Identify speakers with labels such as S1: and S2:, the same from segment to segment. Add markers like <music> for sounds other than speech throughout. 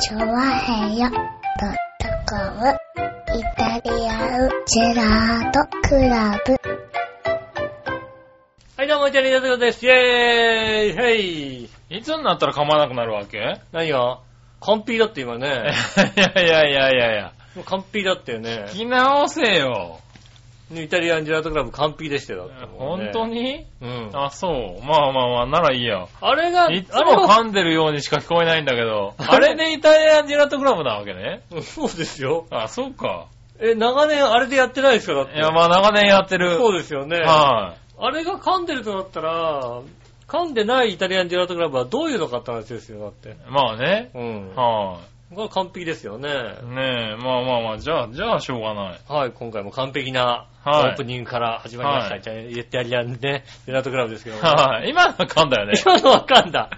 S1: チョワヘヨドットコムイタリアンジェラートクラブ。
S2: はい、どうも、イタリアンジェラートです。イェーイヘイ
S3: いつになったら噛まなくなるわけいや
S2: 何が完璧だって今
S3: <laughs>
S2: ね。
S3: いやいやいやいや。
S2: もう完璧だってよね
S3: 聞。き直せよ。
S2: ねイタリアンジェラートクラブ完璧でしたよ。だってもう
S3: 本
S2: ね
S3: 当に
S2: うん。
S3: あ、そう。まあまあまあ、ならいいや。
S2: あれが、
S3: いつも噛んでるようにしか聞こえないんだけど。あれでイタリアンジェラートクラブなわけね。
S2: うんそうですよ。
S3: あ、そうか。
S2: え、長年あれでやってないですかだって。
S3: いや、まあ長年やってる。
S2: そううですよね。
S3: は
S2: あれが噛んでるとなったら、噛んでないイタリアンジェラートクラブはどういうのかって話ですよ、だって。
S3: い。まあね。
S2: うん。
S3: は
S2: これは完璧ですよね
S3: い。。ねえ、まあまあまあ、じゃあ、じゃあしょうがない。
S2: はい、今回も完璧なオ
S3: はい
S2: ープニングから始まりました。
S3: はい
S2: じゃあ、イタリアンね、ジェラートクラブですけども。
S3: はい。今のは噛んだよね。
S2: <laughs> 今のは噛んだ。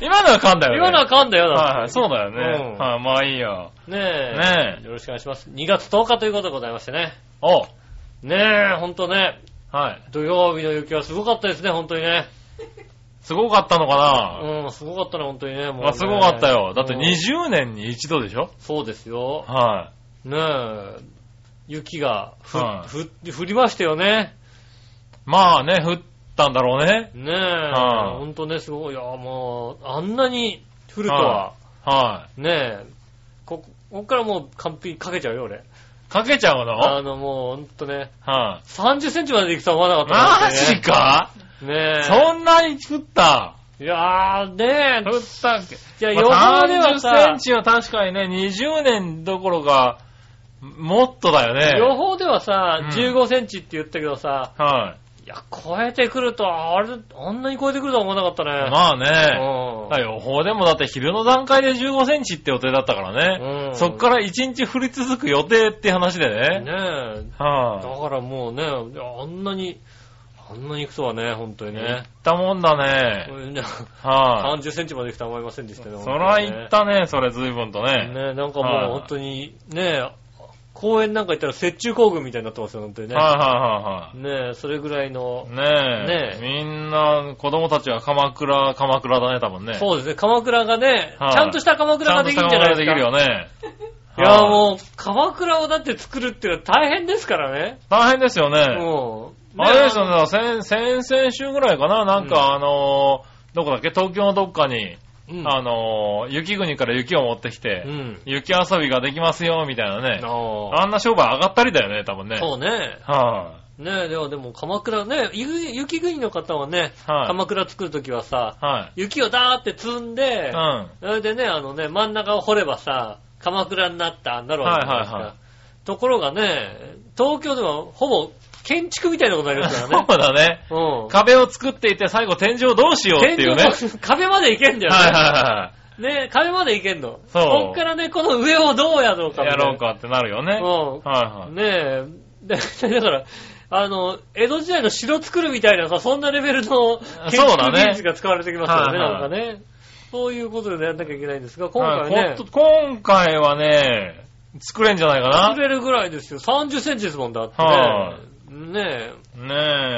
S3: 今のは噛んだよね。
S2: 今のは噛んだよ、だって
S3: はいはい、そうだよね。
S2: うん
S3: はい、まあいいや。
S2: ねえ。
S3: ねえ
S2: よろしくお願いします。2月10日ということでございましてね。
S3: お
S2: ねえ、ほんとね。
S3: はい。
S2: 土曜日の雪はすごかったですね、ほんとにね。
S3: すごかったのかな
S2: うん、すごかったね、ほんとにね。もうね
S3: まあ、すごかったよ。だって
S2: うん
S3: 20年に一度でしょ
S2: そうですよ。
S3: は
S2: ねえ。雪がふ、
S3: はい
S2: ふ、降りましたよね。
S3: い。まあね、降ったんだろうね。
S2: ねえ。
S3: はい
S2: ほんとね、すごい。いや、もう、あんなに降るとは。
S3: は
S2: ねえ。こ、ここからもう完璧にかけちゃうよ、俺。
S3: い。かけちゃうのは
S2: あの、もう、ほんとね。
S3: い。
S2: 30センチまで行くとは思わなかった
S3: マ
S2: んですよ
S3: ジか
S2: ね。ねえ。
S3: そんなに降った
S2: いやー、ね
S3: 降ったっけ
S2: え。いや、予
S3: まあ
S2: 報では
S3: 30セ
S2: さ
S3: ン、チは確かにね、20年どころか、もっとだよ
S2: 予
S3: ね。
S2: 報ではさ
S3: うん、
S2: 15センチって言ったけどさ、
S3: はい
S2: や、超えてくると、あれ、あんなに超えてくるとは思わなかった
S3: い。
S2: ね。
S3: まあ
S2: う
S3: ね。
S2: ん。
S3: だから予報でもだって昼の段階で15センチって予定だったから
S2: う
S3: ね。
S2: ん
S3: そっから1日降り続く予定って話でね。
S2: ねえ。だ
S3: は
S2: からもうね、いやあんなに、あんなに行くとはね、本当
S3: い。
S2: に
S3: 行っ
S2: ね。
S3: たもんだね。
S2: うんね
S3: はい。
S2: 30センチまで行くとは思いませんでしたけども
S3: そら言ったね、それ随分とね。
S2: ね、なんか
S3: は
S2: も
S3: いう
S2: 本当に、ね、公園なんか行ったら雪中行軍みたいになってますよ、本当にね。
S3: は
S2: ね、それぐらいの
S3: いはい、はいはい。ね
S2: ね
S3: え。
S2: え
S3: みんな、子供たちは鎌倉、鎌倉だね、多分ね。
S2: そうですね、鎌倉がね、
S3: はい
S2: ちゃんとした鎌
S3: ち
S2: 倉が
S3: ゃんと
S2: で
S3: し
S2: きる
S3: た
S2: んじゃ
S3: 鎌
S2: ない
S3: 倉
S2: で
S3: ですき
S2: か。
S3: るよね。
S2: いや、
S3: は
S2: もう、鎌倉をだって作るっていうのは大変ですからね。
S3: 大変ですよね。
S2: うん。
S3: あれです
S2: ね
S3: よね、先、先々週ぐらいかな、なん
S2: うん
S3: かあのー、どこだっけ、東京のどっかに、
S2: うん。
S3: あのー、雪国から雪を持ってきて、
S2: うん。
S3: 雪遊びができますよ、みたいなね。
S2: あ
S3: あんな商売上がったりだよね、多分ね。
S2: あ。
S3: はい、
S2: そうね。ねえ、でもでも鎌倉ね、雪雪国の方はね、
S3: はい
S2: 鎌倉作るときはさ、
S3: はい、
S2: 雪をダーって積んで、
S3: うん。
S2: それでね、あのね、真ん中を掘ればさ、鎌倉になったんだろう
S3: は
S2: じ
S3: い
S2: ゃないですか
S3: はいはい
S2: ところがね、東京ではほぼ建築みたいなことになります
S3: <laughs> そ
S2: か
S3: う
S2: らね。
S3: だね。
S2: うん。
S3: 壁を作っていて最後天井どうしようっていうね。
S2: 天井の壁まで行けんだよね。
S3: はいは
S2: ね、壁まで行けんの。
S3: そう
S2: こっからね、この上をどうやろう
S3: い
S2: か
S3: は
S2: みたい
S3: い。<laughs> や
S2: な
S3: ろう。かってなるよね。はいは
S2: う
S3: い
S2: ん。。ねえ、でだから、あの、江戸時代の城作るみたいなさ、そんなレベルの建築
S3: そうだね
S2: 技術が使われてきますよね、ない
S3: は
S2: ん
S3: は
S2: か
S3: い
S2: ね。そういうことでやんなきゃいけないんですが、今
S3: は
S2: 回
S3: い
S2: ね、
S3: こ今回はね、作れんじゃないか
S2: 作れ
S3: な。
S2: るぐらいですよ。30センチですもんだって
S3: は
S2: ね。ねえ。
S3: ね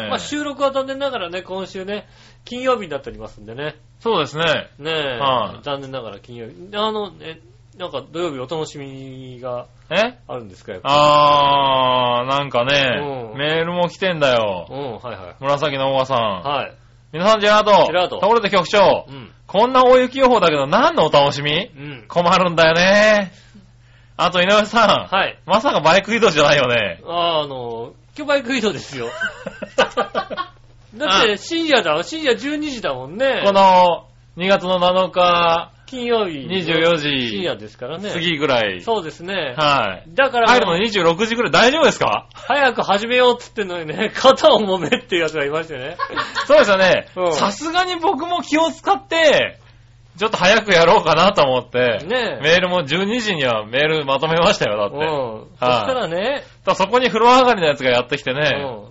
S3: え。
S2: まあ収録は残念ながらね、今週ね、金曜日になっておりますんでね。
S3: そうですね。
S2: ねえ、
S3: はい
S2: 残念ながら金曜日。あの、え、なんか土曜日お楽しみが
S3: え
S2: あるんですかやっぱ
S3: あー、なんかね
S2: う、ん
S3: メールも来てんだ
S2: う
S3: よ。
S2: ん、はいは
S3: 紫のおばさ
S2: い。
S3: ん。
S2: はい。
S3: 皆さん、ジェラート。
S2: ジェラート
S3: ところで局長
S2: う、ん。
S3: こんな大雪予報だけど何のお楽しみ
S2: うん。
S3: 困るんだよね。あと、井上さん。
S2: はい。
S3: まさかバイク移動じゃないよ <laughs> ね。
S2: あーあの、今日バイク移動
S3: <laughs>
S2: ですよ。だって深夜だ、深夜12時だもん <laughs> ね。
S3: この2月の7日
S2: 金曜日。
S3: 24
S2: 深
S3: 時
S2: 夜ですからね。
S3: 過ぎぐらい。
S2: そうですね。
S3: はい。
S2: だからもう
S3: 入るの26時ぐらい大丈夫ですか
S2: 早く始めようっつってんのにね、 <laughs> 肩を揉めっていうやつがいましてね。
S3: そうですよね
S2: うん。
S3: さすがに僕も気を使って、ちょっと早くやろうかなと思って、
S2: ねえ
S3: メールも12時にはメールまとめましたよ、だ
S2: う
S3: って。
S2: ん。そし
S3: はい
S2: たらね、
S3: だからそこに風呂上がりのやつがやってきて
S2: う
S3: ね、
S2: ん。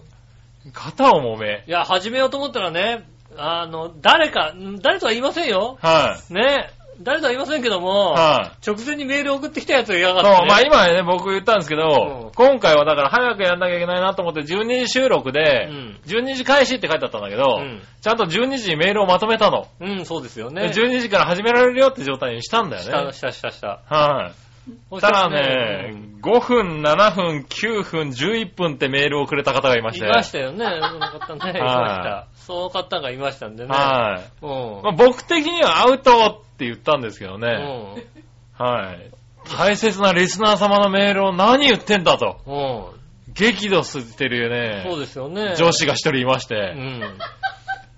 S3: 肩を揉め。
S2: いや、始めようと思ったらね、あの、誰か、ん誰とは言いませんよ。
S3: は
S2: ね。誰とは言いませんけども、
S3: はい。
S2: 直前にメール送ってきたやつが嫌が
S3: そう、
S2: って、ね。
S3: まあ今ね、僕言ったんですけ
S2: うん
S3: ど、今回はだから早くやんなきゃいけないなと思って12時収録で
S2: うん、
S3: 12時開始って書いてあったんだけど
S2: うん、
S3: ちゃんと12時にメールをまとめたの。
S2: うん、そうですよね。
S3: 12時から始められるよって状態にしたんだ
S2: 下
S3: よ
S2: の
S3: ね。
S2: 下、下、下。
S3: はい。そしたらね、5分、7分、9分、11分ってメールをくれた方がいま
S2: い
S3: して。
S2: ましたよ
S3: <laughs>
S2: ね。その方ね、いました
S3: は。
S2: そう方がいましたんでね。
S3: はい。
S2: う
S3: まあ、僕的にはアウトって言ったんですけど
S2: ん。
S3: ね。はい。大切なリスナー様のメールを何言ってんだと。
S2: うん。うん。
S3: 激怒してる
S2: そう
S3: ね。
S2: ですよね。
S3: 上司が一人いまして。
S2: うん。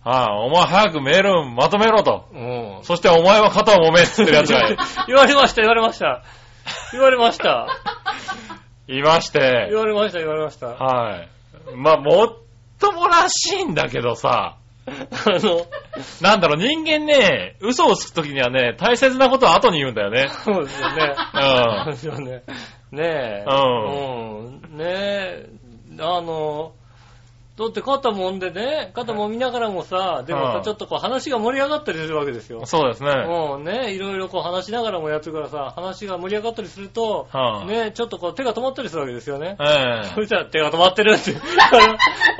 S3: はい。お前早くメールまとめろと。
S2: うん。
S3: そしてお前は肩を揉めって言ってるやつが
S2: <laughs> 言われました、言われました。言われました。
S3: いまし
S2: 言 <laughs>
S3: て。
S2: われました、言われました。あ
S3: はい。まあ、もっともらしいんだけどさ。
S2: の、
S3: なんだろう、人間ね、嘘をつくときにはね、大切なことは後に言うんだよね。
S2: そうですよね。そう
S3: う
S2: ですよね。ねえ。
S3: うん
S2: うん。ねえ。あの、だって肩もんでね、肩もみながらもさ、でも
S3: う
S2: さ
S3: ん、
S2: ちょっとこう話が盛り上がったりするわけですよ
S3: ん。。そうですね。
S2: うんね、いろいろこう話しながらもやってるからさ、話が盛り上がったりすると、
S3: はい
S2: ね、ちょっとこう手が止まったりするわけですよね。
S3: ええ
S2: そしたら手が止まってるって。 <laughs>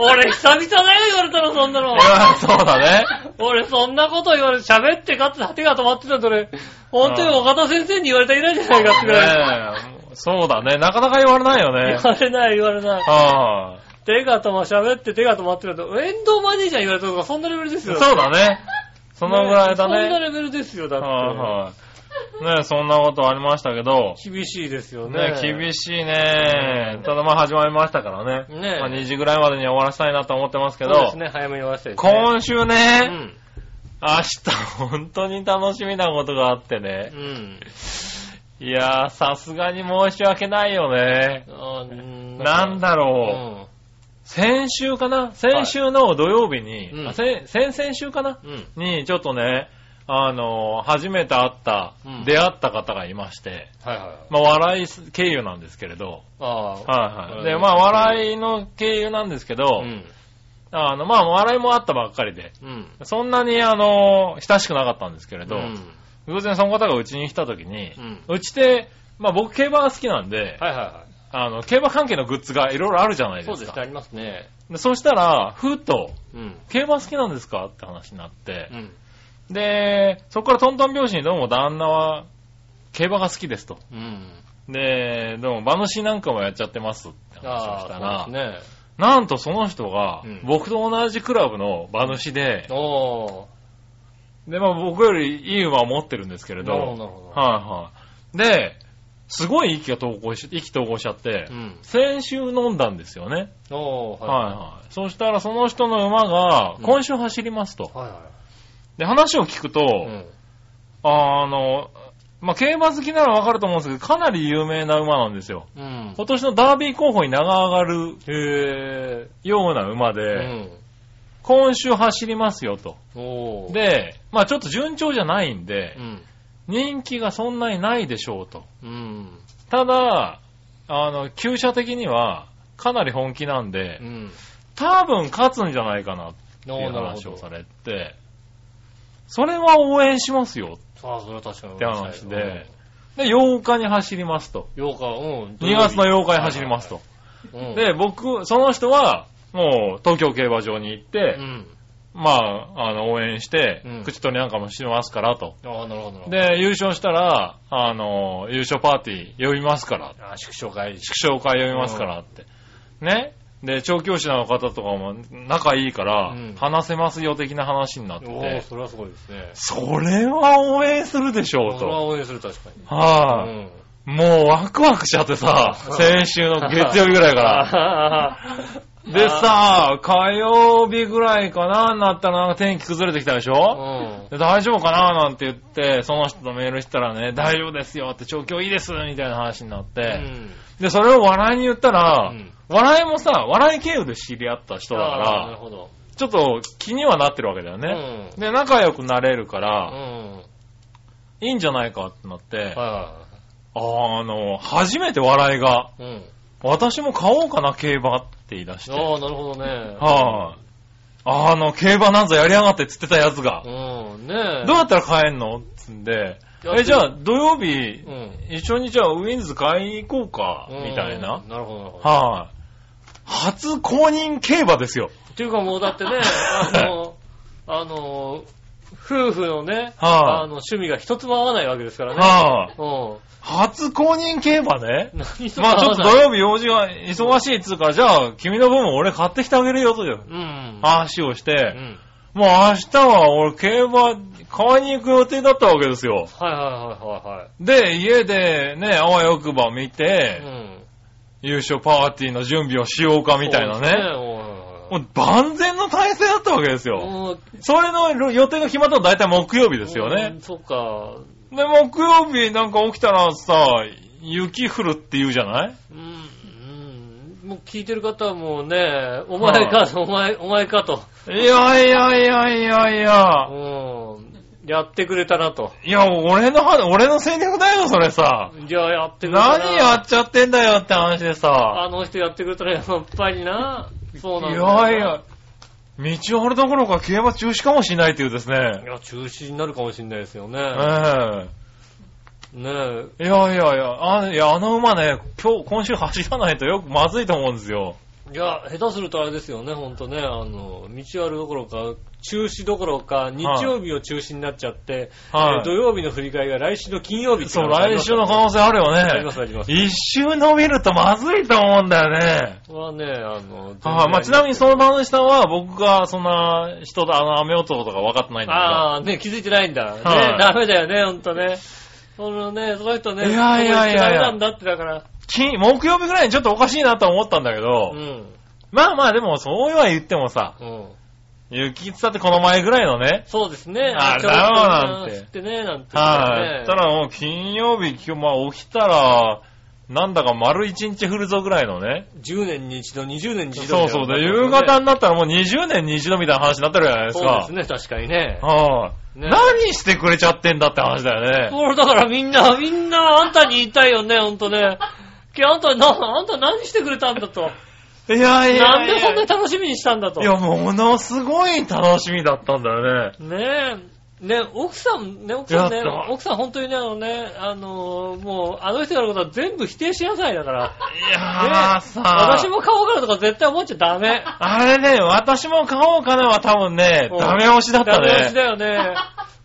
S2: 俺久々だよ言われたらそんなの
S3: <laughs> い。やそうだね。
S2: 俺そんなこと言われて喋ってかつ手が止まってたと俺、本当に岡田先生に言われた以来じゃないかってくらい。
S3: ねえそうだね。なかなか言われないよね
S2: 言。われない言われない。
S3: はあ、
S2: 手が止ま、喋って手が止まってると、遠藤マネージャーに言われたとかそんなレベルです
S3: そ
S2: よ。
S3: うだね。そのぐらいだ
S2: そんな
S3: ね。
S2: レベルですよ、だって。
S3: はいはい。ねえそんなことありましたけど、
S2: 厳しいですよね
S3: ね。え厳しいね。ただまあ始まりましたからね。
S2: ねえ
S3: まあ2時ぐらいまでには終わらせたいなと思ってますけ
S2: そうで
S3: ど
S2: す、ね、早めに終わらせて。
S3: 今週
S2: う
S3: ね、
S2: ん。
S3: 明日本当に楽しみなことがあってね
S2: う。ん。
S3: いやー、さすがに申し訳ないよね。
S2: あー
S3: なんだ
S2: うん。
S3: ろう。先週かな先週の土曜日
S2: うん
S3: に、あせ先々週かな
S2: うん。
S3: に、ちょっとね、あのー、初めて会った
S2: うん、
S3: 出会った方がいまして、
S2: はいはいはい。
S3: まあ、笑い経由なんですけれど、
S2: ああ。
S3: はいはい。
S2: う
S3: で、
S2: ん
S3: まあ、笑いの経由なんですけど
S2: う、ん。
S3: あの、まあ、笑いもあったばっかりで、
S2: うん。
S3: そんなに、あのー、親しくなかったんですけれど
S2: う、ん
S3: 偶然その方がうちに来た時に
S2: うん、
S3: うちで、まあ、僕競馬が好きなんで、
S2: はいはいは
S3: あの、競馬関係のグッズがいろいろあるじゃない
S2: い。そ
S3: で
S2: うで
S3: す
S2: す
S3: か
S2: ね、あ。りますね。
S3: でそしたら、ふと、
S2: うん。
S3: 競馬好きなんですかって話になって
S2: う、ん。
S3: で、そこからトントン拍子にどうも旦那は競馬が好きですと。
S2: うん。
S3: で、どうも馬主なんかもやっちゃってますって話をした
S2: あ
S3: ら、
S2: あ、そうですね。
S3: なんとその人が
S2: うん
S3: 僕と同じクラブの馬主で、
S2: お
S3: で、まあ僕よりいい馬を持ってるんですけ
S2: ー。
S3: れ
S2: な
S3: ど、
S2: るほど、なる
S3: は
S2: ほ
S3: い
S2: ど。
S3: はい。で、すごい息が投稿し、息投稿しちゃって
S2: う、ん。
S3: 先週飲んだんですよね。
S2: おー、
S3: はい
S2: は
S3: はい。そしたらその人の馬が
S2: うん
S3: 今週走りますと
S2: い。。はいは
S3: で、話を聞くと、
S2: い。うん。
S3: あの、まあ、競馬好きならわかると思うんですけど、かなり有名な馬なんですよ。
S2: うん。
S3: 今年のダービー候補に名が上が
S2: へ
S3: るような馬で、
S2: え。
S3: 今週走りますよと。
S2: うん。おー。、
S3: で、まあちょっと順調じゃないんで
S2: う、ん。
S3: 人気がそんなにないでしょうと。
S2: うん。
S3: ただ、あの、厩舎的にはかなり本気なんで
S2: う、ん。
S3: 多分勝つんじゃないかなって
S2: お
S3: いう
S2: ー、なるほ
S3: 話を
S2: ど。さ
S3: されて、それは応援しますよ
S2: あ、それは確かに。
S3: って話で、で、8日に走りますと。
S2: うん。8日、うん。
S3: 2月の8日に走りますと。
S2: うん。
S3: で、僕、その人は、もう、東京競馬場に行っ
S2: う
S3: て、
S2: ん。
S3: まあ、あの、応援して
S2: うん、
S3: 口取りなんかもしますからと。
S2: ああ、なるほど、なるほど。
S3: で、優勝したら、あの、優勝パーティー呼びますから、
S2: あー、縮小会。
S3: 祝勝会呼びますからって。ね。で、調教師の方とかも仲いいから
S2: うん、
S3: 話せますよ的な話になっ
S2: おー、
S3: て、
S2: それはすごいですね。
S3: それは応援するでしょう
S2: それは
S3: と。
S2: 応援する、確かに。
S3: はい、
S2: うん。
S3: もうワクワクしちゃってさ、
S2: うん
S3: 先週の月曜日ぐら
S2: <laughs>
S3: いから。でさ、火曜日ぐらいかな、なったらなんか天気崩れてきたでし
S2: あー、うん。
S3: ょ、で大丈夫かななんて言って、その人とメールしたらね、大丈夫ですよって、調教いいですみたいな話になっ
S2: う
S3: て、
S2: ん。
S3: で、それを笑いに言ったら、
S2: うん
S3: 笑いもさ、笑い経由で知り合った人だか
S2: あーなる
S3: ら、
S2: ほど。
S3: ちょっと気にはなってるわけだよね。
S2: うん。
S3: で、仲良くなれるか
S2: う
S3: ら、
S2: ん。
S3: いいんじゃないかってなって、
S2: は
S3: あーあの、初めて笑いが、
S2: い。うん。
S3: 私も買おうかな、競馬って言い出して。はい、
S2: ああ、なるほどね。
S3: あ。の、競馬なんぞやりやがってっつってたやつが
S2: う、ん。ねえ。
S3: どうやったら買えんのっつんで、
S2: やって
S3: え、じゃあ、土曜日
S2: う、ん。
S3: 一緒にじゃあ、ウィンズ買いに行こうか、みたいな
S2: うん。なるほど、なるほど。
S3: はい。初公認競馬ですよ。
S2: っていうかもうだ
S3: <laughs>
S2: ってね、あの、あの、夫婦のね、
S3: はい
S2: あの、趣味が一つも合わないわけですからね。
S3: はい。
S2: うん。
S3: 初公認競馬ね。
S2: 何とも合
S3: まあちょっ
S2: わ
S3: と
S2: な
S3: 土
S2: い。
S3: 曜日用事が忙しいっつうから、じゃあ君の分も俺買ってきてあげるよという
S2: うん。
S3: 話をし
S2: う
S3: て、
S2: ん。
S3: もう明日は俺競馬買いに行く予定だったわけですよ。
S2: はいは
S3: で、家でね、あわよくば見
S2: いはいはい。う
S3: て、
S2: ん。
S3: 優勝パーティーの準備をしようかみたいな
S2: そうです
S3: ね。も
S2: ね。
S3: う万全の体制だったわけですよ。
S2: もう、
S3: それの予定が決まったの大体木曜日
S2: で
S3: ですよね。。
S2: そっか。
S3: で、木曜日なんか起きたらさ、雪降るって言うじゃない
S2: うん。うんもう聞いてる方はもうね、お前かと、お前、お前かと。
S3: いやいやいやいやいや。
S2: うん。やってくれたなと。
S3: いや、俺の話、俺の戦略だよ、それさ。
S2: じゃあやってくれたな。
S3: 何やっちゃってんだよって話でさ。
S2: あの人やってくれたらやっぱりな。そうなん
S3: い
S2: だよな
S3: やいや、道を掘るどころか競馬中止かもしれないっていうです
S2: い
S3: ね。
S2: や、中止になるかもしれないですよね。
S3: ええ
S2: ねえ。
S3: いやいやいや、あいやあの馬ね、今日、今週走らないとよくまずいと思うんですよ。
S2: いや、下手するとあれですよね、ほんとね、あの、道あるどころか、中止どころか、日曜日を中止になっちゃって、
S3: はい
S2: えー土曜日の振り替えが来週の金曜日って
S3: そ、
S2: いうのがあり
S3: 来
S2: ます
S3: 週
S2: か
S3: の
S2: ら
S3: 可能性あるよ
S2: ありま
S3: ね。
S2: すあります。
S3: 一周伸びるとまずいと思うんだよね。
S2: これはね、あの、
S3: はい、まあ、ちなみにその旦那さんは僕がそんな人だ、あの、雨男とか分かってないんだ
S2: ああ、ね、気づいてないんだ。ね、
S3: はい
S2: ダメだよね、ほんとね。そのね、その人ね、
S3: いやいやいやいや
S2: ダメなんだってだから、
S3: けど、金、木曜日ぐらいにちょっとおかしいなと思ったんだけど、
S2: うん、
S3: まあまあでもそうは言ってもさ、
S2: うん。
S3: 雪つったってこの前ぐらいのね、
S2: そうですね、
S3: あ
S2: ちょ
S3: だろ
S2: っと
S3: うなんて
S2: 知ってね、なんて、ね。
S3: はい、ただもう金曜日、今日まあ起きたら、なんだか丸一日降るぞぐらいのね。
S2: 10年に一度、20年に一度
S3: そう
S2: みたいな
S3: そう。で、夕方になったらもう20年に一度みたいな話になってるじゃないですか。
S2: そうですね、確かにね。
S3: はい、
S2: ね
S3: 何してくれちゃってんだって話だよね。
S2: これだからみんな、みんなあんたに言いたいよね、ほんとね。いやあんたな、あんた何してくれたんだと。
S3: いやいやいや。
S2: なんでそんなに楽しみにしたんだと。
S3: い
S2: ね
S3: や、ものすごい楽しみだったんだよね。
S2: え。ね奥さん、ね、奥さんね
S3: やった、
S2: 奥さん本当にね、あのね、あのーもう、あの人のことは全部否定しなさいだから。
S3: いやー
S2: ね
S3: さ
S2: 私も買おうからとか絶対思っちゃダメ。
S3: あれね、私も買おうかなは多分ね
S2: うん、
S3: ダメ押し <laughs> だった
S2: ダメ押し
S3: ね。
S2: だよね。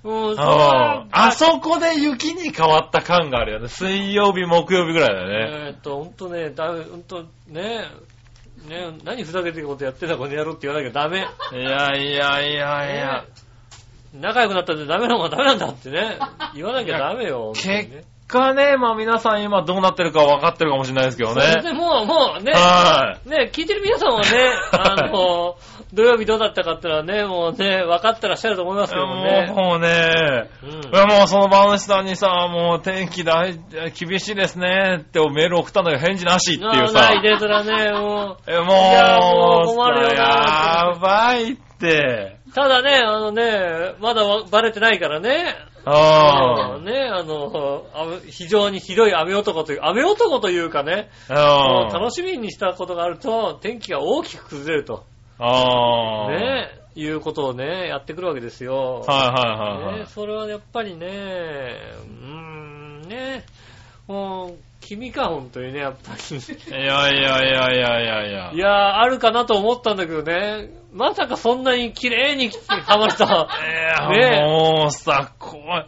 S2: うん、それは
S3: うんあそこで雪に変わった感があるよね。水曜日、木曜日ぐらいだよね。
S2: えーっと、ほんとね、だめ、ほんと、ねえ、ねえ、何ふざけてることやってんだ、この野郎って言わなきゃダメ。
S3: いやいやいやいや。
S2: 仲良くなったってダメなもんはダメなんだってね、言わなきゃダメよ。
S3: 結
S2: 本当にね
S3: かね、まあ皆さん今どうなってるか分かってるかもしれないですけど
S2: それで
S3: ね。
S2: もう、もうね、
S3: は
S2: ね、聞いてる皆さんはね、あの、土曜日どうだったかってのはね、もうね、分かってらっしゃると思います
S3: い。
S2: けどもね。
S3: もうね、
S2: うん
S3: いやもうその番主さんにさ、もう天気だい厳しいですねってメール送ったのに返事なしっていう
S2: な
S3: さ。
S2: ないで、そらね、も
S3: え、もう、
S2: やもう困るよな
S3: やばいって。
S2: う。ただね、あのね、まだわバレてないからね、
S3: ああ。
S2: ね、あの、あ非常にひどい雨男という、雨男というかね、もう
S3: あ
S2: 楽しみにしたことがあると、天気が大きく崩れると、
S3: あ。はい
S2: ね、いうことをね、やってくるわけですよ。
S3: はいはいは
S2: ね
S3: い。
S2: それはやっぱりね、うーん、ね、もう、君か、本当にね、やっぱ
S3: い
S2: り。
S3: やいやいやいやいやいや。
S2: いやー、あるかなと思ったんだけどね、まさかそんなに綺麗にはまるとは。
S3: いや
S2: ね
S3: もうさ、怖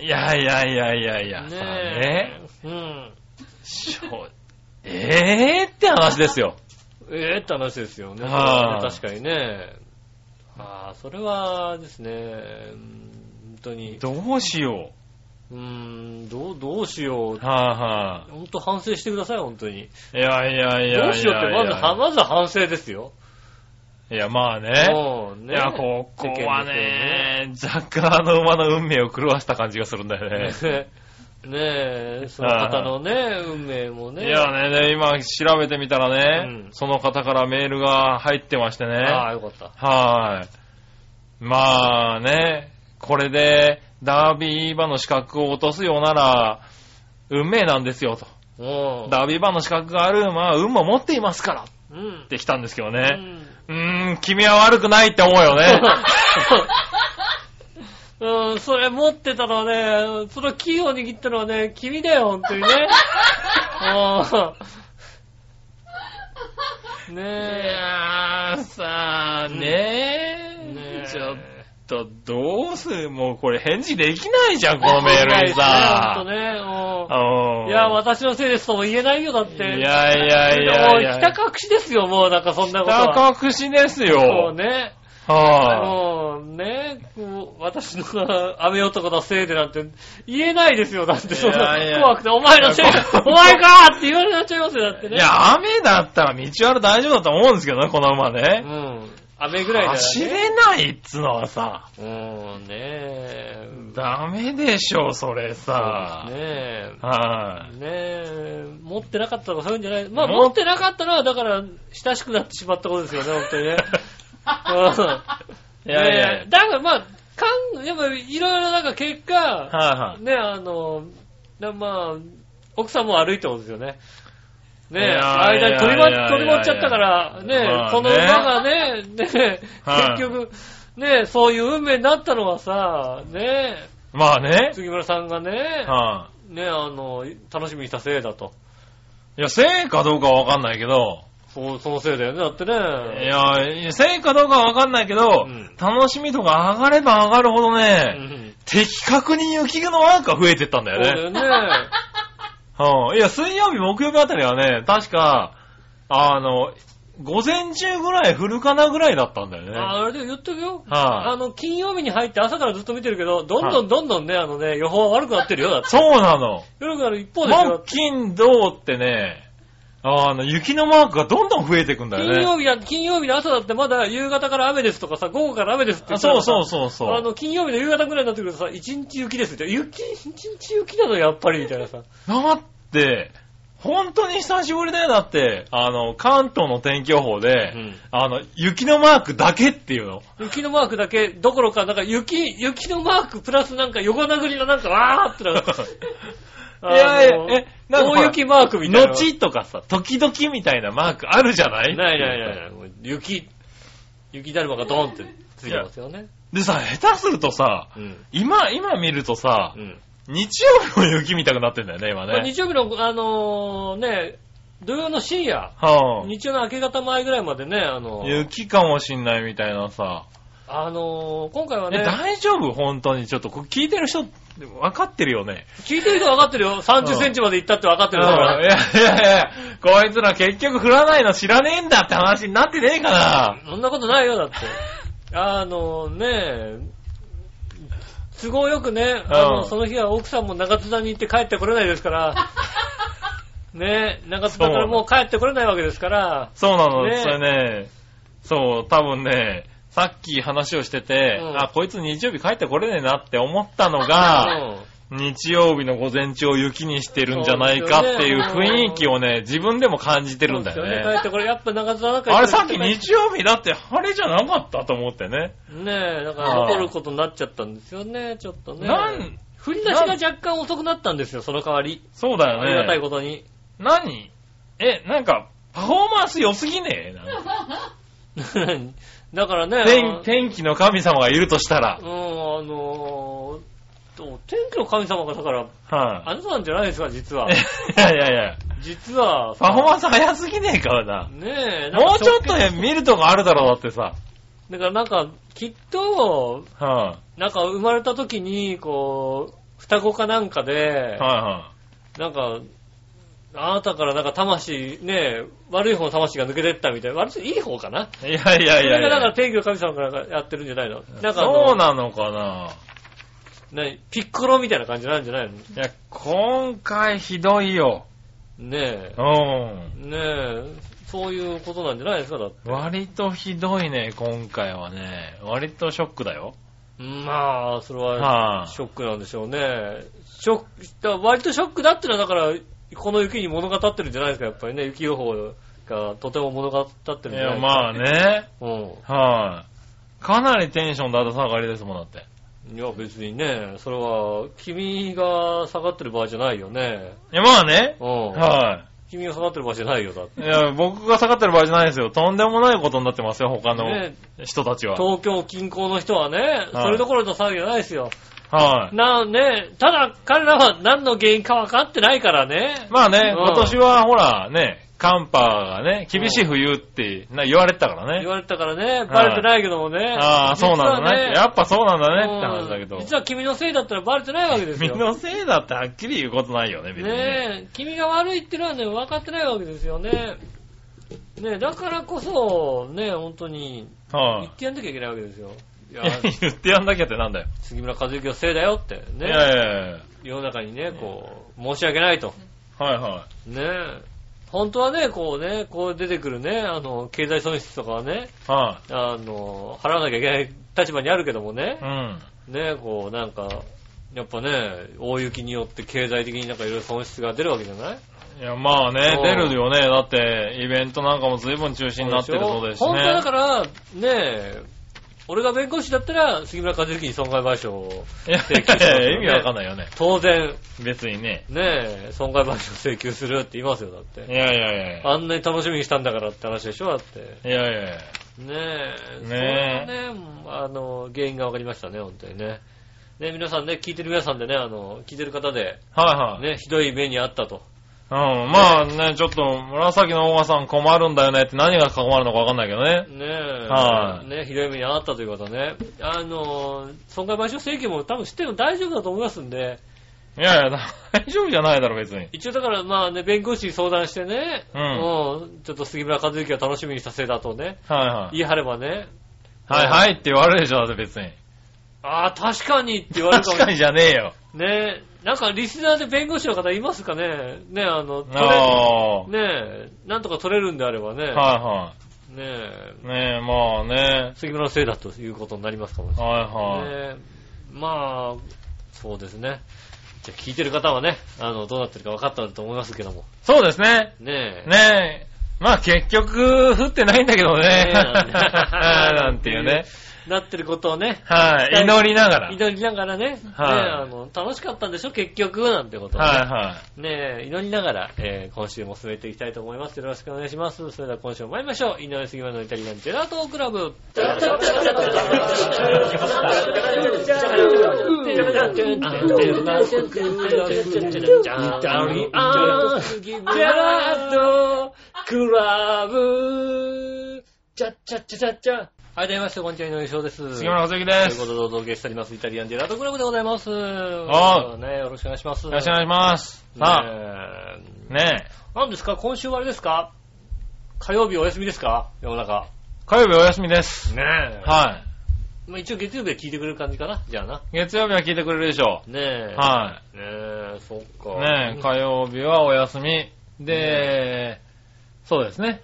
S3: い。いやいやいやいや <laughs> いや、さね
S2: ね。え。うん。
S3: しょええー、って話ですよ。
S2: ええって話ですよね。
S3: はあ
S2: 確かにね。ああ、それはですね、うん本当に、
S3: どうしよ
S2: うーん、どう、どうしよう
S3: う。。は
S2: 本当反省してください、本当に。
S3: いはい。いやいやいやいやいや。
S2: どうしようって、まずは、まずは反省ですよ。
S3: いや、まあね。
S2: もう
S3: い
S2: ね。
S3: や、ここはね、ザッカーの馬の運命を狂わした感じがするんだよね。
S2: <laughs> ねえ、その方のね、運命もね。
S3: いやね、で今調べてみたら
S2: う
S3: ね
S2: ん、
S3: その方からメールが入ってましてね。
S2: ああ、よかった。
S3: はい。まあね、これでダービー馬の資格を落とすようなら、運命なんですよと。
S2: うん。
S3: ダービー馬の資格がある馬は運も持っていますからっ
S2: うん。
S3: て来たんですけど
S2: う
S3: ね。
S2: ん <laughs>
S3: うーん、君は悪くないって思うよね。
S2: うん、 <laughs> それ持ってたのはね、そのキーを握ったのはね、君だよ、本当にね。うん。ね
S3: い
S2: え。
S3: やー、さあ、ねえ、
S2: ねえ
S3: ちょっと、どうするもうこれ返事できないじゃん、このメールにさ。
S2: 本当ね、も
S3: う
S2: う。
S3: ん
S2: いや、私のせいですとも言えないよ、だって。
S3: いやいやいやいや。
S2: もう、北隠しですよ、もう、なんかそんなことは。
S3: 北隠しです
S2: そう
S3: よ。
S2: ね。
S3: は
S2: もう、ね、こう私の雨男のせいでなんて言えないですよ、だって。そんない
S3: やいや
S2: 怖くて、お前のせい
S3: いや、
S2: お前かーって言われちゃいますよ、だって
S3: い。
S2: ね。
S3: いや、雨だったら道ある大丈夫だと思うんですけどね、この馬
S2: う
S3: ね。
S2: ん。雨ぐらいだ
S3: 走
S2: よね。
S3: れないっつのはさ、
S2: うん、ねえ。
S3: ダメでしょ、それさ。
S2: そうですね
S3: は
S2: ねえ、持ってなかったとかそういうんじゃない。まあ、
S3: も
S2: 持ってなかったのは、だから、親しくなってしまったことですよね、本当
S3: <laughs>
S2: にね。
S3: い。
S2: うん
S3: いやいや
S2: ねえ。だから、まあ、かん、やっぱ、いろいろなんか結果、
S3: はいはい。
S2: <laughs> ねえ、あの、なまあ、奥さんも悪いってことですよね。ね
S3: い
S2: え、
S3: や
S2: 間に取りま
S3: いやいやいやいや
S2: 取り持っちゃったから、ねえ、
S3: まあね
S2: この馬がね、
S3: <laughs>
S2: ねえ、
S3: はい
S2: 結局、ねえ、そういう運命になったのはさ、ねえ、
S3: まあね。
S2: 杉村さんがね、
S3: は
S2: ね、あの、楽しみにしたせいだと。
S3: い。いや、成果どうかはわかんないけど、
S2: そう、そのせいだよね。だってね。
S3: いや、いや成果どうかはわかんないけど、
S2: うん
S3: 楽しみとか上がれば上がるほど
S2: う
S3: ね、
S2: ん。
S3: 的確に雪のワークが増えてったんだ
S2: そ
S3: よ
S2: う
S3: <laughs> ね。
S2: だよね。
S3: うん。いや、水曜日、木曜日あたりはね、確か、あの、午前中ぐらい降るかなぐらいだったんだよね。
S2: ああれでも言っとくよ。あ
S3: はい、
S2: の、金曜日に入って朝からずっと見てるけど、どんどんどんどんね、あのね、予報は悪くなってるよ。だって。
S3: そうなの。
S2: 悪くなる一方でしょだっ
S3: 木、
S2: て
S3: 金、銅ってね、あの、雪のマークがどんどん増えていくんだよね。
S2: 金曜日だ、金曜日の朝だってまだ夕方から雨ですとかさ、午後から雨ですって言
S3: あ
S2: ってた
S3: そ
S2: ら
S3: う
S2: さ
S3: そうそうそう。
S2: あの、金曜日の夕方ぐらいになってくるとさ、一日雪ですって。雪、一日雪なのやっぱり、みたいなさ。
S3: だって、本当に久しぶりだよ、だって。あの、関東の天気予報で、
S2: うん
S3: あの、雪のマークだけっていうの。
S2: 雪のマークだけどころか、なんか雪、雪のマークプラスなんか横殴りのなんか、わーってなる。
S3: <laughs> いやいや、え、なんかほ
S2: 大
S3: ら
S2: 雪マークみたいな。
S3: 後とかさ、時々みたいなマークあるじゃない
S2: ないないないない。もう雪、雪だるまがドーンってついてますよね。
S3: でさ、下手するとさ、
S2: うん。
S3: 今、今見るとさ
S2: う、ん。
S3: 日曜日の雪みたくなってんだよね、今
S2: まあ
S3: ね。
S2: 日曜日の、あのーね、土曜の深夜、
S3: は
S2: 日曜の明け方前ぐらいまでね、あの
S3: あ、
S2: ー
S3: 雪かもしんないみたいなさ。
S2: あのー今回は
S3: え、
S2: ね、
S3: 大丈夫本当に。ちょっと、これ聞いてる人、分かってるよね。
S2: 聞いてる人分かってるよ。30センチまで行ったって分かってるから。
S3: いやいやいや、こいつら結局降らないの知らねえんだって話になってねえかな。
S2: そんなことないよ、だ
S3: <laughs>
S2: って。あのね都合よくね、あの、
S3: うん
S2: その日は奥さんも中津田に行って帰ってこれないです
S3: <laughs>
S2: から、ね中津田からもう帰ってこれないわけですから、
S3: そうなの、
S2: ねえ
S3: それね、そう、多分ね、さっき話をしてて、
S2: うん
S3: あ、こいつ日曜日帰ってこれねえなって思ったのが、日曜日の午前中を雪にしてるんじゃないかっていう雰囲気をね、自分でも感じて
S2: て
S3: るんだよ
S2: 帰
S3: ね。
S2: ってこれ、やっぱ中津田なんか
S3: あれさっき日曜日だって晴れじゃなかったと思ってね。
S2: ねだから残ることになっちゃったんですよね、ちょっとね。
S3: なん、
S2: 振り出しが若干遅くなったんですよ、その代わり。
S3: そうだ
S2: ありが
S3: よ
S2: たい
S3: ね。
S2: ことに。
S3: 何え、なんか、パフォーマンス良すぎねえなんか
S2: <laughs> だからね、
S3: 天天気の神様がいるとしたら
S2: う。ん、あのーと天気の神様がだから、
S3: は
S2: あなたなんじゃないですか、実は。
S3: い。いやいやいや、
S2: 実は、
S3: パフォーマンス早すぎねえからな。
S2: ねえ、なんか
S3: もうちょっと
S2: 直
S3: ね見るとこあるだろう、だってさ。
S2: 結だからなんか、きっと、
S3: は
S2: なんか生まれた時に、こう、双子かなんか
S3: い
S2: で、
S3: は
S2: なんか、あなたからなんか魂、ねえ、悪い方の魂が抜けてったみたいな。悪い、いい方かない
S3: はい。いやいや
S2: そ
S3: い
S2: れ
S3: やい
S2: がだから
S3: や。
S2: 天気の神様からやってるんじゃないのなんかあの
S3: そうなのかな。
S2: 何ピッコロみたいな感じなんじゃないの
S3: いや、今回ひどいよ。
S2: ね
S3: う
S2: え、
S3: ん。
S2: ねえ、そういうことなんじゃないですか、だって。
S3: 割とひどいね、今回はね。割とショックだよ。
S2: まあ、それ
S3: は
S2: は、
S3: い
S2: ショックなんでしょうね。ショック、だから割とショックだってのは、だから、この雪に物語ってるんじゃないですか、やっぱりね。雪予報がとても物語って
S3: い
S2: るんじゃないで
S3: や、
S2: すか。
S3: まあ。ね。
S2: う
S3: はい。かなりテンションだだ下がりですもん、だって。
S2: ん。いや、別にね、それは、君が下がってる場合じゃないよね。
S3: いや、まあね。
S2: うん。
S3: は
S2: 君が下がってる場所じゃないよ、だって。
S3: いや、僕が下がってる場合じゃないですよ。とんでもないことになってますよ、他の
S2: ね
S3: 人たちは。
S2: 東京近郊の人はね、それどころの騒ぎじゃないですよ。
S3: はい。
S2: な、ね、ただ彼らは何の原因か分かってないからね。
S3: まあね、
S2: うん
S3: 今年はほらね、寒波がね、厳しい冬ってな言われてたから
S2: 言
S3: ね。
S2: われてたからね、バレてないけどもね。
S3: ああ、そうなんだねやっぱそうなんだねって
S2: うん
S3: 話だけど。
S2: 実は君のせいだったらバレてないわけです
S3: み
S2: よ。
S3: んなせいだってはっきり言うことないよね、別にね。
S2: ねえ、君が悪いってのはね、分かってないわけですよね。ねえ、だからこそ、ねえ、本当に、
S3: は
S2: 言ってやんなきゃいけないわけですよ。いや
S3: い、、言ってやんなきゃってなんだよ。
S2: 杉村和之のせいだよって、
S3: いや
S2: ねえ、
S3: いやいや
S2: 世の中にね、こう、申し訳ないと。
S3: はいは
S2: ねえ、本当はね、こうね、こう出てくるね、あの、経済損失とかはね、
S3: い。は
S2: あの、払わなきゃいけない立場にあるけどもね
S3: い。う、ん。
S2: ねえ、こう、なんか、やっぱね、大雪によって経済的になんかいろいろ損失が出るわけじゃない
S3: いや、まあね
S2: う、ん
S3: 出るよね。だって、イベントなんかも随分中止になってるそうですしね。
S2: 本当はだから、ねえ、俺が弁護士だったら、杉村和之に損害賠償を
S3: いや
S2: 請求しますよ
S3: いや
S2: ね
S3: 意味わかんないよね。
S2: 当然、
S3: 別にね。
S2: ねえ、損害賠償請求するって言いますよ、だっ
S3: い
S2: て。
S3: やいやいやいや。
S2: あんなに楽しみにしたんだからって話でしょ、だって。
S3: いやいやいや。
S2: ねえ、
S3: ねえ
S2: それがね、あの、原因が分かりましたね、本当にね。ね皆さんね、聞いてる皆さんでね、あの、聞いてる方で、
S3: はいはい。
S2: ね、ひどい目にあったと。
S3: うん、まあね、ちょっと、紫のオーガさん困るんだよねって何が困るのかわかんないけど
S2: ね
S3: ね。
S2: え、
S3: はい
S2: ね、ひどい目にあったという方ね。あの、損害賠償請求も多分知っても大丈夫だと思いますんで、
S3: いやいや、大丈夫じゃないだろ、別に。
S2: 一応だからまあね、弁護士に相談してね、
S3: うん
S2: んちょっと杉村和之を楽しみにしたせいだとね、
S3: はいはい。
S2: 言い張ればね、
S3: はいはいって言われるでしょ、だって別に。
S2: ああ、確かにって言われるか
S3: 確
S2: も
S3: かにじゃねえよ。
S2: ねえ、なんかリスナーで弁護士の方いますかねねえ、あの、取れ、
S3: ああ。はい
S2: ねえ、なんとか取れるんであればね、
S3: は
S2: ねえ、
S3: い。ねえ、まあね。
S2: 杉村のせいだということになりますかもしれない。
S3: はいはい。
S2: ねえまあ、そうですね。じゃあ聞いてる方はね、あの、どうなってるか分かったと思いますけども。
S3: そうですね。
S2: ねえ。
S3: ねえ。まあ結局、降ってないんだけどね。
S2: ねえなんで
S3: <laughs> なんていうね。
S2: なってることをね、
S3: はい。祈りながら。はい
S2: 祈りながらね、
S3: はい
S2: ねえあの楽しかったんでしょ、結局、なんてことをね、
S3: は
S2: ねえ、祈りながら、えー今週も進めていきたいと思います。よろしくお願いします。それでは今週も参りましょう。井上杉村のイタリアンジェラートクラブ。クラブ。チャッチャッチャチャッチャ。はい、どうもみなさんこんにちは、井上翔です。
S3: い。杉村和之で
S2: という
S3: す。
S2: こと
S3: よ
S2: でお届けしております、イタリアンジェラートクラブでございます。
S3: は
S2: ね、よろしくお願いします。
S3: ろしくお願いします。さ
S2: ねえ
S3: あ、ねえ。
S2: 何ですか今週はあれですか火曜日お休みですか世の中。
S3: 火曜日お休みです。
S2: ねえ。
S3: は
S2: まあ、一応月曜日は聞いてくれる感じかなじゃあな。
S3: い。月曜日は聞いてくれるでしょ
S2: ねえ。
S3: う。は
S2: ねえ、そっ
S3: い。
S2: か。
S3: ねえ、火曜日はお休み。で、そうですね。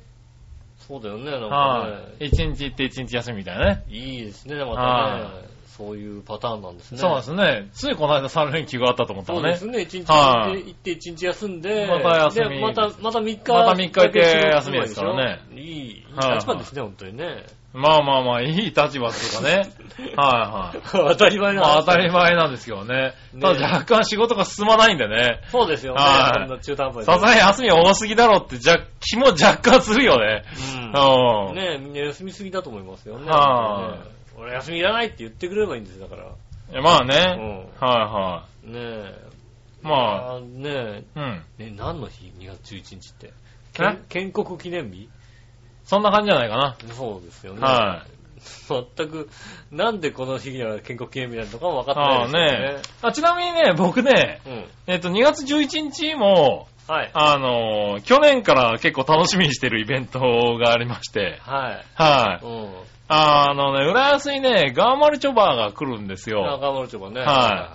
S2: そうだよね、なんか
S3: は
S2: ね。
S3: い。一日行って一日休みみたいなね。
S2: いいですね、また
S3: は
S2: ね。そういうパターンなんですね。
S3: そうですね。ついこの間3連休があったと思った
S2: そう
S3: ら
S2: で
S3: ね
S2: す。ね。一日
S3: は
S2: 行っ
S3: い
S2: て、行って一日休んで、
S3: また休み
S2: でまた、また3日。
S3: また三日行って休みですからね
S2: いい、いい
S3: はい
S2: 立場ですね、本当にね。
S3: まあまあまあ、いい立場っていうか
S2: <laughs>
S3: ね。はいはい。
S2: 当たり前
S3: ま
S2: な
S3: あ当たり前なんですけどね。
S2: ね
S3: ただ若干仕事が進まないんでね。
S2: そうですよね。
S3: はい
S2: こんな中途半端
S3: さすがに休み多すぎだろって、じゃ、気も若干するよね。
S2: うん
S3: うん。
S2: ねえ、みんな休みすぎだと思いますよね。
S3: は
S2: ねえ俺休みいらないって言ってくれればいいんですよだから。
S3: いやまあ
S2: う
S3: ね。
S2: ん。
S3: は
S2: ねえ。
S3: いはい。まあ、
S2: あーね
S3: うん。
S2: え、ねえ何の日 ?2 月11日って。け
S3: え
S2: ん建国記念日
S3: そんな感じじゃないかな。
S2: そうですよね。。
S3: はい
S2: 全く、なんでこの日には建国記念日なのかも分か
S3: あ
S2: っ
S3: あ
S2: てない
S3: ね
S2: で。
S3: あ、ちなみにね、僕ね、
S2: すよね。
S3: えっと、2月11日も、
S2: うん。はい。
S3: あのー去年から結構楽しみにしてるイベントがありまして、
S2: はい。
S3: はい。
S2: うん。
S3: あのね、浦安にね、ガーマルチョバーが来るんですよ。
S2: 中丸町がね。
S3: は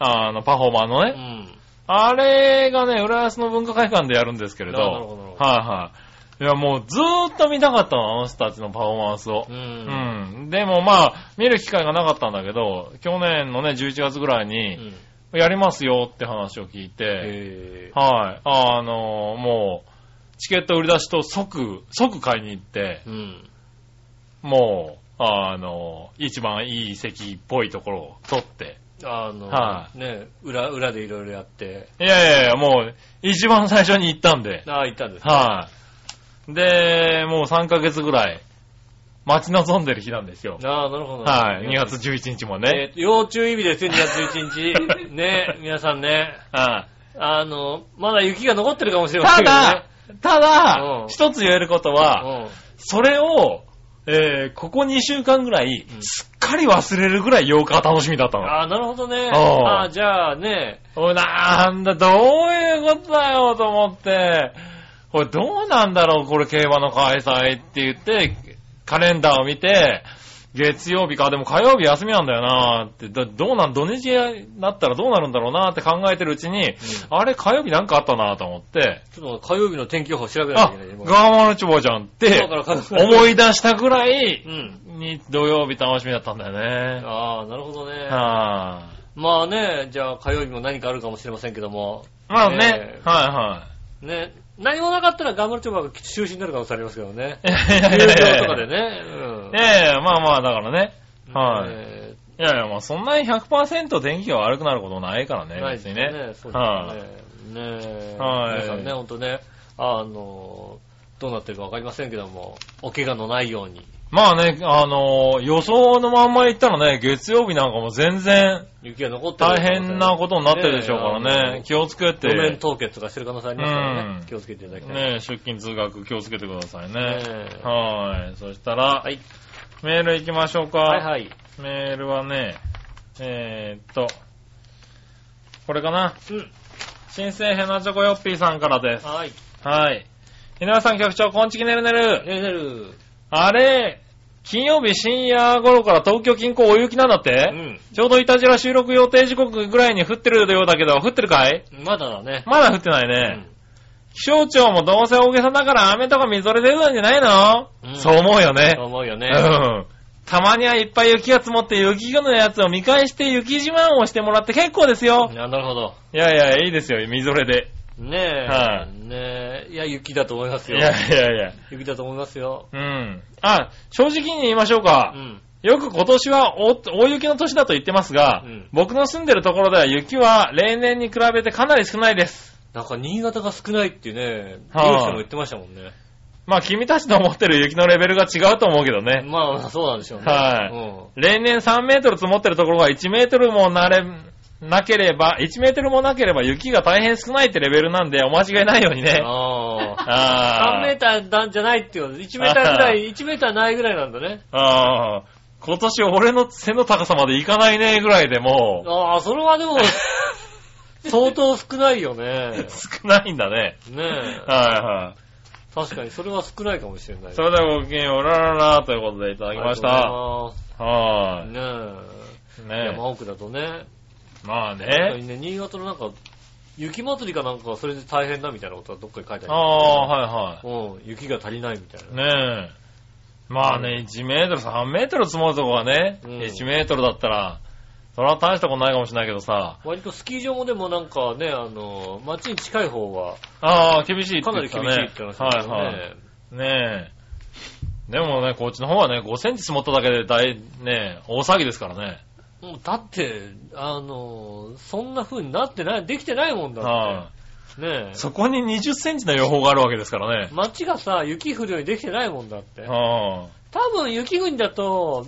S3: あの、パフォーマーの
S2: い
S3: ね。あれがね、浦安の文化会館でやるんですけれど、
S2: な
S3: は
S2: るほどなるほ
S3: い
S2: ど
S3: はい。いや、もうずーっと見たかったの、あの人たちのパフォーマンスを
S2: うん。う。。
S3: うんん。でもまあ、見る機会がなかったんだけど、去年のね、11月ぐらいうに、
S2: ん。
S3: やりますよって話を聞いて、
S2: へ
S3: はい。あの、もう、チケット売り出しと即、即買いに行って
S2: え。、うん。
S3: もう、あの、一番いい席っぽいところを取って、
S2: ああの、
S3: は
S2: ね、裏、裏でいろいろやって、
S3: いやいやいや、もう、一番最初に行ったんで。
S2: ああ、行ったんですね
S3: はい。で、もう3ヶ月ぐらい、待ち望んでる日なんですよ。
S2: ああ、なるほど。
S3: はい。2月11日もね。
S2: えーと要注意日ですよ、2月11日。
S3: <laughs>
S2: ね、皆さんね。
S3: はい
S2: あの、まだ雪が残ってるかもしれませんけ
S3: た
S2: ど
S3: だ
S2: ね。、
S3: <laughs> た
S2: う
S3: だ
S2: ん、
S3: 一つ言えることは、
S2: うん
S3: それを、えーここ2週間ぐらい
S2: うん、
S3: すっかり忘れるぐらい8日は楽しみだったの。
S2: ああ、なるほどね。
S3: おう
S2: ああ、じゃあね、
S3: おい、なんだ、どういうことだよ、と思って。これどうなんだろう、これ競馬の開催って言って、カレンダーを見て、月曜日か、でも火曜日休みなんだよなって、どどうなん、土日になったらどうなるんだろうなって考えてるうちに、あれ、火曜日なんかあったなと思って、
S2: ちょっと火曜日の天気予報調べなきゃ
S3: あ
S2: いけないね、今
S3: ガーマルチョボじゃんって
S2: 今から考え
S3: 思い出したぐらい
S2: うん。
S3: に土曜日楽しみだったんだよね。
S2: ああ、なるほどね。
S3: は
S2: まあね、じゃあ火曜日も何かあるかもしれませんけども。
S3: ぁまあね、
S2: ねえ
S3: はいはい。
S2: ね、何もなかったら頑張るチョバが中止になる可能性ありますけどね。
S3: いや
S2: <laughs> 有
S3: いやいや
S2: 料
S3: いや
S2: とかでね。うん。
S3: ええまあまあ、だからね。はい
S2: え
S3: いやいや、まあそんなに100%天気が悪くなることないからね、
S2: ーないで
S3: 別
S2: す
S3: に
S2: ね。
S3: ね。
S2: そう
S3: はい
S2: ですね。ねえ。
S3: はい
S2: 皆さんね、ほんとね、あの、どうなってるかわかりませんけども、お怪我のないように。
S3: まあね、あのー予想のまんま行ったらね、月曜日なんかも全然
S2: 雪が残ってる
S3: 大変なことになってるでしょうからね、
S2: え
S3: 気をつけて、
S2: あの路面
S3: ね、
S2: 凍結とかしてる可能性ありますから
S3: う
S2: ね
S3: ん。
S2: 気をつけていただきたい。
S3: 出勤通学気をつけてくださいね。
S2: ねえ
S3: はい。そしたら、
S2: はい。
S3: メール行きましょうか。
S2: はいはい。
S3: メールはね、えー、っと、これかな。
S2: うん。
S3: 新生ヘナチョコヨッピーさんからです。
S2: はい。
S3: はい。皆さん局長、こんちきねるねる。
S2: ねねる。
S3: あれ、金曜日深夜頃から東京近郊大雪なんだっ
S2: う
S3: て、
S2: ん。
S3: ちょうどいたじら収録予定時刻ぐらいに降ってるようだけど、降ってるかい
S2: まだだね。
S3: まだ降ってないね。気象庁もどうせ大げさだから雨とかみぞれ出るんじゃないの、
S2: うん
S3: そう思うよね
S2: うん。。思うよ
S3: う
S2: ね。
S3: ん。たまにはいっぱい雪が積もって雪国のやつを見返して雪自慢をしてもらって結構ですよ。
S2: あなるほど。
S3: いやいや、いいですよ、みぞれで。
S2: ねえ。
S3: はい
S2: ねえ。いや、雪だと思います
S3: い
S2: よ。
S3: やいやいや。
S2: 雪だと思いますよ。
S3: うん。あ、正直に言いましょうか。
S2: うん。
S3: よく今年は大大雪の年だと言ってますが、
S2: うん
S3: 僕の住んでるところでは雪は例年に比べてかなり少ないです。
S2: なんか新潟が少ないっていうね、
S3: はい
S2: 漁師さんも言ってましたもんね。
S3: まあ君たちの思ってる雪のレベルが違うと思うけどね。
S2: まあまあ、そうなんでしょうね。
S3: はい例年3メートル積もってるところが1メートルもなれ、なければ、1メートルもなければ雪が大変少ないってレベルなんでお間違いないように
S2: う
S3: ね
S2: ん。。ああ。3
S3: <laughs> あ
S2: メーターなんじゃないっていうこと1メーターぐら
S3: <laughs>
S2: い、1メーターないぐらいなんだね。
S3: ーあー。今年俺の背の高さまでいかないねぐらいでも
S2: ああ、それは
S3: <laughs>
S2: でも、相当少ないよね
S3: う、。少ないんだね。
S2: ね
S3: <laughs>
S2: え。
S3: はいはい。
S2: 確かに、それは少ないかもしれない。
S3: それではごきげんよう、ラララということでいただきまし
S2: ありがとうございます。ねえ。
S3: た。はい。ね
S2: 山奥だとね。
S3: え。まあ
S2: 確か
S3: ね。
S2: にね、新潟のなんか、雪祭りかなんかはそれで大変だみたいなことはどっかに書いてある。
S3: ああ、は
S2: うん、雪が足りないみたい
S3: い
S2: な。
S3: はい。ねえ。まあね、1メートル、3メートル積もるとこはね、
S2: うん
S3: 1メートルだったら、それは大したことないかもしれないけどさ、
S2: 割とスキー場もでもなんかね、あの、街に近い方は
S3: ああ、厳しいって
S2: かな
S3: 言
S2: り
S3: ってた
S2: 厳
S3: ね。
S2: しいって話だよね。
S3: はいはい。ねえ。でもね、こっちの方はね、5センチ積もっただけで大、ねえ、大騒ぎですからね。
S2: もうだって、あの、そんな風になってない、できてないもんだって。
S3: は
S2: ね
S3: い。そこに20センチの予報があるわけですから
S2: え。
S3: ね。
S2: 街がさ、雪降るようにできてないもんだって。
S3: は
S2: 多分雪国だと、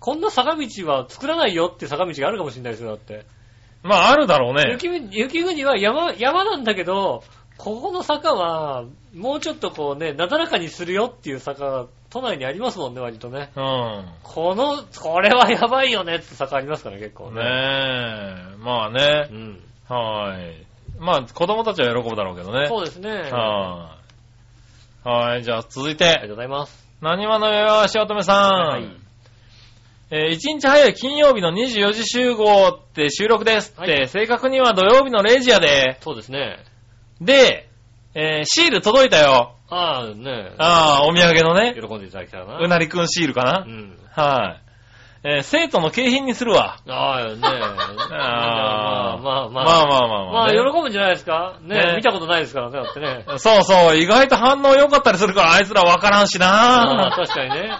S2: こんな坂道は作らないよって坂道があるかもしれないですよ、だって。
S3: あ。まあ、あるだろうね。
S2: 雪雪国は山、山なんだけど、ここの坂は、もうちょっとこうね、なだらかにするよっていう坂が都内にありますもんね、割とね。
S3: うん。
S2: この、これはやばいよねって坂ありますから、結構ね。
S3: ねえ。まあね
S2: う。ん。
S3: はい。まあ、子供たちは喜ぶだろうけどね。
S2: そうですね。あ
S3: はい。はい、じゃあ続い
S2: りがとう
S3: て、
S2: ございます。
S3: 何話のよしおとめさん。
S2: はい
S3: えー、1日早い金曜日の24時集合って収録ですって、
S2: は
S3: 正確には土曜日の0時やで。
S2: そうですね。
S3: で、えーシール届いたよ。
S2: ああ、ね
S3: ああ、お土産のね、
S2: 喜んでいただきたいな。
S3: うなりくんシールかな。
S2: うん。
S3: はい。えー生徒の景品にするわ。
S2: ああ、ね
S3: あー
S2: まあまあま
S3: まあ
S2: あ。
S3: まあまあ
S2: まあ、
S3: ね
S2: 喜ぶんじゃないですかね
S3: ね
S2: 見たことないですからね、だってね。
S3: そうそう、意外と反応良かったりするから、あいつらわからんし
S2: ああ、
S3: な
S2: 確かにね。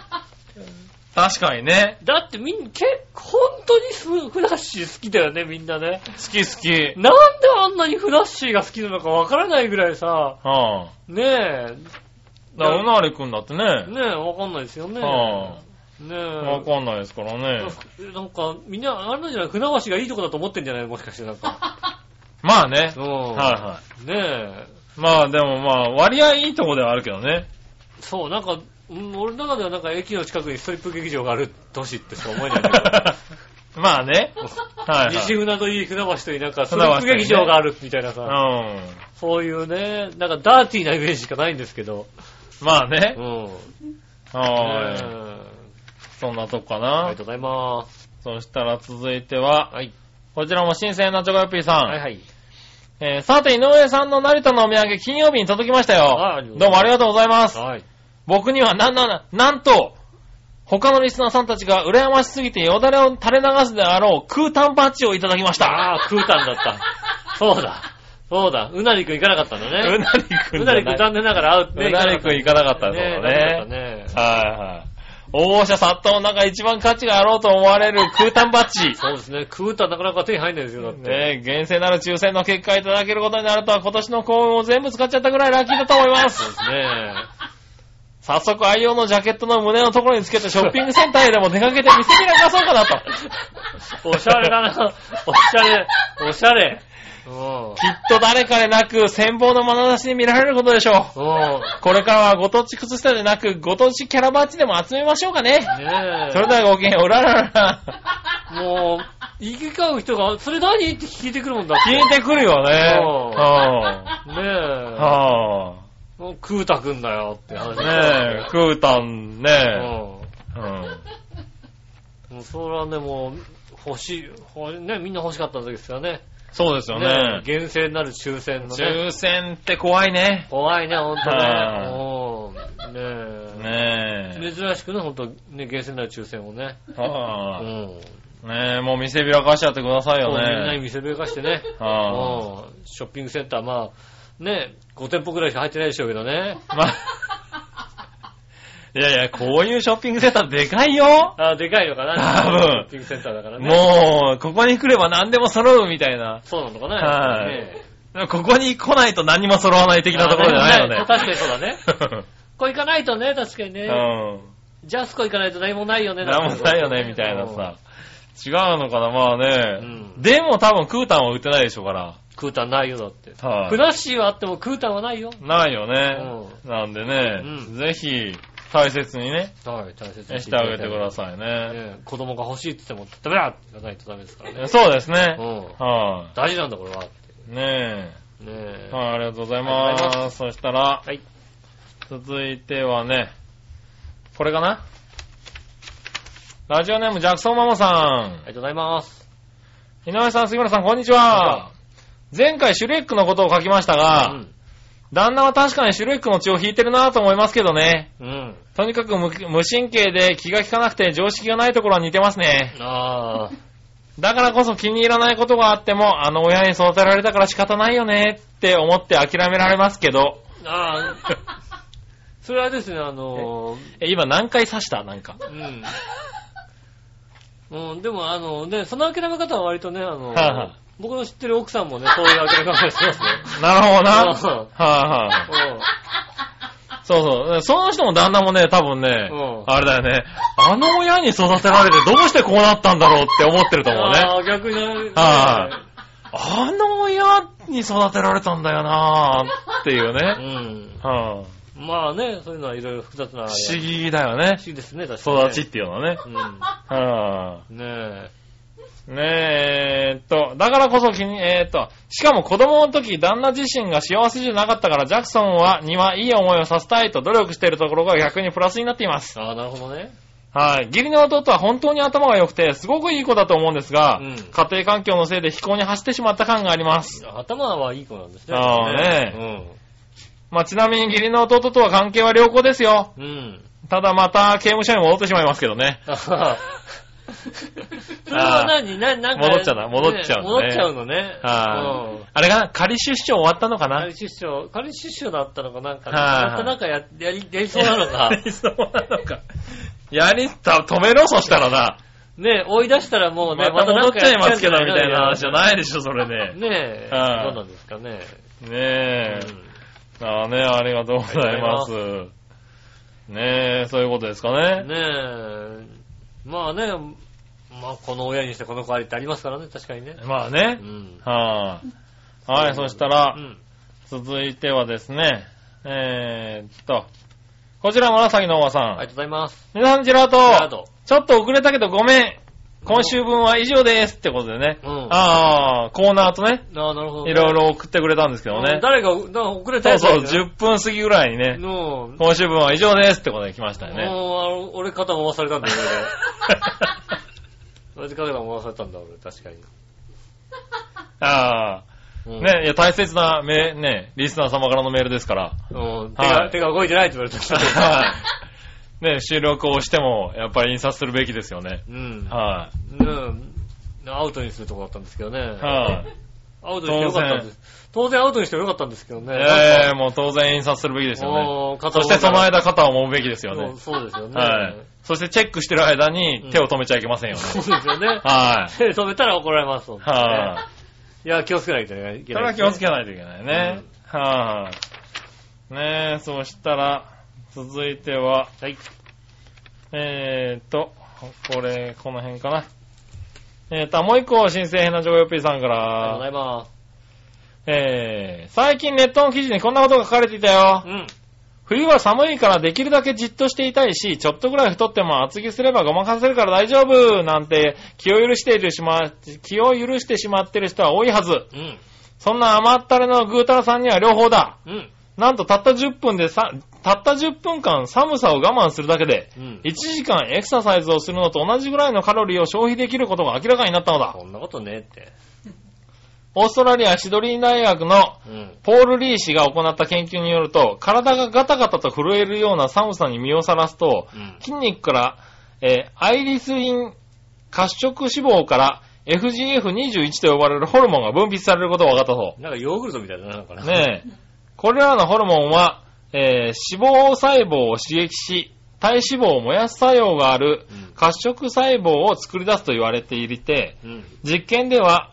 S3: 確かにね。
S2: だってみんな、け、本当にふフラッシー好きだよね、みんなね。
S3: 好き好き。
S2: なんであんなにフラッシーが好きなのかわからないぐらいさ、
S3: はあ。
S2: ねえ、
S3: だから、うなりくんだってね。
S2: ねえ、わかんないですよね。
S3: は
S2: ねえ。
S3: あ。わかんないですからね。
S2: なんか、みんな、あれなんじゃない船橋がいいとこだと思ってんじゃないもしかしてなん
S3: <laughs>
S2: か。
S3: まあね
S2: う。ん。
S3: はいは
S2: ねえ。
S3: い。まあでもまあ、割合いいとこではあるけど <laughs> ね。
S2: そう、なんか、うん俺の中ではなんか駅の近くにストリップ劇場がある都市ってしか思えないんだ
S3: <laughs>
S2: けど。
S3: まあね。はい、はい。
S2: 西船といい船橋といいなんかストリ
S3: 船
S2: ッ
S3: 橋と
S2: プ
S3: いいね
S2: 劇場があるみたいな
S3: う
S2: さ、
S3: ん。
S2: そういうね、なんかダーティーなイメージしかないんですけど。
S3: まあね
S2: う。ん。
S3: は
S2: ね
S3: ーい。
S2: え
S3: そんなとこか
S2: あり
S3: な
S2: が。とうございます。
S3: そしたら続いては、
S2: はい。
S3: こちらも新鮮なチョコヨッピーさん。
S2: はいはい。
S3: えーさて、井上さんの成田のお土産、金曜日に届きました
S2: ああ
S3: よ
S2: りがと。うござ
S3: ど
S2: いう
S3: もありがとうございます。
S2: はい。
S3: 僕には、な、な、な、なんと、他のリスナーさんたちが羨ましすぎてよだれを垂れ流すであろう空タンパッチをいただきました。
S2: ああ、空間だった。そうだ。そうだ。うなりくん行かなかったんだ
S3: う
S2: ね。
S3: なりくんじ
S2: う
S3: ゃ
S2: な
S3: な。
S2: いりくん残念ながら会うね
S3: うなりくん行かなかったんだ
S2: ね
S3: ろう
S2: なかった
S3: ね。
S2: ね。
S3: はいはい。応募者殺到の中一番価値があろうと思われる空タンパッチ。
S2: そうですね。食うたらなかなか手に入んないですよ、だって。
S3: ねえ、厳正なる抽選の結果いただけることになるとは今年の幸運を全部使っちゃったぐらいラッキーだと思います。
S2: ね
S3: 早速愛用のジャケットの胸のところにつけてショッピングセンターへでも出かけて見せびらかそうかなと。
S2: えおしゃれだな。おしゃれ。おしゃれ。うん。
S3: きっと誰かでなく、戦望の眼差しに見られることでしょ
S2: うん。
S3: う。これからはご当地靴下でなく、ご当地キャラバッジでも集めましょうかね。
S2: ねえ。
S3: それではごきげんよう、うらららら。
S2: もう、行き交う人が、それ何って聞いてくるもんだって。
S3: 聞いてくるよね。
S2: うんね
S3: うん。
S2: え。
S3: は
S2: もう食うたくんだよって話。
S3: あ。ねえ、クータン
S2: うん。
S3: ね。
S2: も
S3: うん。
S2: うそれはね、もう、欲しい、欲ね、みんな欲しかったんですよね。
S3: そうですよ
S2: ね
S3: ね
S2: え。厳正なる抽選のね。
S3: 抽選って怖いね。
S2: 怖いね、ほんとね。うん。ねえ。
S3: ね
S2: 珍しくね、ほんと、ね、厳正なる抽選をね。
S3: え。は
S2: う
S3: あ
S2: ん。
S3: ねえ、もう見せびらかしちゃってください
S2: そう
S3: よ
S2: みんなに
S3: ね。
S2: 見せびらかしてね。
S3: はあ。
S2: うんショッピングセンター、まあ、ね、5店舗ぐらいしか入ってないでしょうけどね。
S3: まあいやいや、こういうショッピングセンターでかいよ。
S2: あでかいのかな
S3: <laughs> 多分
S2: ショッピングセンターだからね。
S3: もう、ここに来れば何でも揃うみたいな。
S2: そうなのかな
S3: は
S2: やっ
S3: い
S2: ぱりね
S3: ここに来ないと何も揃わない的なところじゃないのね
S2: あ。確かにそうだね。ここ行かないとね、確かに
S3: <laughs> う
S2: ね。
S3: ん。
S2: ジャスコ行かないと何もないよね。
S3: 何もないよね、みたいなさ。違うのかな、まあね。
S2: うん
S3: でも多分クータンは売ってないでしょうから。
S2: クータンないよ、だって。
S3: はい
S2: クラッシーはあってもクータンはないよ。
S3: ないよね。なんでね、
S2: うん
S3: ぜひ大切にね、
S2: はい、大切に
S3: してあげてくだ
S2: さ
S3: さいね。
S2: ね子供が欲しいって言っても、ダメだって言わないとダメですからね。
S3: そうですね
S2: う。ん。
S3: は
S2: 大事なんだ、これは。ね
S3: い。ね
S2: え
S3: え。。はい、ありがとうござい
S2: ありがとうござい
S3: ます。そしたら、
S2: はい。
S3: 続いてはね、これかなラジオネームジャクソンママさ
S2: ありがとうございます。
S3: ん。井上さん、杉村さん、こんにちは。前回シュレックのことを書きましたが、
S2: うん。
S3: 旦那は確かにシュレックの血を引いてるなと思いますけどね。
S2: うん。
S3: とにかく無無神経で気が利かなくて常識がないところは似てますね。
S2: ああ。
S3: だからこそ気に入らないことがあっても、あの親に育てられたから仕方ないよねって思って諦められますけど。 <laughs>
S2: ああ、それはですね、あの
S3: え、今何回刺したなんか。
S2: ー、うん。うん、でもあのね、その諦め方は割とね、あのー
S3: はいはい
S2: 僕の知ってる奥さんもね、そういう諦め方してます
S3: <laughs>
S2: ね。
S3: なるほどな。
S2: うん
S3: はいはい。そうそう。その人も旦那もね、多分ね
S2: うん、
S3: あれだよね。あの親に育てられてどうしてこうなったんだろうって思ってると思うね。
S2: ああ、逆にね。
S3: はあの親に育てられたんだよなーっていう
S2: う
S3: ね。
S2: ん。
S3: はあ
S2: まあね、そういうのはいろいろ複雑な。
S3: 不思議だよね
S2: 不思。議ですね、確かに、ね。
S3: 育ちっ。ていうのはね。
S2: う
S3: はあ、
S2: ん。ね
S3: ねえ、えーっと、だからこそ気に、えーっと、しかも子供の時、旦那自身が幸せじゃなかったから、ジャクソンは、にはいい思いをさせたいと努力しているところが逆にプラスになっています。
S2: え。ああ、なるほどね。
S3: はい。義理の弟は本当に頭が良くて、すごくいい子だと思うんですが、
S2: うん
S3: 家庭環境のせいで非行に走ってしまった感があります。
S2: 頭はいい子なんですね。
S3: ああ
S2: ね
S3: まあ、ちなみに義理の弟とは関係は良好ですよ。
S2: うん。う
S3: <laughs>
S2: ん。
S3: ただまた刑務所に戻ってしまいますけどね。
S2: あははそれは何な、なんか。
S3: 戻っちゃうな戻っちゃうのね
S2: 戻っちゃうのね。
S3: は
S2: うん
S3: い。あれかな仮出所終わったのかな
S2: 仮出所、仮出所だったのかなんか、
S3: はいはい
S2: ま
S3: <laughs>
S2: たなんかや、やり、やりそうなのか。
S3: そうなのか。やり、た、止めろ、そしたらな。
S2: ねえ、追い出したらもうね、
S3: また戻っちゃいますけど、
S2: な
S3: み
S2: んか
S3: た
S2: や
S3: い
S2: っ
S3: な話
S2: ち
S3: じ
S2: ゃう
S3: ゃ
S2: んじ
S3: ないでしょ、そ
S2: <laughs>
S3: れ
S2: ゃ
S3: ね。
S2: ないねえ、
S3: はい
S2: どうなんですかね。
S3: ねえ。ああね、ありがとうございます。ねえ、そういうことですか
S2: うん
S3: ね。
S2: ねえ、まあね、まあこの親にしてこの子ありってありますからね、確かにね。
S3: まあ
S2: う
S3: ね。
S2: ん。
S3: はい、はい、そしたら
S2: う、ん。
S3: 続いてはですね、えーっと、こちら紫のおばさ
S2: ありがと
S3: ん。
S2: うございます。
S3: 皆さん、ジェラー
S2: あ
S3: ト
S2: と、
S3: ちょっと遅れたけどごめん今週分は以上ですってことでね。
S2: うん。あ
S3: ああ、コーナーとね、
S2: あ、なるほどね。
S3: いろいろ送ってくれたんですけど
S2: うん
S3: ね。
S2: 誰が、なんか遅れた
S3: そう
S2: やつ
S3: そう、
S2: だよね
S3: 10分過ぎぐらいにね、
S2: のもう、
S3: 今週分は以上ですってことで来ましたよね。
S2: あの俺肩回されたんだよ、俺。俺肩回されたんだ、俺、確かに。
S3: <laughs> ああ、
S2: うん。
S3: ね、いや、大切なメ、ね、リスナー様からのメールです
S2: <laughs>
S3: から。
S2: うん。手
S3: は
S2: が、
S3: い
S2: 手が動いてないって言われた。
S3: ね、収録をしても、やっぱり印刷するべきですよね。
S2: うん。
S3: は
S2: うん。アウトにするとこだったんですけどね。
S3: い。はい、
S2: アウトにしてよかったんです。当然アウトにしてよかったんですけどね。
S3: ええもう当然印刷するべきですよね。
S2: もう、片
S3: そ
S2: 方
S3: し
S2: が
S3: てその間肩を揉むべきですよね。
S2: そうそうですよね。
S3: はい。そしてチェックしてる間
S2: う
S3: に
S2: ん
S3: 手を止めちゃいけませんよね。
S2: そうですよ
S3: <laughs>
S2: ね。
S3: はい。
S2: 手止めたら怒られますもんね。
S3: は
S2: い
S3: い
S2: や、気をつけないといけないです
S3: そ
S2: ね。
S3: れは気をつけないといけないね。はい、ねえ、そしたら、続いては、
S2: はい。
S3: えーと、これ、この辺かな。えーと、もう一個、新生変な情報 p さんか
S2: ありがとうござ
S3: ら、
S2: います。
S3: えー、最近ネットの記事にこんなことが書かれていたよ
S2: う。ん。
S3: 冬は寒いからできるだけじっとしていたいし、ちょっとぐらい太っても厚着すればごまかせるから大丈夫なんて気を許しているしま、気を許してしまってる人は多いはず。
S2: うん。
S3: そんな甘ったれのぐーたらさんには両方だ。
S2: うん。
S3: なんとたった10分でさ、たった10分間寒さを我慢するだけで、
S2: うん
S3: 1時間エクササイズをするのと同じぐらいのカロリーを消費できることが明らかになったのだ。
S2: そんなことねえって。
S3: オーストラリアシドニー大学の
S2: うん。
S3: ポール・リー氏が行った研究によると、体がガタガタと震えるような寒さに身をさらすと、
S2: う
S3: <laughs>
S2: ん。
S3: 筋肉から、えーアイリスイン褐色脂肪から FGF21 と呼ばれるホルモンが分泌されることが分かったそう。
S2: なんかヨーグルトみたいだなのか <laughs> な。
S3: ねえ。これらのホルモンは、えー脂肪細胞を刺激し、体脂肪を燃やす作用がある
S2: うん
S3: 褐色細胞を作り出すと言われていて、
S2: うん。
S3: 実験では、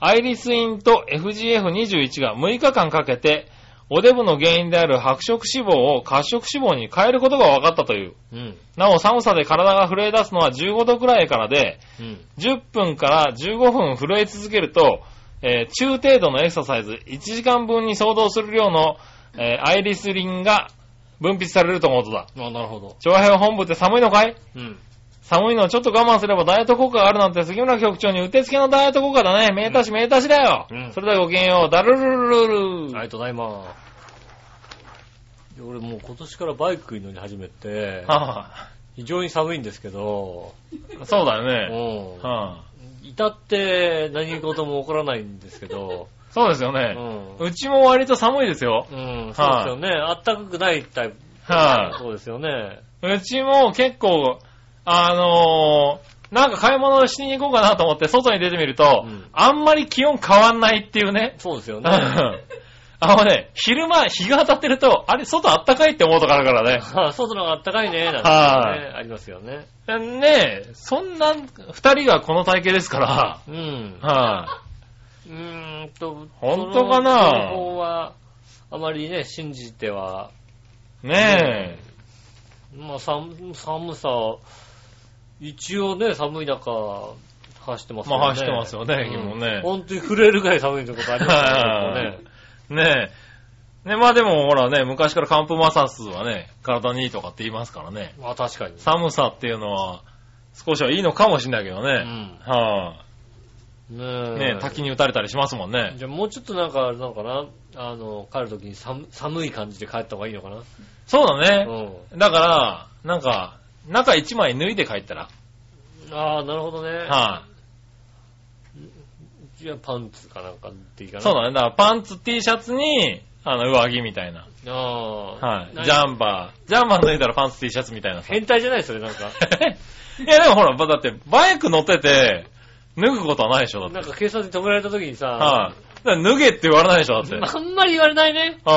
S3: アイリスインと FGF21 が6日間かけて、おデブの原因である白色脂肪を褐色脂肪に変えることが分かったという。
S2: うん。
S3: なお寒さで体が震え出すのは15度くらいからで、
S2: うん。
S3: 10分から15分震え続けると、えー中程度のエクササイズ1時間分に相当する量の、えーアイリスリンが分泌されるとのことだ。
S2: あ、なるほど。
S3: 長編本部って寒いのかい
S2: うん。
S3: 寒いのをちょっと我慢すればダイエット効果があるなんて杉村局長にうってつけのダイエット効果だね。めーたしめーたしだよ。
S2: うん
S3: それではごきげんよう。ダルルルル
S2: あ
S3: ル
S2: りがとうございます。いや俺もう今年からバイクに乗り始めて、
S3: は
S2: 非常に寒いんですけど、
S3: あ、そうだよ
S2: うん。
S3: ね。はあ、
S2: 至って何事も起こらないんですけど、
S3: そうですよ
S2: う
S3: ね、
S2: ん。
S3: うちも割と寒いですよ。
S2: うん、そうですよね。あったかくないタイプ。
S3: はい、
S2: そうですよね。
S3: うちも結構、あのーなんか買い物しに行こうかなと思って外に出てみると、
S2: うん
S3: あんまり気温変わんないっていうね。
S2: そうですよね。
S3: あのね、昼間、日が当たってると、あれ、外あったかいって思うとかあるからね。
S2: あ外の方があったかいね、なんて、ね、
S3: はい
S2: ありますよね。
S3: ねえ、そんな、二人がこの体型ですから。は
S2: うん
S3: い、。
S2: うーんと、
S3: 本当かな
S2: その情報は、あまりね、信じては、
S3: ね
S2: まあ、寒、寒さ、一応ね、寒い中、走ってますよね。
S3: まあ走ってますよね
S2: うん
S3: 今もね
S2: 本当に震えるぐらい寒いとことありますよね。
S3: え、ねえ。ねまあでもほらね、昔から寒風摩擦はね、体にいいとかって言いますからね。
S2: まあ確かに。
S3: 寒さっていうのは、少しはいいのかもしれないけどね。
S2: うん
S3: はい、
S2: ね
S3: ね、滝に打たれたりしますもんね。
S2: じゃあもうちょっとなんか、あれなのかなあの、帰るときに寒寒い感じで帰った方がいいのかな
S3: そうだ
S2: う
S3: ね。
S2: ん。
S3: だから、なんか、中一枚脱いで帰ったら。
S2: ああ、なるほどね。
S3: はい
S2: じゃあパンツかなんかでいいかな。
S3: そうだね。だからパンツ、T シャツに、あの、上着みたいな。
S2: ああ。
S3: はい。
S2: な
S3: ジャンバー。ジャンバー脱いだらパンツ、T シャツみたいな。 <laughs>
S2: 変態じゃないそれ、なんか。
S3: いや、でもほら、だって、バイク乗ってて、脱ぐことはないでしょ、だって。
S2: なんか警察に止められた時にさ、 <laughs>
S3: はい、だから脱げって言われないでしょ、だって。
S2: あんまり言われないね。
S3: う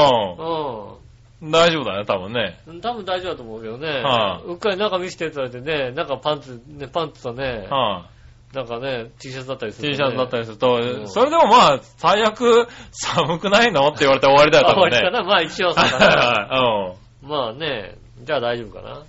S2: うん。
S3: 大丈夫だね、多分ね。
S2: 多分大丈夫だと思うけどね。
S3: はいう
S2: っかり中見せてって言われてね、なんかパンツ、ね、パンツとね、
S3: は
S2: なんかね、T シャツだったり
S3: い
S2: する、
S3: T
S2: ね。
S3: シャツだったりする
S2: う
S3: と、
S2: ん
S3: それでもまあ、最悪、寒くないのって言われて終わりだ
S2: <laughs>
S3: よ、
S2: あ、
S3: 多
S2: 終わ
S3: 分
S2: りか
S3: ね。
S2: なまあ一応
S3: <laughs>
S2: さ、
S3: うん。
S2: まあね、じゃあ大丈夫かな。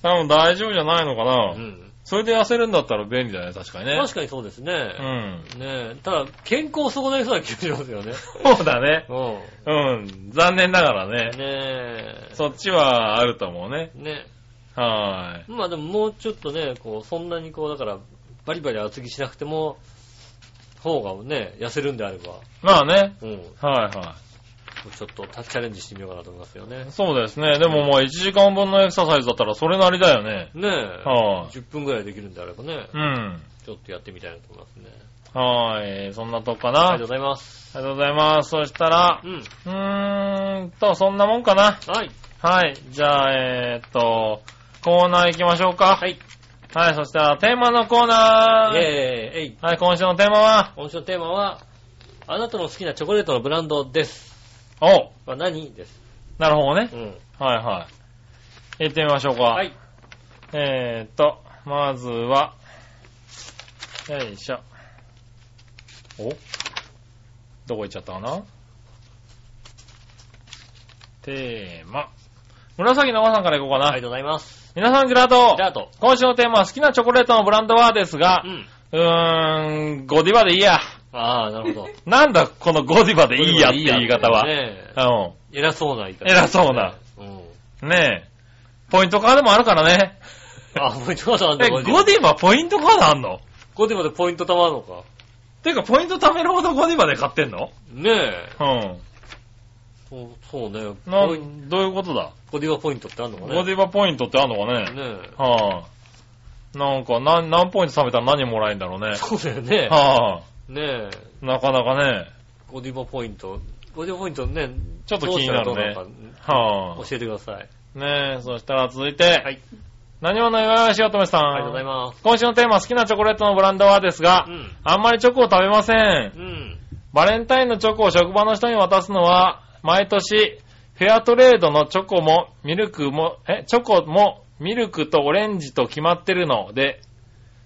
S3: 多分大丈夫じゃないのかな。
S2: うん。
S3: それで痩せるんだったら便利だね、確かにね。
S2: 確かにそうです
S3: う
S2: ね。
S3: ん。
S2: ねえ、ただ、健康を損ないそうな気がしますよね。
S3: <laughs> そうだね。
S2: う
S3: うん。残念ながらね
S2: ん。ね。え。
S3: そっちはあると思うね。
S2: ね
S3: はーい。
S2: まあでももうちょっとね、こう、そんなにこう、だから、バリバリ厚着しなくても、方がね、痩せるんであれば、
S3: まあね。
S2: うん、
S3: はいは
S2: ちょっとチャレンジしてみようかなと思いますよね
S3: い。。そうですね。でもまあ1時間分のエクササイズだったらそれなりだよね。
S2: ねえ、
S3: はい、
S2: 10分ぐらいできるんであればね、
S3: うん。
S2: ちょっとやってみたいなと思いますね。
S3: はーい。そんなとこか
S2: あ
S3: な。
S2: りがとうございます。
S3: ありがとうございます。そしたら
S2: う、ん。
S3: うーんと、そんなもんかな。
S2: はい。
S3: はい。じゃあ、えーっと、コーナー行きましょうか。
S2: はい。
S3: はい、そしたら、テーマのコーナ
S2: イェーイ
S3: ー。
S2: えい。
S3: はい、今週のテーマは、
S2: 今週のテーマは、あなたの好きなチョコレートのブランドです。
S3: お
S2: まあ、何です。
S3: なるほどね
S2: う。ん。
S3: はいはい。行ってみましょうか。
S2: はい。
S3: えーっと、まずは、よいしょ。おどこ行っちゃったかなテーマ。紫のおばさんから行こうかな。
S2: ありがとうございます。
S3: 皆さん、ジェラート
S2: じゃあと。
S3: 今週のテーマは好きなチョコレートのブランドはですが
S2: う、ん。
S3: うーん、ゴディバでいいや。
S2: ああ、なるほど。
S3: なんだ、このゴディバで <laughs> いいやって言い方は。
S2: ねえ
S3: う
S2: 偉そうな言い方。
S3: 偉そうな。
S2: うん。
S3: ん。ねえ。ポイントカードもあるからね。
S2: あ、ポイントカードあんだ、
S3: え、ゴディバポイントカードあんの
S2: ゴディバでポイント貯まるのか。
S3: ていうか、ポイント貯めるほどゴディバで買ってんの
S2: ねえ。
S3: うん。
S2: そうそうね。
S3: な
S2: ポイン、
S3: どういうことだ
S2: ゴディバポイントってあんのかね。
S3: ゴディバポイントってあんのかね
S2: ねえ。
S3: はぁ、なんか、な、何ポイント貯めたら何もらえるんだろうね。
S2: そうだよね。
S3: は
S2: ねえ。
S3: ぁ、なかなかね。
S2: ゴディバポイント。ゴディバポイントね。
S3: ちょっと気にな
S2: ど
S3: るね
S2: うしたらどうなの
S3: はぁ、
S2: か教えてください。
S3: ねえ、そしたら続いて、
S2: はい。
S3: 何者よよしおとめさん。
S2: ありがとうございます。
S3: 今週のテーマ、好きなチョコレートのブランドはですが、
S2: うん。
S3: あんまりチョコを食べません。
S2: うん。
S3: バレンタインのチョコを職場の人に渡すのは、毎年、フェアトレードのチョコも、ミルクも、え、チョコも、ミルクとオレンジと決まってるので、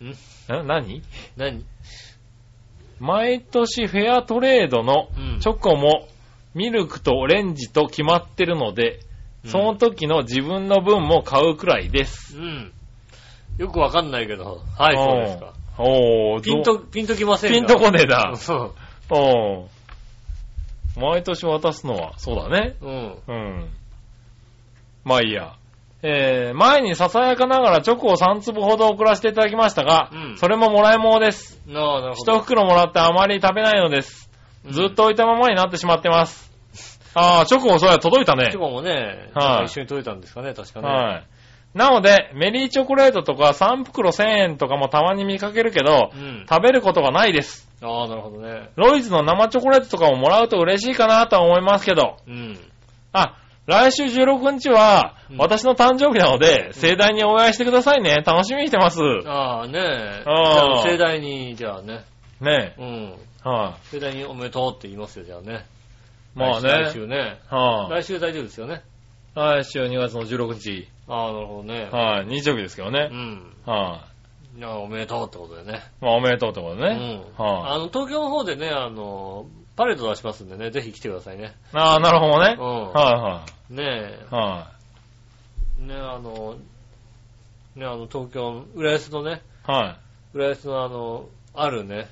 S2: ん
S3: な、何
S2: 何
S3: 毎年フェアトレードの
S2: うん
S3: チョコも、ミルクとオレンジと決まってるので、その時の自分の分も買うくらいです。
S2: うん。よくわかんないけど。はい、そうですか。
S3: おー、
S2: ピンと、ピンときません
S3: ピンとこねえだ。
S2: そう。
S3: うん。毎年渡すのは、そうだね。
S2: うん。
S3: うん。まあいいや。えー、前にささやかながらチョコを3粒ほど送らせていただきましたが、
S2: うん
S3: それももらい物です。
S2: なあ、なるほ
S3: 一
S2: ど。
S3: 袋もらってあまり食べないのです。
S2: うん
S3: ずっと置いたままになってしまってます。ああ、チョコもそうや、届いたね
S2: チョ。コもね、
S3: はい
S2: 一緒に取れたんですかね、確かね。
S3: はい。なので、メリーチョコレートとか3袋1000円とかもたまに見かけるけど
S2: う、ん。
S3: 食べることがないです。
S2: ああ、なるほどね。
S3: ロイズの生チョコレートとかももらうと嬉しいかなとは思いますけど。
S2: うん。
S3: あ、来週16日は
S2: うん
S3: 私の誕生日なので、盛大にお会いしてくださいね。楽しみにしてます。
S2: ああ、ねえ。じ
S3: あ
S2: ゃ
S3: あ
S2: あ、盛大に、じゃあね。
S3: ね
S2: うん。
S3: え。はい、
S2: 盛大におめでとうって言いますよ、じゃあね。
S3: まあ
S2: 来
S3: ね。
S2: 週ね。
S3: はい、
S2: 来週大丈夫ですよね。
S3: 来週2月の16日。
S2: ああ、なるほどね。
S3: はい、日曜日ですけど
S2: う
S3: ね。
S2: ん。
S3: はい
S2: や、おめでとうってことでね。
S3: い、まあおめでとうってことで
S2: う
S3: ね。
S2: ん。
S3: はい、
S2: あの、東京の方でね、あの、パレード出しますんでね、ぜひ来てくださいね。
S3: ああ、なるほどね。
S2: う
S3: はい、
S2: ん。
S3: は
S2: ね
S3: い、はい、
S2: え、ねえ、あの、ねえ、あの、東京の、浦安のね、
S3: はい、
S2: 浦安のあの、あるね、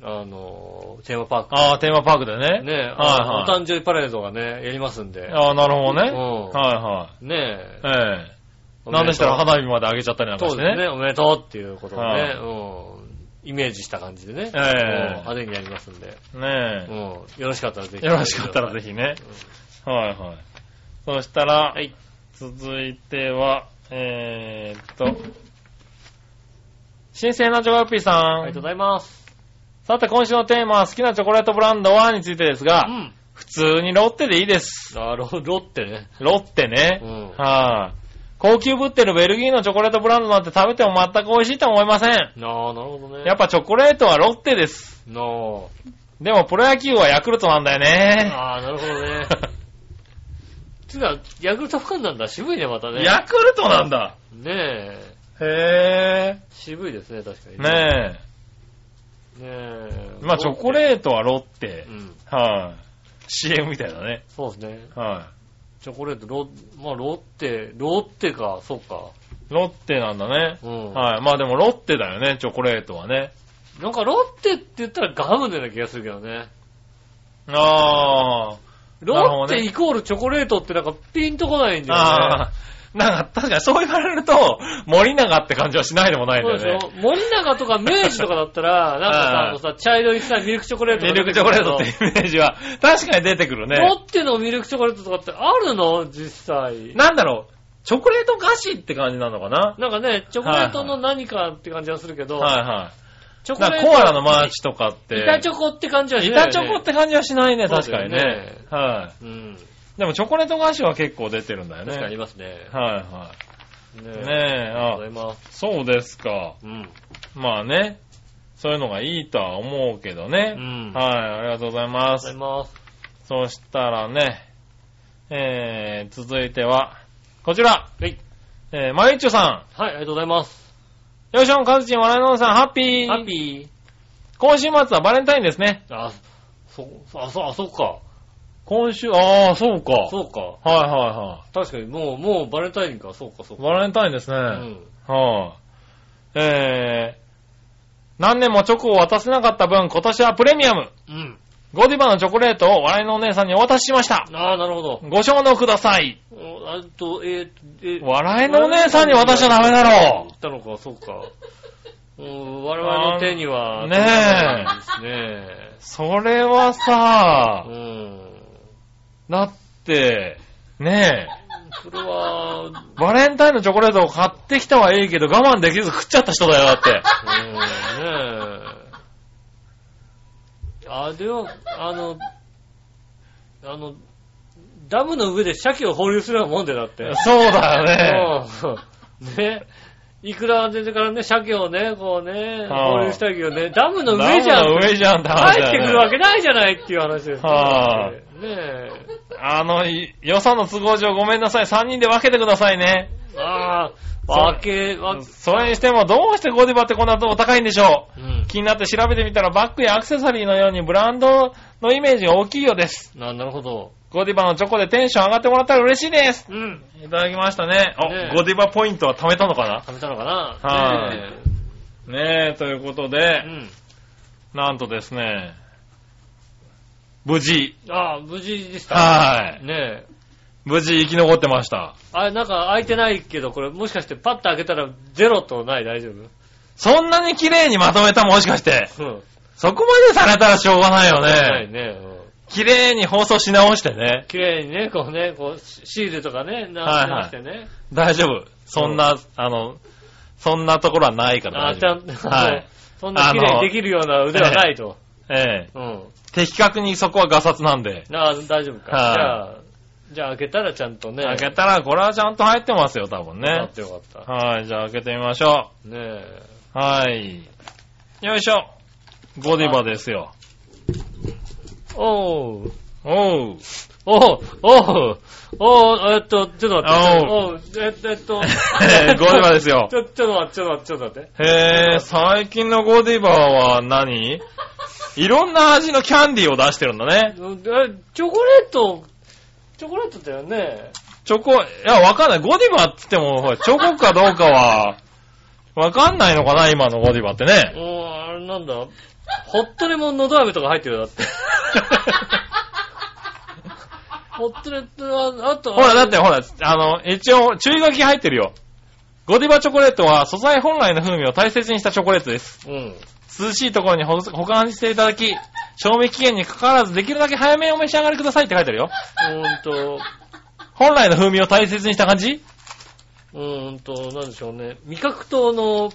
S2: あの、テーマパーク。
S3: ああ、テーマパークでね。
S2: ねえ、
S3: はい
S2: あ
S3: は
S2: のお誕生日パレードがね、やりますんで。
S3: ああ、なるほどね。
S2: うん
S3: は
S2: ね
S3: い
S2: え。
S3: はい。ええ。なんでしたら
S2: おめでと
S3: 花火まで上げちゃったりなん
S2: う
S3: か
S2: そう
S3: して
S2: です
S3: ね。
S2: ね、おめでとうっていうことを
S3: は
S2: ね
S3: い、
S2: うん、イメージした感じでね、
S3: え
S2: うん
S3: え
S2: 派手にやりますんで、
S3: ね
S2: うん、よろしかったらぜひ。
S3: よろしかったらぜひね。はいはい。そしたら、
S2: はい
S3: 続いては、えー、っと、新鮮なジョガヨッピーさ。
S2: ありがとうんございます。
S3: さて、今週のテーマは好きなチョコレートブランドはについてです
S2: う
S3: が、
S2: ん。
S3: 普通にロッテでいいです。
S2: あ、ロロッテね。
S3: ロッテね。
S2: うん
S3: はい、高級ぶってるベルギーのチョコレートブランドなんて食べても全く美味しいとは思いません。
S2: なあ、なるほどね。
S3: やっぱチョコレートはロッテです。
S2: なあ。
S3: でもプロ野球はヤクルトなんだよね。 <laughs>
S2: ああ、なるほどね。つうか、ヤクルトファンなんだ。渋いね、またね。
S3: ヤクルトなんだ。
S2: ねえ。
S3: へ
S2: 渋いですね、確かに
S3: え。。ね
S2: ねえ
S3: え。。まあ、チョコレートはロッテ
S2: う。ん。
S3: はい、CM みたいだね。
S2: そうですね。
S3: は
S2: チョコレート、ロ、まあ、ロッテ、ロッテか、そっか。
S3: い、ロッテなんだね。
S2: うん。
S3: はい。まあでもロッテだよね、チョコレートはね。
S2: なんかロッテって言ったらガムのような気がするけどね。
S3: あー。なる
S2: ロ
S3: ほど
S2: ッ
S3: ね
S2: テイコールチョコレートってなんかピンとこないんだよね
S3: あ。ー。なんか、確かにそう言われると、森永って感じはしないでもないん
S2: そう
S3: だ
S2: でし
S3: よね
S2: ょ。森永とか明治とかだった
S3: <laughs>
S2: ら、なんかさ、
S3: あー
S2: あのさ、茶色いさ、ミルクチョコレート
S3: ミ
S2: とか
S3: ルクチョコレートっていうイメージは、確かに出てく
S2: ロ
S3: るね。
S2: ッテのミルクチョコレートとかってあるの実際。
S3: なんだろう、チョコレート菓子って感じなのかな
S2: なんかね、チョコレートの何かって感じはするけど、
S3: はいは
S2: チョ
S3: い。
S2: コ
S3: なん
S2: レ
S3: か
S2: ート。
S3: コアラのマーチとかって。
S2: 板チョコって感じはしない、
S3: 板
S2: ね。
S3: チョコって感じはしないね、
S2: そう
S3: 確
S2: だ
S3: か
S2: よ
S3: に
S2: ね
S3: ね。は
S2: うん。
S3: い。でもチョコレート菓子は結構出てるんだよね。
S2: 確かにありますね。
S3: はいは
S2: ね
S3: い。
S2: え。
S3: ねえ、
S2: ありがとうござ
S3: あ
S2: い、ます。
S3: そうですか。
S2: うん。
S3: まあね、そういうのがいいとは思うけどね。
S2: うん
S3: はい、ありがとうございま
S2: ありがとうござい
S3: す。
S2: ます。
S3: そしたらね、えー、続いては、こちら。
S2: はい。
S3: えー、まゆっちょさ
S2: はい、ありがとうございます。
S3: ん。よいしょん、かずちん、笑いのおじさん、ハッピー。
S2: ハッピ
S3: 今週末はバレンタインですね。
S2: ー。あ、そ、あ、そ、あ、そっか。
S3: 今週、ああ、そうか。はい
S2: そうか。
S3: はいは
S2: 確かに、もう、もうバレンタインか、そうか、そう
S3: い。
S2: か。
S3: バレンタインですね。
S2: うん。
S3: はい、えー、何年もチョコを渡せなかった分、今年はプレミアム。
S2: うん。
S3: ゴディバのチョコレートを笑いのお姉さんにお渡ししました。
S2: ああ、なるほど。
S3: ご承諾ください。
S2: おあと、えー、え
S3: 笑いのお姉さんに渡しちゃダメだろ
S2: 言ったのか、そうか。うん、我々の手には、
S3: ねえ
S2: え。ね
S3: それは
S2: え。
S3: さ
S2: う、ん。
S3: だって、ね
S2: それは、うん。
S3: え、バレンタインのチョコレートを買ってきたはいいけど我慢できず食っちゃった人だよ、だ
S2: <laughs>
S3: って。
S2: ねえ。あ、では、あの、あの、ダムの上で鮭を放流するようなもんで、だって。
S3: そうだよね。
S2: うん。ね。いくら出てからね、鮭をね、こうね、
S3: はあ
S2: 放流したいけどね、ダムの上じゃ
S3: ダムの
S2: ん。
S3: 上じゃんって話
S2: 帰っ
S3: だ
S2: て
S3: よね
S2: くるわけないじゃないっていう話ですよ。
S3: はあ
S2: ねえ。
S3: あの、い予算の都合上ごめんなさい。3人で分けてくださいね。
S2: ああ、わけ、わ、
S3: それにしてもどうしてゴディバってこんなとお高いんでしょ
S2: うん
S3: う。。気になって調べてみたらバッグやアクセサリーのようにブランドのイメージが大きいようです。
S2: な、なるほど。
S3: ゴディバのチョコでテンション上がってもらったら嬉しいです。
S2: うん。
S3: いただきましたね。お、
S2: ねえ
S3: ゴディバポイントは貯めたのか
S2: 食べたのかな
S3: はい
S2: ね
S3: なねえ、ということ
S2: えう
S3: で、
S2: ん。
S3: なんとですね、無事、
S2: ああ、無事でした。
S3: はい。
S2: ねえ。
S3: 無事生き残ってました。
S2: あれ、なんか開いてないけど、これもしかしてパッと開けたらゼロとない大丈夫
S3: そんなに綺麗にまとめたもしかして。
S2: うん。
S3: そこまでされたらしょうがないよ
S2: な
S3: ね
S2: い。ね。うん
S3: 綺麗に放送し直してね。
S2: 綺麗にね、こうね、こう、シシールとかね、なしてね。
S3: 大丈夫。そんな、あの、そんなところはないから
S2: あ、
S3: 大
S2: ち
S3: 丈
S2: ゃ
S3: 夫。
S2: んと、
S3: はい。
S2: <laughs> そんな綺麗にできるような腕はない <laughs> と。
S3: ええ。
S2: うん。
S3: 的確にそこはガサツなんで。
S2: あー大丈夫か。じ
S3: はい
S2: ゃあ、じゃあ開けたらちゃんとね。
S3: 開けたら、これはちゃんと入ってますよ、多分
S2: よか
S3: ね
S2: っ。たよかった。
S3: はい、じゃあ開けてみましょ
S2: ねえ。
S3: う。はい。よいしょ。ゴディバですよ。
S2: おう。
S3: おう。
S2: おう、おう、おう、えっと、ちょっと待って。おう、えっと、えっ
S3: <laughs>
S2: と <laughs>
S3: えーゴディバですよ
S2: ち。ょ、ちょっと待って、ちょっと待って、ちょっと待って。
S3: へえ、最近のゴディバ
S2: <laughs>
S3: は何いろんな味のキャンディーを出してるんだ
S2: え、
S3: ね。
S2: チョコレート、チョコレートだよね。
S3: チョコ、いや、わかんない。ゴディバって言っても、ほらチョコかどうかは、わかんないのかな、今のゴディバって
S2: う
S3: ね。
S2: ん、あれなんだ。ホットレモンのど飴とか入ってるよ、
S3: <laughs>
S2: だって。ホットレットは、あと、
S3: ほら、だってほら、あの、一応、注意書き入ってるよ。ゴディバチョコレートは素材本来の風味を大切にしたチョコレートです。
S2: うん。
S3: 涼しいところに保保管していただき、賞味期限にかかわらずできるだけ早めにお召し上がりくださいって書いてあるよ。
S2: うーんと、
S3: 本来の風味を大切にした感じ
S2: うーんと、なんでしょうね。味覚糖の、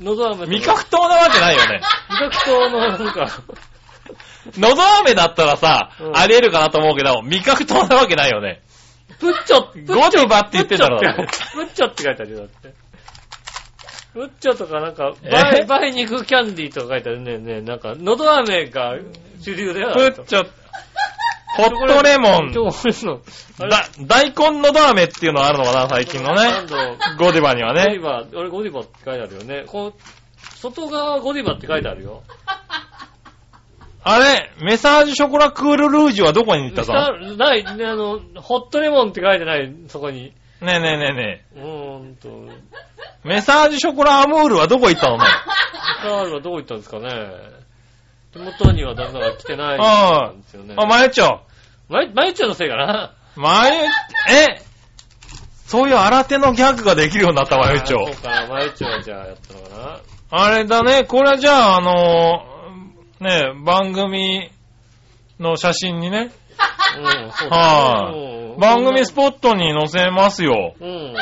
S2: のど飴とか
S3: 味覚糖なわけないよね。
S2: 味覚糖の、なんか、
S3: のど飴だったらさ、
S2: うん
S3: ありえるかなと思うけど、味覚糖なわけないよね。
S2: <laughs> プッチョ、プッチ
S3: ゴ
S2: ョ、
S3: ディバって
S2: プ
S3: 言っ
S2: ッチ
S3: て
S2: ョ
S3: たらだろ
S2: って、プッチョって書いてあるよ、だって。プッチョとかなんか、
S3: え
S2: バイ、バイ肉キャンディーとか書いてあるね、ね、なんか、のど�メが主流だよ。
S3: プッチョ、ホットレモン。
S2: 今日、俺の、あれ
S3: だ、大根のダーメっていうのあるのかな、最近の
S2: なん
S3: ね。
S2: だ
S3: ゴディバには
S2: ゴディ
S3: ね。
S2: バ、あれゴディバって書いてあるよね。こう、外側はゴディバって書いてあるよ。
S3: あれ、メサージュショコラクールルージュはどこに行ったぞ
S2: 下ない、ね、あの、ホットレモンって書いてない、そこに。
S3: ねえねえね
S2: う
S3: えね
S2: ーんと。
S3: え。メサージュショコラアムールはどこ行ったのお前
S2: カールはどこ行ったんですかね手元にはだから来てない
S3: あ
S2: んですよね。
S3: あ、マユチョ。
S2: まゆ、まゆちゃんのせいかな
S3: マユ、えそういう新手のギャグができるようになった、マユチョ
S2: あー。そうか、まゆちゃんはじゃあやったのか
S3: <laughs>
S2: な
S3: あれだね、これはじゃあ、あのーねえ、番組の写真にね、
S2: うん、そうだね
S3: は
S2: う
S3: い。
S2: ん
S3: 番組スポットに載せますよ。
S2: う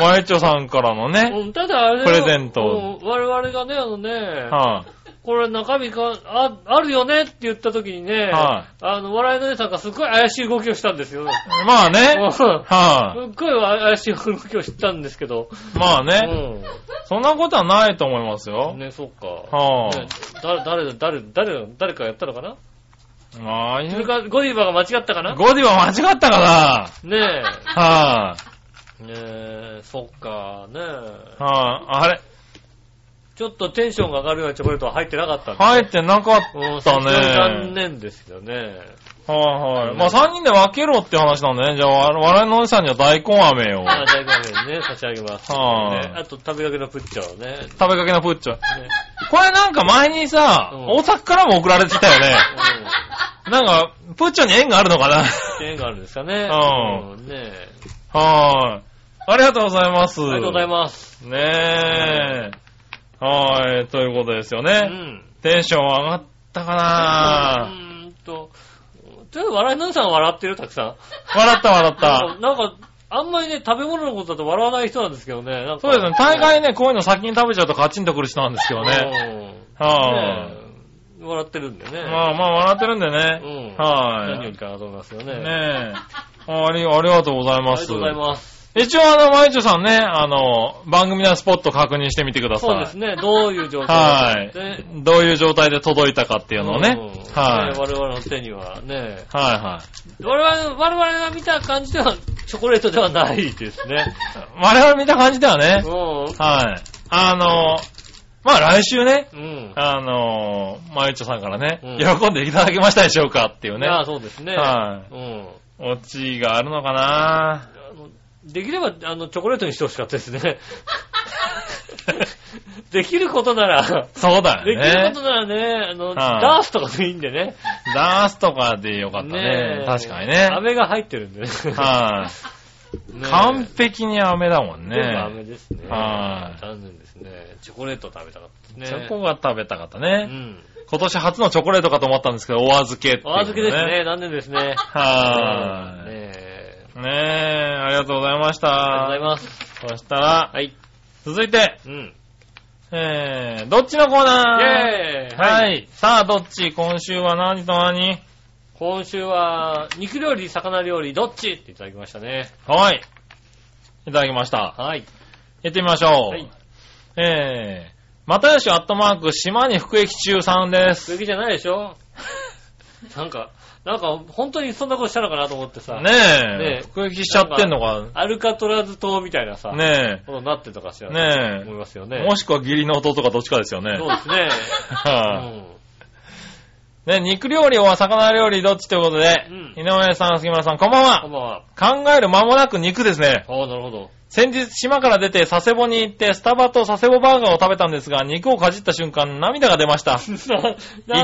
S3: マエチョさんからのね。
S2: ん。うん、ただあれよ
S3: プレゼント。
S2: うん我々がね、あのね、
S3: は
S2: これ中身か、あ、あるよねって言った時にね、
S3: は
S2: あの、笑いの姉さんがすっごい怪しい動きをしたんですよ。
S3: い。まあね。
S2: うんすっ
S3: は
S2: ごい怪しい動きをしたんですけど。
S3: い。まあね。
S2: う
S3: そんなことはないと思いますよ
S2: ん。。ね、そっか。
S3: は
S2: ねだ誰だ、誰、誰、誰かやったのかな
S3: あ。まあ、
S2: それか、ゴディバが間違ったかなね
S3: ゴディは間違ったか
S2: え。
S3: なは
S2: ねえ、そっか、ね
S3: い。
S2: え。
S3: はい。あれ
S2: ちょっとテンションが上がるようなチョコレートは入ってなかったんで
S3: 入ってなかっ
S2: うん、非常
S3: た
S2: に残
S3: ね。
S2: 念ですよね。
S3: はいはい。まあ3人で分けろって話なんだね。じゃあ、笑いのおじさんには大根飴を。
S2: まあ、大画面ね、差し上げます。
S3: は
S2: ね
S3: い、
S2: あと、食べかけのプッチャーをね。ね
S3: 食べかけのプッチョ。これなんか前にさ、
S2: うん
S3: 大阪からも送られてきたよね。なんか、プッチョに縁があるのかな
S2: うん。縁があるんですかね。
S3: うん
S2: うんねえ。
S3: はーい。ありがとうございます。
S2: ありがとうござい
S3: ま
S2: ます。
S3: す。ねえ。はーい。ということですよね
S2: う。ん。
S3: テンション上がったか
S2: う
S3: な
S2: ーんと、とりあえず笑いのお姉さんは笑ってる、たくさん。
S3: 笑った笑っ
S2: なん
S3: た
S2: か。なんか、あんまりね、食べ物のことだと笑わない人なんですけどね。なんか
S3: そうですね。大概ね、こういうの先に食べちゃうとカチンとくる人なんですけどね。
S2: うん。
S3: は
S2: ね
S3: ーい。
S2: え笑ってるんでね。
S3: まあまあ笑ってるんで
S2: うん
S3: ね。。は
S2: 何よ
S3: い。
S2: り
S3: ね
S2: かなと思いますよね。
S3: え。ありありがとうござい
S2: あり
S3: ま
S2: が
S3: す
S2: とう。ございます。
S3: 一応あの、まゆちょさんね、あの、番組のスポット確認してみてください。
S2: そうですね。どういう状況
S3: は
S2: なのかね
S3: い。どういう状態で届いたかっていうのをね。
S2: うん
S3: はい。
S2: ね我々の手にはね、
S3: はいは
S2: 我々、我々が見た感じでは、チョコレートではないですね。
S3: い。我々見た感じではね、
S2: う
S3: はい。あの、まあ来週ね、
S2: ん。うん。
S3: あの、まゆちょさんからね、
S2: うん
S3: 喜んでいただけましたでしょうかっていうね、
S2: ああ、そうですね。
S3: はい
S2: うん。
S3: オチがあるのかな
S2: あのできれば、あの、チョコレートにしてほしかったですね。 <laughs> できることなら、
S3: そうだ
S2: でき
S3: よ
S2: る
S3: ね
S2: こと。ならね、あの、
S3: はい
S2: ダースとかでいいんでね。
S3: ダースとかでよかったね。
S2: え
S3: 確かにね。
S2: 飴が入ってるんでね。
S3: はい。
S2: ねえ
S3: 完璧に飴だもん
S2: 全部
S3: ね。
S2: 飴ですね。
S3: はい
S2: 残念ですね。チョコレート食べたかったで
S3: チ
S2: すね。
S3: ョコが食べたかった
S2: う
S3: ね。
S2: ん。
S3: 今年初のチョコレートかと思ったんですけど、お預けっていう、
S2: お預けです。ね。残念ですね。
S3: は
S2: ね
S3: ーい。
S2: え
S3: ねえ、ありがとうございました。
S2: ありがとうございます。
S3: そしたら、
S2: はい。
S3: 続いて、
S2: うん。
S3: えー、どっちのコーナー
S2: イェーイ
S3: はい、さあ、どっち今週は何と何
S2: 今週は、肉料理、魚料理、どっちっていただきましたね。
S3: はい。いただきました。
S2: はい。
S3: 行ってみましょう。
S2: はい。
S3: えー、またよしアットマーク、島に服役中さんです。
S2: 続きじゃないでしょ <laughs> なんか、なんか、本当にそんなことしたのかなと思ってさ。
S3: ねえ、
S2: ねえ
S3: 服役しちゃってんのか。
S2: アルカトラズ島みたいなさ、
S3: ね
S2: ことになってたかしら
S3: え、
S2: ね
S3: ね
S2: 思いますよね。
S3: え、もしくは義理の弟かどっちかですよね。
S2: そうです
S3: <laughs>
S2: ね。う
S3: はい
S2: ん。
S3: <laughs> ね、肉料理は魚料理どっちということで、
S2: うん
S3: 井上さん、杉村さん、こんばん
S2: こん
S3: は。
S2: ばんは。
S3: 考える間もなく肉ですね。
S2: ああ、なるほど。
S3: 先日、島から出て佐世保に行って、スタバと佐世保バーガーを食べたんですが、肉をかじった瞬間、涙が出ました。 <laughs> 生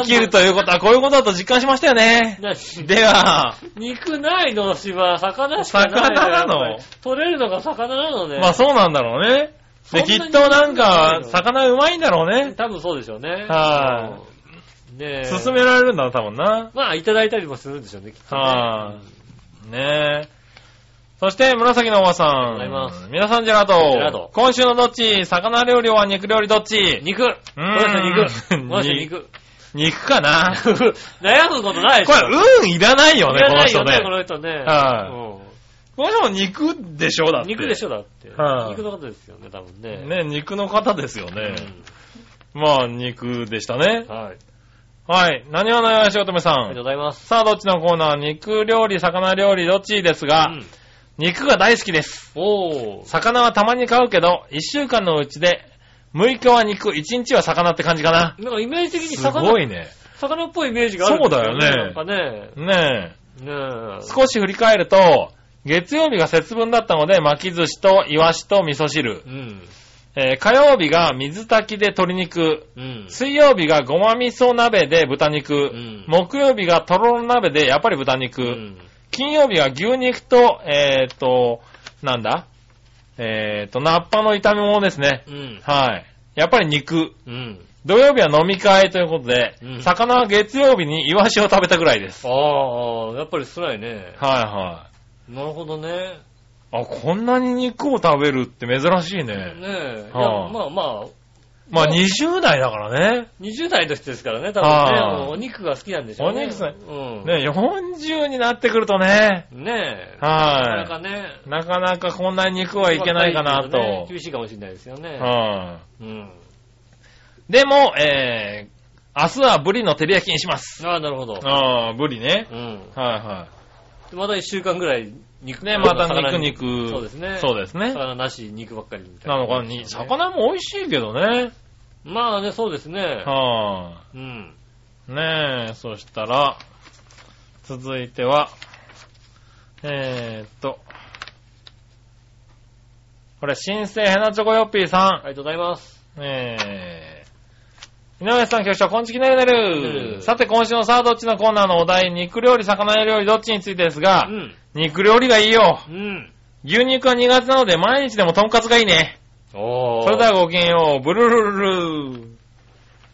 S3: きるということは、こういうことだと実感しましたよね。
S2: な
S3: では、
S2: 肉ないの、芝。魚しかない
S3: 魚なの
S2: やっぱり取れるのが魚なのね。
S3: まあそうなんだろうね。で、
S2: そんな
S3: き
S2: に
S3: っとなんか、魚うまいんだろうね。
S2: 多分そうでしょうね。
S3: は
S2: うんねえ。
S3: 勧められるんだな、多分な。
S2: まあ、いただいたりもするんでしょうね、きっとね。
S3: はいねえ。そして、紫のおばさ
S2: ありがとうございま
S3: ん。皆さん、ジェラート。
S2: ェラート
S3: 今週のどっち魚料理は肉料理どっち
S2: 肉この人肉この人肉。
S3: 肉かな
S2: <laughs> 悩むことないでし
S3: こ
S2: ょ。
S3: れ、運いらないよ
S2: い
S3: ね、
S2: ら
S3: この
S2: ない
S3: 人
S2: よね、
S3: ね
S2: こ。の人ね。
S3: はこの人も肉でしょ、だ
S2: うん
S3: って。
S2: 肉でしょ、だって。
S3: はい
S2: 肉のことですよね、多分ね。
S3: ね、肉の方ですよ
S2: う
S3: ね。
S2: ん
S3: まあ、肉でしたね。
S2: はい。
S3: ははい。何話のよしおとめさ。
S2: ありがとうんございます。
S3: さあ、どっちのコーナー肉料理、魚料理、どっちですが、
S2: うん
S3: 肉が大好きです。
S2: おー。
S3: 魚はたまに買うけど、1週間のうちで、6日は肉、1日は魚って感じかな。
S2: なんかイメージ的に
S3: す
S2: 魚
S3: ごいね。
S2: 魚っぽいイメージがあるんです
S3: そ
S2: よね。
S3: ね
S2: なんかね。ね
S3: え。少し振り返ると、月曜日が節分だったので、巻き寿司とイワシと味噌汁
S2: え。。うん。
S3: えー火曜日が水炊きで鶏肉。
S2: うん。
S3: 水曜日がごま味噌鍋で豚肉。
S2: ん
S3: 木曜日がとろろ鍋でやっぱり豚肉。
S2: うん。
S3: 金曜日が牛肉と、えーっと、なんだえーっと、ナッパの炒め物ですね。
S2: うん。
S3: はい。やっぱり肉。
S2: うん。
S3: 土曜日は飲み会ということで、
S2: うん
S3: 魚は月曜日にイワシを食べたぐらいです。
S2: ああ、やっぱり少ないね。
S3: はいは
S2: なるほどね。
S3: い。あ、こんなに肉を食べるって珍しい
S2: ね
S3: ね。
S2: え。いや、
S3: はあ
S2: まあまあ、
S3: まあ20代だからね。
S2: 20代の人ですからね、多
S3: はあ
S2: 分ね、もうお肉が好きなんでしょうね。
S3: お肉さん
S2: うん。ね
S3: ね、40になってくるとね、
S2: え。ねえ。なかな
S3: は
S2: かね。
S3: い。なかなかこんなに肉はいけないかな
S2: 若
S3: と。
S2: いけどね厳しいかもしれないですよね。
S3: は
S2: うん。
S3: い。でも、えー、明日はブリの照り焼きにします。
S2: ああ、なるほど。
S3: ああ、ブリね。
S2: うん。
S3: はいは
S2: でまた1週間ぐらい肉
S3: い。ね、また
S2: 魚
S3: 肉
S2: に
S3: 肉。
S2: そうですね。
S3: そうですね。
S2: 魚なし、肉ばっかりみたい
S3: な
S2: な。
S3: のかに、魚も美味しいけどね。
S2: まあね、そうですね。
S3: はあ。
S2: うん。
S3: ねえ、そしたら、続いては、えー、っと、これ、新生ヘナチョコヨッピーさ
S2: ありがとうございます。
S3: ん。えー、井上さん、局長、こんちきねるね
S2: う
S3: る。
S2: ん
S3: さて、今週のさあ、どっちのコーナーのお題、肉料理、魚料理、どっちについてです
S2: う
S3: が、
S2: ん。
S3: 肉料理がいいよ。
S2: うん。
S3: 牛肉は苦手なので、毎日でもとんかつがいいね。
S2: おー。
S3: それではごきげんよう、ブルルルルー。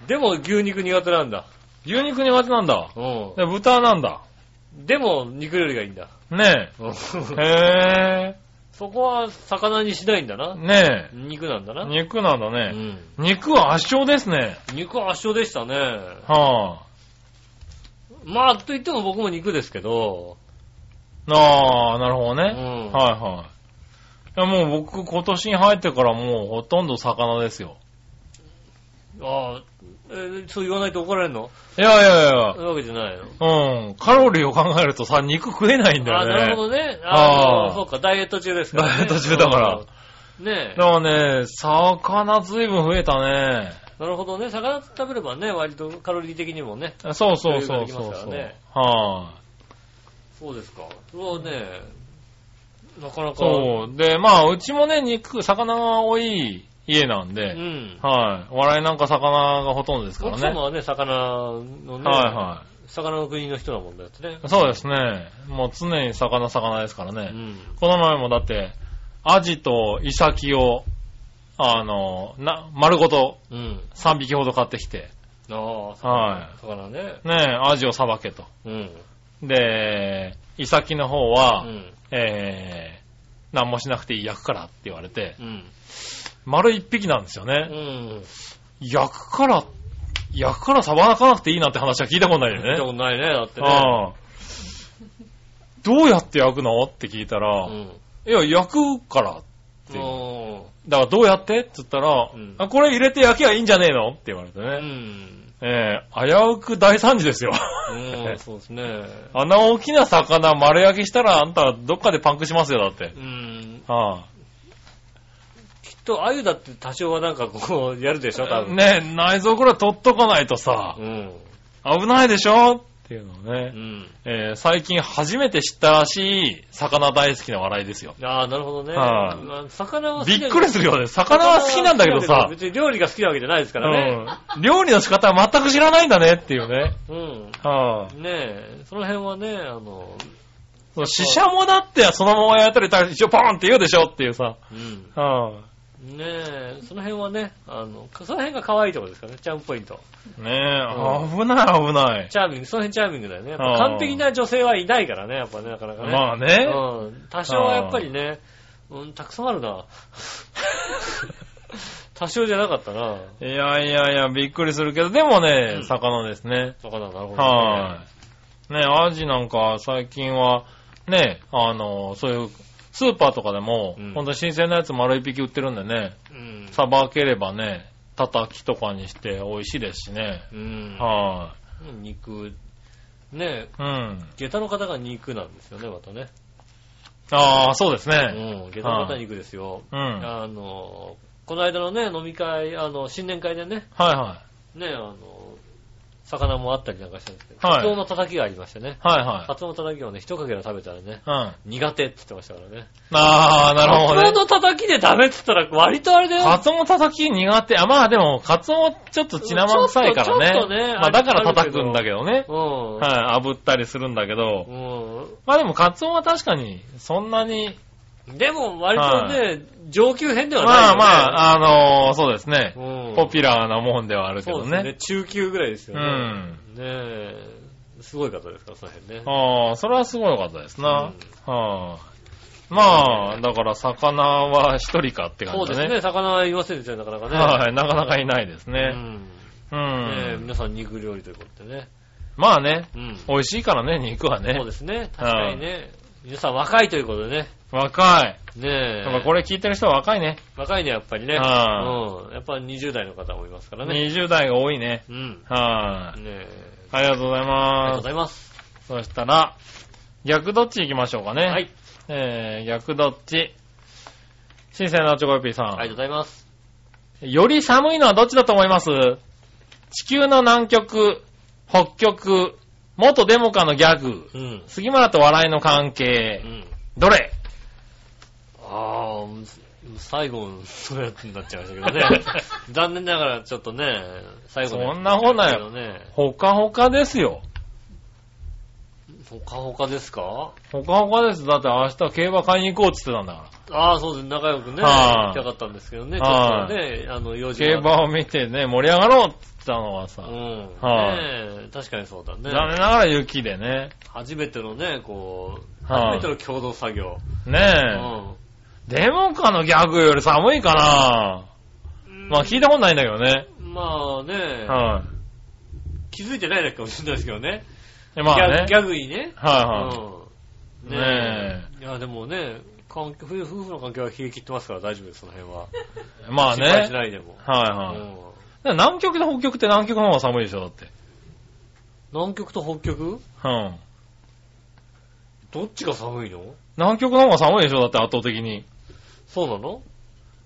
S2: でも牛肉苦手なんだ。
S3: 牛肉苦手なんだ。
S2: うん。
S3: で豚なんだ。
S2: でも肉料理がいいんだ。
S3: ねえ。へえ。
S2: そこは魚にしないんだな。
S3: ね
S2: 肉なんだ
S3: え。
S2: な。
S3: 肉なんだ
S2: う
S3: ね。
S2: ん。
S3: 肉は圧勝ですね。
S2: 肉は圧勝でしたね。
S3: は
S2: まあ、と言っても僕も肉ですけど。
S3: あ。ああ、なる
S2: う
S3: ほどね。
S2: ん。
S3: はいはい。いやもう僕今年に入ってからもうほとんど魚ですよ。
S2: ああ、えーそう言わないと怒られるの
S3: いやいやい
S2: そういうわけじゃないの。
S3: や。うん。カロリーを考えるとさ、肉食えないんだ
S2: ああ、
S3: よね。
S2: なるほどね。あ
S3: あ
S2: あ、
S3: ー
S2: そうか、ダイエット中ですから、ね。
S3: ダイエット中だから
S2: うん。ねえ。
S3: だからね、魚随分増えたね。
S2: なるほどね。魚食べればね、割とカロリー的にもね。
S3: そうそうそうそう
S2: 余裕ができます
S3: そ
S2: か
S3: う。
S2: らね
S3: はい、
S2: そうですか。それはね、なかなか。
S3: そう。で、まあ、うちもね、肉、魚が多い家なんで、
S2: うん。
S3: はい。笑いなんか魚がほとんどですから
S2: 奥
S3: ね。
S2: 様はね、魚のね、
S3: はいは
S2: 魚の国の人だもんだってね。
S3: い。そうですね。もう常に魚魚ですから
S2: う
S3: ね。
S2: ん。
S3: この前もだって、アジとイサキを、あの、な、丸ごと
S2: うん。
S3: 3匹ほど買ってきて、
S2: ああ、
S3: は
S2: 魚ね。
S3: ねえ、アジをさばけと。
S2: うん。
S3: で、イサキの方
S2: う
S3: は、
S2: ん。
S3: えー、何もしなくていい焼くからって言われて、
S2: うん。
S3: 丸1匹なんですよね。
S2: うん。
S3: 焼くから、焼くからさばかなくていいなんて話は聞いたことないよ
S2: 見たこ
S3: ね。
S2: とないね、だってね。
S3: ああどうやって焼くのって聞いたら、
S2: うん。
S3: いや、焼くから。てい
S2: う
S3: う
S2: ん。
S3: だからどうやってって言ったら、
S2: うん
S3: あ、これ入れて焼きゃいいんじゃねえのって言われて
S2: う
S3: ね。
S2: ん。
S3: ええ危うく大惨事ですよ。
S2: うん、そうですね。
S3: <laughs> あんな大きな魚丸焼きしたらあんたどっかでパンクしますよ、だって
S2: う。ん。
S3: あ
S2: きっと、鮎だって多少はなんかこう、やるでしょ、多
S3: あ
S2: 分。。
S3: ねえ、内臓くらい取っとかないとさ
S2: う、ん。
S3: 危ないでしょっていうのを
S2: う
S3: ね、
S2: ん。
S3: えー最近初めて知ったらしい魚大好きな笑いですよ。
S2: ああ、なるほどね。
S3: はい
S2: まあ魚は好き
S3: び
S2: だけ
S3: っ
S2: ど
S3: くりするよね。魚は好きなんだけどさ、
S2: 別に料理が好きなわけじゃないですからね。
S3: うん料理の仕方は全く知らないんだねっていうね。
S2: うん。
S3: は
S2: ねえ、その辺はね、あの、
S3: あ、死者もだってそのままやったりたら一応ポーンって言うでしょっていうさ。
S2: うん。
S3: は
S2: ねえ、その辺はね、あの、その辺が可愛いところですからね、チャームポイント。
S3: あ、ねえ、危ない危ない。
S2: チャーミング、その辺チャーミングだよね。やっぱ
S3: あー
S2: 完璧な女性はいないからね、やっぱね、なかなかね。
S3: まあね。
S2: うん。多少はやっぱりね、うん、たくさんある
S3: <laughs>
S2: な。多少じゃなかったな。
S3: いやいやいや、びっくりするけど、でもね
S2: う、ん
S3: 魚ですね。
S2: だからなるほど、ね。
S3: はい、ねえ、アジなんか最近は、ねえ、あの、そういう、スーパーとかでも、
S2: うん
S3: ほんと新鮮なやつ丸一匹売ってるんでね。
S2: うん。
S3: さばければね、叩きとかにして美味しいですしね。
S2: うん。
S3: はい、
S2: 肉、ねえ、
S3: うん。
S2: 下駄の方が肉なんですよね、またね。
S3: ああ、そうです
S2: う
S3: ね。
S2: ん、下駄の方が肉ですよ。
S3: うん。はい
S2: あの、この間のね、飲み会、あの、新年会でね、
S3: は
S2: ね、あの、魚もあったりなんかしたんですけど、
S3: はい
S2: カツオのたたきがありましてね。
S3: い。はいは
S2: カツオのたたきをね、一かけら食べたらね、
S3: い。うん。
S2: 苦手って言ってましたからね。
S3: ああ、なるほど
S2: カツオ
S3: ね。
S2: のたたきでダメって言ったら、割とあれだよ。
S3: カツオの叩き苦手。あ、まあでも、カツオちょっと血生臭いからね。
S2: ちょっとね
S3: まあだから叩くんだけどね。
S2: うん。
S3: はい、炙ったりするんだけど。
S2: う
S3: まあでも、カツオは確かに、そんなに、
S2: ん。でも、割と
S3: は
S2: ね、上級編ではない
S3: ま
S2: よ
S3: あ
S2: ね。
S3: まあ、あのーそうですね。
S2: うん。
S3: ポピュラーなもんではあるけ
S2: そう
S3: ど
S2: です
S3: ね。
S2: ね。中級ぐらいですよね。
S3: うん
S2: ねえ。すごい方ですから、その辺ね。
S3: ああ、それはすごい良かったですな。はあ、まあ、だから、魚は一人かって感
S2: そう
S3: じ
S2: で
S3: だね。
S2: すね。魚はいませんでしたよ、なかなかね。
S3: はい、なかなかいないです
S2: う
S3: ね。
S2: ん。ね
S3: うん。
S2: え皆さん肉料理ということでね。
S3: まあね、
S2: うん。
S3: 美味しいからね、肉は
S2: そう
S3: ね
S2: で。すね。確かにね。皆さん若いということでね。
S3: 若い。
S2: ねえ。
S3: やっぱこれ聞いてる人は若いね。
S2: 若いね、やっぱりね。
S3: は
S2: うん。やっぱ20代の方もいますからね。
S3: 20代が多いね。
S2: うん。ね
S3: はい、
S2: え。
S3: あ。りがとうござ
S2: あ
S3: い
S2: りがとうご
S3: ます。
S2: ざいます。
S3: そしたら、逆どっち行きましょうかね。
S2: はい。
S3: えー、逆どっち。新鮮なチョコヨッピーさん。
S2: ありがとうございます。
S3: より寒いのはどっちだと思います地球の南極、北極、元デモカのギャグ、
S2: うん。
S3: 杉村と笑いの関
S2: う
S3: 係、
S2: ん。
S3: どれ
S2: ああ、最後のそうやってなっちゃいましたけどね。残念ながらちょっとね、最後のやつ
S3: そんなことないよ
S2: ね。
S3: <laughs> ほかほかですよ。
S2: ほかほかですか
S3: ほかほかです。だって明日競馬買いに行こうって言ってたんだか
S2: ああ、そうです。仲良くね、行
S3: はい
S2: きたかったんですけどね。ちょっ
S3: は
S2: と
S3: い
S2: ね、あの、用
S3: ら。
S2: 事
S3: 競
S2: が
S3: 馬を見てね、盛り上がろうって言ってたのはさ、
S2: う
S3: 残
S2: ん。
S3: は
S2: ね
S3: い
S2: え確かにそうだ
S3: 念
S2: ね。
S3: ながら雪でね。
S2: 初めてのね、こう、初
S3: はい
S2: めての共同作業。う
S3: ね
S2: ん。
S3: え。デモカのギャグより寒いかなまあ聞いたことないんだけどね。
S2: まあね、
S3: は
S2: 気づいてないだけかもしれないですけどね。
S3: い。まあ
S2: ギャ
S3: ね。
S2: ギャグにね。
S3: はいはい。
S2: うん。
S3: ね
S2: ねえ。いや、でもね、関夫婦夫婦の関係は冷え切ってますから大丈夫です、その辺は。
S3: まあ
S2: 心配し
S3: ね。
S2: ないでも。
S3: はいはい。
S2: うん
S3: だから南極と北極って南極の方が寒いでしょ、だって。
S2: 南極と北極
S3: うん。
S2: どっちが寒いの
S3: 南極の方が寒いでしょ、だって圧倒的に。
S2: そうなの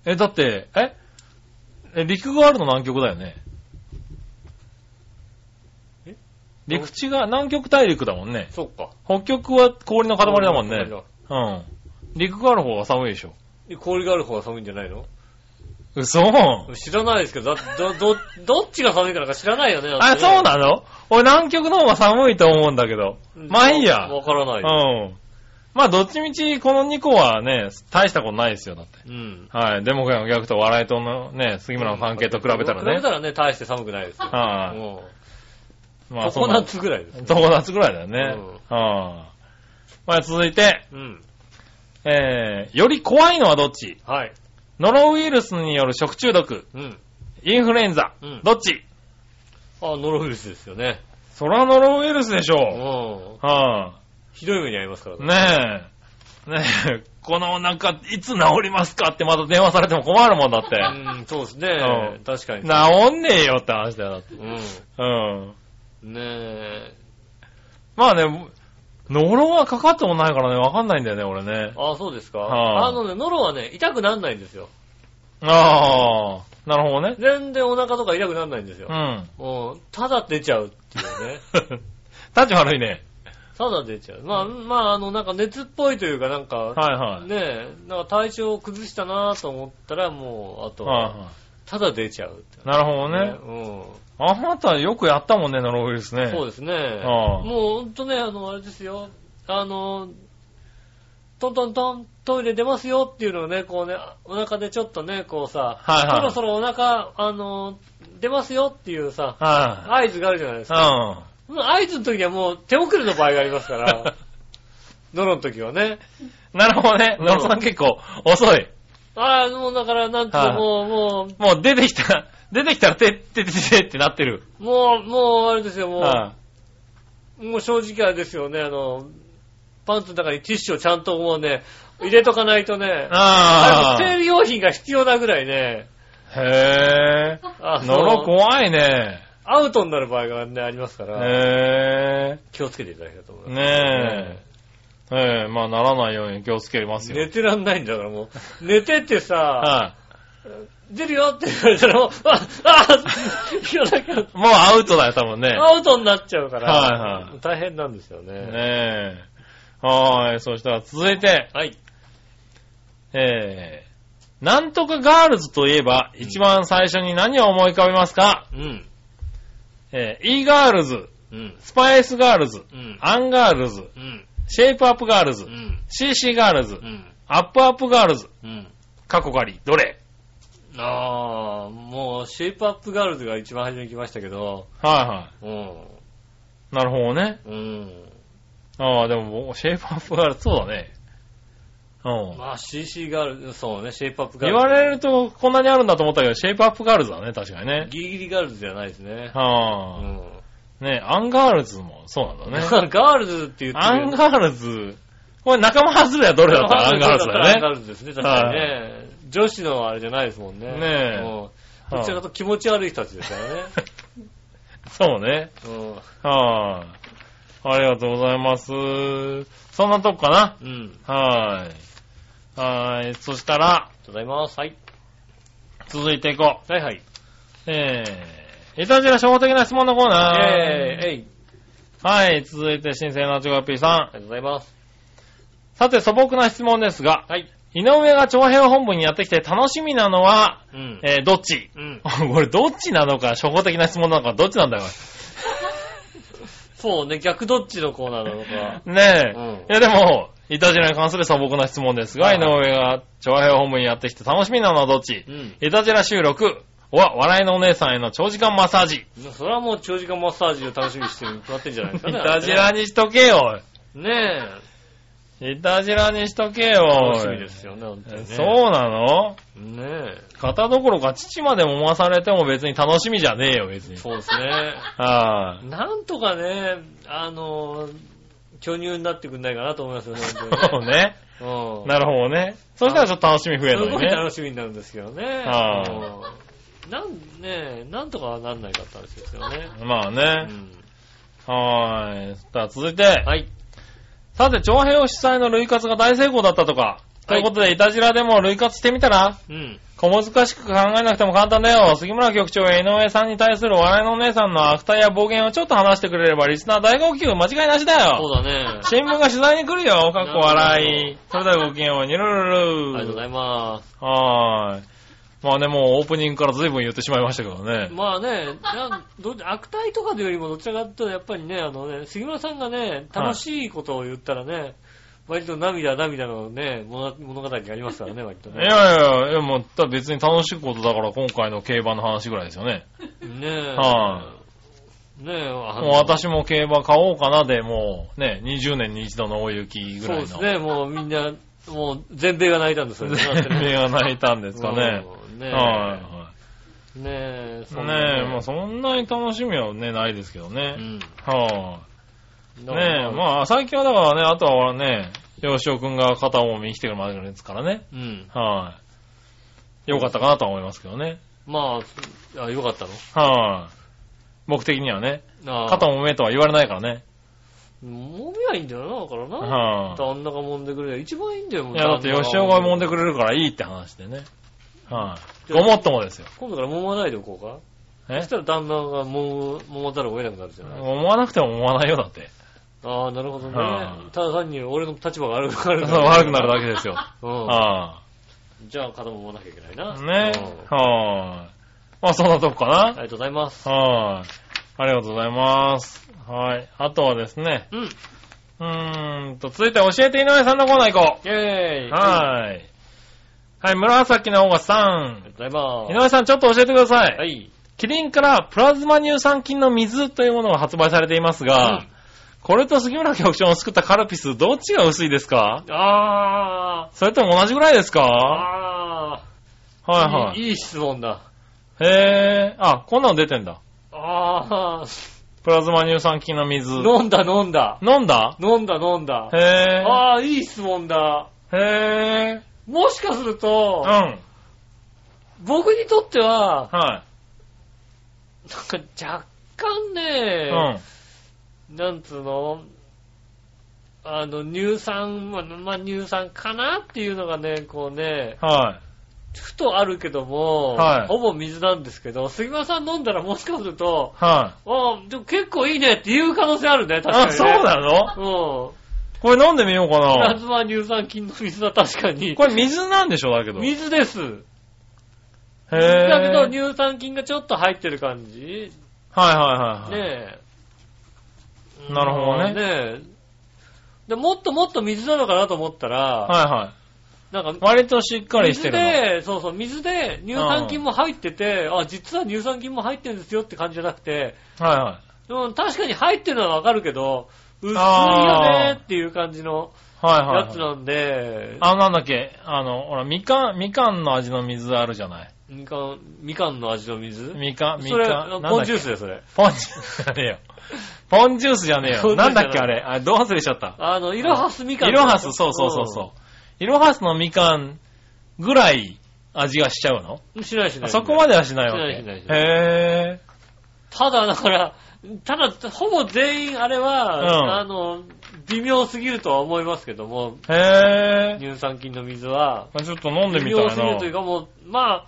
S3: え、だって、ええ、陸があるの南極だよね。
S2: え
S3: 陸地が、南極大陸だもんね。
S2: そっか。
S3: 北極は氷の塊だもんね
S2: 氷。が
S3: うん。陸がある方が寒いでしょ。
S2: え氷がある方が寒いんじゃないの
S3: 嘘
S2: 知らないですけど、だど、ど、どっちが寒いかなんか知らないよね。だっ
S3: あ、
S2: てね
S3: そうなの俺南極の方が寒いと思うんだけど。
S2: うん
S3: まあいいや。
S2: わからな
S3: う
S2: いよ。
S3: ん。まあどっちみちこの2個はね、大したことないですよ、だって。
S2: うん。
S3: はい。デモカの逆と笑いとのね、杉村の関係と比べたら
S2: 比べ
S3: ね。
S2: たらね、大して寒くないですよ。
S3: はい
S2: も
S3: ま
S2: う、
S3: あ
S2: ココ
S3: そ
S2: ナッ
S3: う
S2: ツぐらいです。
S3: 友達ぐらいだよね。はいまあ続いて、
S2: うん。
S3: えー、より怖いのはどっち
S2: はい。
S3: ノロウイルスによる食中毒、
S2: うん。
S3: インフルエンザ、
S2: うん
S3: どっち
S2: あ、ノロウイルスですよね。
S3: そらノロウイルスでし
S2: う
S3: ょ
S2: ん。
S3: う。は
S2: ひどい目に遭いますから
S3: い。ねえ。ねえ、 <laughs> このなんか、いつ治りますかってまた電話されても困るもんだって。
S2: うん、そうですね
S3: う。ん
S2: 確かに。
S3: <laughs> 治んねえよって話だよ、だって。
S2: う
S3: うん。
S2: ん。ねえ。
S3: まあね、ノロはかかってもないからね、わかんないんだよね、俺ね。
S2: ああ、そうですか。
S3: はあ
S2: あのね、ノロはね、痛くなんないんですよ。
S3: ああ、なるほどね。
S2: 全然お腹とか痛くなんないんです
S3: う
S2: よ。
S3: ん。 <laughs>
S2: うん。ただ出ちゃうっていうね。 <laughs>
S3: 立ち悪いね。
S2: ただ出ちゃう。まあ、まあ、あの、なんか熱っぽいというか、なんか、
S3: はいはい。
S2: ねえ、なんか体調を崩したなと思ったら、もう、あとは、
S3: はいは
S2: ただ出ちゃうってい
S3: い。なるほど
S2: う
S3: ね。
S2: ね。うん。
S3: あなたよくやったもんね、ノロウイルスね。
S2: そうですね。
S3: ああ
S2: もうほんとね、あの、あれですよ。あの、トントントン、トイレ出ますよっていうのをね、こうね、お腹でちょっとね、こうさ、
S3: はいはい
S2: そろそろお腹、あの、出ますよっていうさ、
S3: は
S2: 合図があるじゃないで
S3: い。
S2: す
S3: う
S2: か。
S3: ん。
S2: もう合図の時にはもう手遅れの場合があります
S3: <laughs>
S2: から、ノロの時はね。
S3: なるほどね。
S2: うん
S3: ノロさん結構遅い。
S2: ああ、もうだから、なんていう
S3: はい
S2: の、もう、
S3: もう出てきた、 <laughs> 出てきたら、てってててってなってる。
S2: もう、もう、もう、あれですよ、もう、
S3: は
S2: もう正直あれですよね、あの、パンツの中にティッシュをちゃんともうね、入れとかないとね
S3: い。、あ
S2: あの、生理用品が必要なぐらいね、
S3: あ。へえ。
S2: あ
S3: ノロ怖いね。
S2: アウトになる場合がね、ありますから、
S3: へ
S2: 気をつけていただきたいと思い
S3: え。
S2: ます。
S3: ねえ。ええ、まあならないように気をつけますよ。
S2: 寝てらんないんだからも
S3: <laughs>
S2: う、寝ててさ、
S3: は
S2: 出るよって言われたらもう、 <laughs> あ、あ、いやだから
S3: い。もうアウトだよ、多分ね。
S2: アウトになっちゃうから、
S3: はいは
S2: 大変なんですよね。
S3: ねえ。はーい。そしたら続いて、
S2: はい。
S3: えー、なんとかガールズといえば、一番最初に何を思い浮かべますか、
S2: うん。
S3: えー、e ガールズ、
S2: うん。
S3: スパイスガールズ、
S2: うん。
S3: アンガールズ、
S2: うん。
S3: シェイプアップガールズ
S2: う、ん。
S3: CC ガールズ
S2: う、ん。
S3: アップアップガールズ、
S2: うん。
S3: 過去狩り、どれ
S2: ああ、もう、シェイプアップガールズが一番初めに来ましたけど、
S3: はい
S2: うん。
S3: はい。なるほどね。
S2: うん。
S3: ああ、でももう、シェイプアップガールズ、そうだね。うん。
S2: まあ、CC ガールズ、そうね、シェイプアップガー
S3: 言
S2: ルズ。
S3: われると、こんなにあるんだと思ったけど、シェイプアップガールズだね、確かにね。
S2: ギリギリガールズじゃないですね。う
S3: はあ、
S2: ん。 <laughs>
S3: ね、アンガールズもそうなんだね。
S2: ガールズって言ってる
S3: アンガールズ、これ仲間外れはどれだ <laughs> ったらアンガールズだ
S2: アンガ
S3: よ
S2: ールズですね、確かにね。女子のあれじゃないですもんね。
S3: ねえ
S2: うん
S3: はあ
S2: どちらかと気持ち悪い人たちですからね。
S3: ね。そうね。はい、あ。りがとうございます。そんなとこかな。
S2: うん。うん。あり
S3: はい、はい、そしたら、
S2: がとうございます。はい。
S3: 続いていこう。
S2: はいはい。
S3: えー、いたじら初歩的な質問のコーナー。
S2: えー、えい。あり
S3: はい、続いて新生のちごよっぴーさ
S2: がとうございます。
S3: ん。さて、素朴な質問ですが、
S2: はい。
S3: 井上が長編本部にやってきて楽しみなのは、
S2: うん。
S3: えー、どっち <laughs>
S2: うん。
S3: これどっちなのか、初歩的な質問なのか、どっちなんだよ、これ
S2: そうね、逆どっちのコーナーなのか。
S3: ねえ。
S2: うん
S3: いやでも、いたじらに関する素朴な質問ですが、
S2: はい
S3: 井上が長編本部にやってきて楽しみなのはどっち
S2: うん。
S3: いたじら収録は、笑いのお姉さんへの長時間マッサージ。
S2: それはもう長時間マッサージを楽しみにしてる、決まってんじゃない
S3: <laughs> い
S2: ですかね。
S3: たじらにしとけよ。
S2: ね
S3: いたじらにしとけ
S2: え。
S3: よ
S2: 楽。しみですよね、本当にね。
S3: そうなの
S2: うね
S3: 肩どころか父まで揉まされても別に楽しみじゃねえよ、別
S2: え。
S3: に。
S2: そうですね。
S3: はい
S2: なんとかね、あの、巨乳になってくんないかなと思いますよね、本当
S3: そ <laughs>
S2: にね。
S3: うね。
S2: うん
S3: なるほどね。そしたらちょっと楽しみ増え
S2: す
S3: るの
S2: ご
S3: に
S2: い
S3: ね。
S2: 楽しみになるんですけどね。
S3: ああ
S2: うんなん、ねえ、なんとかなんないかったんですけどね。
S3: まあ
S2: う
S3: ね。
S2: ん
S3: はーい。さあ続いて。
S2: はい。
S3: さて、長編を主催の類活が大成功だったとか。ということで、いたじらでも類活してみたら、
S2: うん。
S3: 小難しく考えなくても簡単だよ。杉村局長や井上さんに対する笑いのお姉さんの悪態や暴言をちょっと話してくれれば、リスナー大号泣間違いなしだ
S2: そうだ
S3: よ。
S2: ね。
S3: 新聞が取材に来る
S2: <laughs>
S3: よ。かっこ笑い
S2: なる。
S3: それではごきげんよう。にゅる
S2: あり
S3: るる。
S2: がとうございます。
S3: はーい。まあね、もうオープニングから随分言ってしまいましたけどね。
S2: まあね、なんど悪態とかでよりもどちらかというとやっぱりね、あのね、杉村さんがね、楽しいことを言ったらね、割と涙涙のね、物物語がありますからね、割と
S3: い
S2: ね。
S3: やいやいや、もうただ別に楽しいことだから今回の競馬の話ぐらいですよね。
S2: ねえ。
S3: は
S2: ねえ、あの
S3: もう私も競馬買おうかなで、もうね、20年に一度の大雪ぐ
S2: そう
S3: らい
S2: で
S3: の。
S2: すね、もうみんな、もう全米が泣いたんですよね。
S3: <laughs> 全米が泣いたんですかね。
S2: うんねえ。
S3: は
S2: ねえ、
S3: い
S2: そ
S3: はい。
S2: ん
S3: ねえ、
S2: な
S3: まあそんなに楽しみはね、ないですけど
S2: う
S3: ね。
S2: ん。
S3: は
S2: ね
S3: い。ねえ、まあ最近はだからね、あとはね、吉尾くんが片思いに来てくるまでですからね。
S2: うん。
S3: はい。よかったかなとは思いますけどね。
S2: まあ、あ、よかったの
S3: はい。僕的にはね、
S2: ああ
S3: 肩もめとは言われないからね。
S2: 揉みはいいんだよな、だからな。
S3: は
S2: 旦那が揉んでくれりゃ一番いいんだよ、も
S3: い。
S2: う
S3: いや、だって吉尾が揉んでく
S2: れ。
S3: れるからいいって話でね。はい。
S2: いや
S3: ごもっともですよ。
S2: 今度から揉まないでおこうか。
S3: え
S2: そしたら旦那が揉む、揉まざるを得なくなるじゃない。
S3: 思わなくても思わないよ、だって。
S2: ああ、なるほどね
S3: は。あ
S2: ただ単に俺の立場が悪くなる。
S3: 悪くなるだけですよ。
S2: う
S3: は
S2: ん。じゃあ肩も揉まなきゃいけないな。
S3: い。ね
S2: うん。
S3: はい。まあ、そんなとこ
S2: あり
S3: か
S2: がとうございます。
S3: な。はい。ありがとうございます。はい。あとはですね、
S2: うん。イ
S3: うーんと、続いて教えて井上さんのコーナー行こ
S2: ェーイ。
S3: う。
S2: あ
S3: はい。はい、紫の尾がさ
S2: り
S3: ん。
S2: がとうござ
S3: 井
S2: いま
S3: 上さん、ちょっと教えてくださ
S2: す。
S3: い。
S2: はい。
S3: キリンからプラズマ乳酸菌の水というものが発売されていますが、
S2: うん
S3: これと杉村局長の作ったカルピス、どっちが薄いですか
S2: あ
S3: それとも同じぐらいですか
S2: あ。
S3: は
S2: ああ。
S3: いはい
S2: い。いい質問だ。
S3: い。へえ、あ、こんなの出てんだ。
S2: ああ。
S3: プラズマ乳酸菌の水。
S2: 飲んだ飲んだ。
S3: 飲んだ
S2: 飲んだ飲んだ
S3: へ。え。
S2: ああ、いい質問だ。
S3: へえ。
S2: もしかする
S3: うん。
S2: と、
S3: はい。
S2: 僕にとっては、
S3: あ
S2: なんか若若干
S3: う
S2: ね、
S3: ん。
S2: なんつうの、あの、乳酸、まあ、まあ、乳酸かなっていうのがね、こうね、
S3: は
S2: ふとあるけども、
S3: はい
S2: ほぼ水なんですけど、杉村さん飲んだらもしかすると、
S3: い。はい。
S2: ああ、でも結構いいねっていう可能性あるね、確かに、
S3: あ、
S2: ね。
S3: そうな
S2: う
S3: の
S2: ん。
S3: これ飲んでみようか
S2: プラ
S3: な
S2: ズ。マ乳酸菌の水は確かに。
S3: これ水なんでしょだけど。へ
S2: 水です。
S3: ぇ
S2: だけど
S3: はい
S2: 乳酸菌がちょっと入ってる感じ
S3: はいはい。
S2: ねえ。
S3: なるほどね
S2: うんえで、もっともっと水なのかなと思ったら、
S3: はいは
S2: なん
S3: い。
S2: か、
S3: 割としっかりし
S2: 水
S3: てるの。
S2: で、そうそう、水で乳酸菌も入ってて、あ、実は乳酸菌も入ってるんですよって感じじゃなくて、
S3: はいは
S2: うん、確かに入ってるのはわかるけど、薄いよ
S3: あ
S2: ねっていう感じの
S3: い。はいはい
S2: や
S3: は
S2: つ
S3: い。
S2: なんで、
S3: あの、なんだっけ、あの、ほら、みかん、みかんの味の水あるじゃない。
S2: みかん、みかんの味の水
S3: みかん、み
S2: それ、
S3: かん。
S2: ポンジュー
S3: ス。
S2: スだよ、それ。
S3: ポンジュースじゃねえよ。ポンジュースじゃね
S2: <laughs>
S3: え
S2: ポンジュースじゃな
S3: よ。ないんだっけ、あれ。あれ、どう忘れしちゃった。
S2: あの、イロハスみかん。
S3: イロハス、そうそうそうそう。イロハスのみかんぐらい味がしちゃうの
S2: うん。しないしない。
S3: そこまではしないわけ。
S2: しないしな
S3: へ
S2: ただ、だから、ただ、ほぼ全員あれは、
S3: うん
S2: あの、微妙すぎるとは思いますけども、
S3: ぇー。へぇ
S2: 乳酸菌の水は。
S3: ー。ちょっと飲んでみ
S2: 微
S3: た
S2: 妙
S3: いな
S2: すぎるという。かもう、まあ、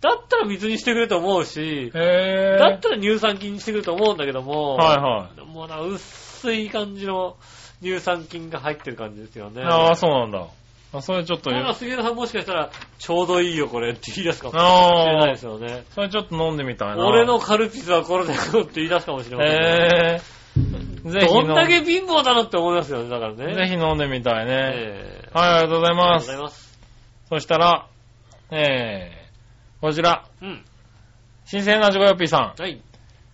S2: だったら水にしてくれと思うし、
S3: へぇー。
S2: だったら乳酸菌にしてくれと思うんだけども、
S3: はいは
S2: もうな、薄い感じの乳酸菌が入ってる感じですよね。
S3: い。ああ、そうなんだ。あそれちょっと、
S2: だから杉浦さんもしかしたら、ちょうどいいよこれって言い出すかもしれない
S3: ああ
S2: で、すよね。
S3: それちょっと飲んでみたいな。
S2: 俺のカルピスはこれだよって言い出すかもしれませんね。
S3: へぇー。ぜひ
S2: ど
S3: 飲
S2: んだけ貧乏なのって思いますよね、だからね。
S3: ぜひ飲んでみたいね。
S2: ええ
S3: はい、ありがとうござ
S2: ありがとう
S3: いま
S2: ござい
S3: す。
S2: ます。
S3: そしたら、えー、こちら、
S2: うん。
S3: 新鮮なジョコヨッピーさん。
S2: はい。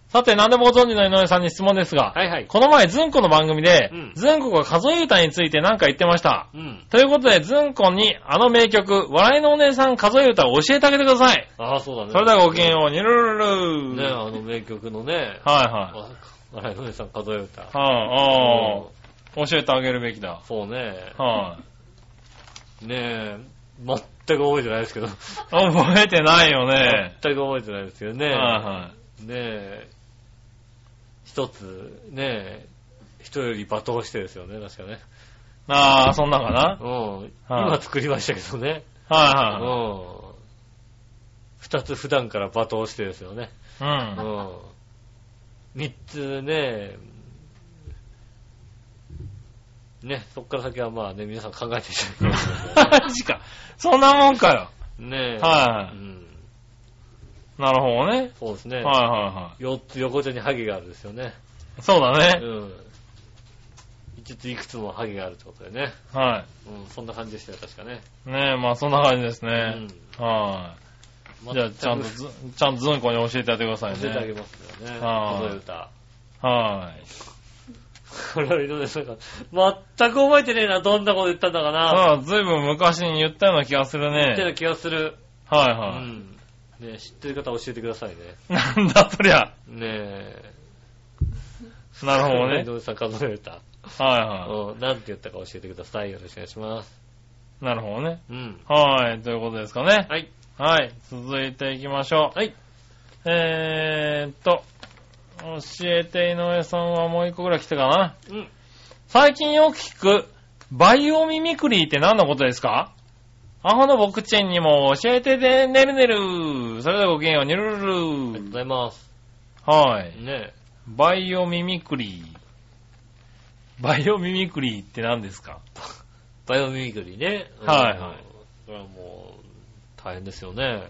S3: さて、何でもご存知の井上さんに質問ですが、
S2: はいはい。
S3: この前、ズンコの番組で、
S2: うん
S3: ズンコが数え歌について何か言ってました。
S2: うん。
S3: ということで、ズンコにあの名曲、笑いのお姉さん数え歌を教えてあげてください。
S2: ああ、そうだね。
S3: それではごきげんよう、にゅるるるる。
S2: ね、あの名曲のね、
S3: はいはい。
S2: あ笑いのお姉さん数え歌。う
S3: はい、ああ、教えてあげるべきだ
S2: ん。そうね。
S3: はい、
S2: ねえ、全く覚えてないですけど。
S3: あ。覚えてないよ
S2: 全
S3: ね。
S2: く覚えてないですけどね。
S3: はいは
S2: ねえ、一つ、ねえ、人より罵倒してですよね、確かね。
S3: い。ああ、そんなんかな。は
S2: う
S3: い
S2: ん。今作りましたけどね。う
S3: はい、
S2: ん。二つ普段から罵倒してですよね。う
S3: うん。
S2: ん。三つね、ね、そっから先はまあね、皆さん考えていただきた
S3: <laughs>
S2: い。
S3: マジか。そんなもんかよ。
S2: ねえ。
S3: は
S2: う
S3: い
S2: ん。
S3: なるほどね。
S2: そうですね。
S3: はいはいは
S2: 四つ横丁にハゲがあるですよね。
S3: い。そうだ
S2: う
S3: ね。
S2: ん。五ついくつもハゲがあるってことだよね。
S3: は
S2: うん、そんな感じでしたよ、確かね。
S3: い。ねえ、まあそんな感じです
S2: う
S3: ね
S2: ん。。
S3: はい。じゃあ、ちゃん
S2: 全
S3: と
S2: く
S3: ず、ちゃんとズンコに教えてやってください
S2: 教えてあげ
S3: ね。
S2: ますからね。
S3: はい
S2: この歌。
S3: はい。
S2: これは井上さんが全く覚えてねえな、どんなこと言ったんだかな。
S3: ああ、ずいぶん昔に言ったような気がす
S2: っ
S3: る
S2: てな
S3: ね。
S2: 気がする。
S3: はいうは
S2: ん。ね知ってる方教えてくださいね。
S3: い。なんだそりゃ。
S2: ねえ。
S3: なるほどね
S2: <laughs> 井。上さん数え歌。
S3: はいは
S2: うん。なんて言ったか教えてください。よろしくお願いします。
S3: い。なるほどね。
S2: うん。
S3: はい。ということですかね。
S2: はい。
S3: はい。続いていきましょう。
S2: はい。
S3: えーっと、教えて井上さんはもう一個ぐらい来てかな。
S2: うん。
S3: 最近よく聞く、バイオミミクリーって何のことですかアホの僕ちんにも教えてで、ねるねる。それではごきげんよう、にゅる
S2: ありがとう
S3: る
S2: ご
S3: る。
S2: ざいます。
S3: はい。
S2: ね
S3: バイオミミクリー。バイオミミクリーって何ですか
S2: バイオミミクリーね。うん
S3: はいはい。
S2: これはもう、大変ですよね。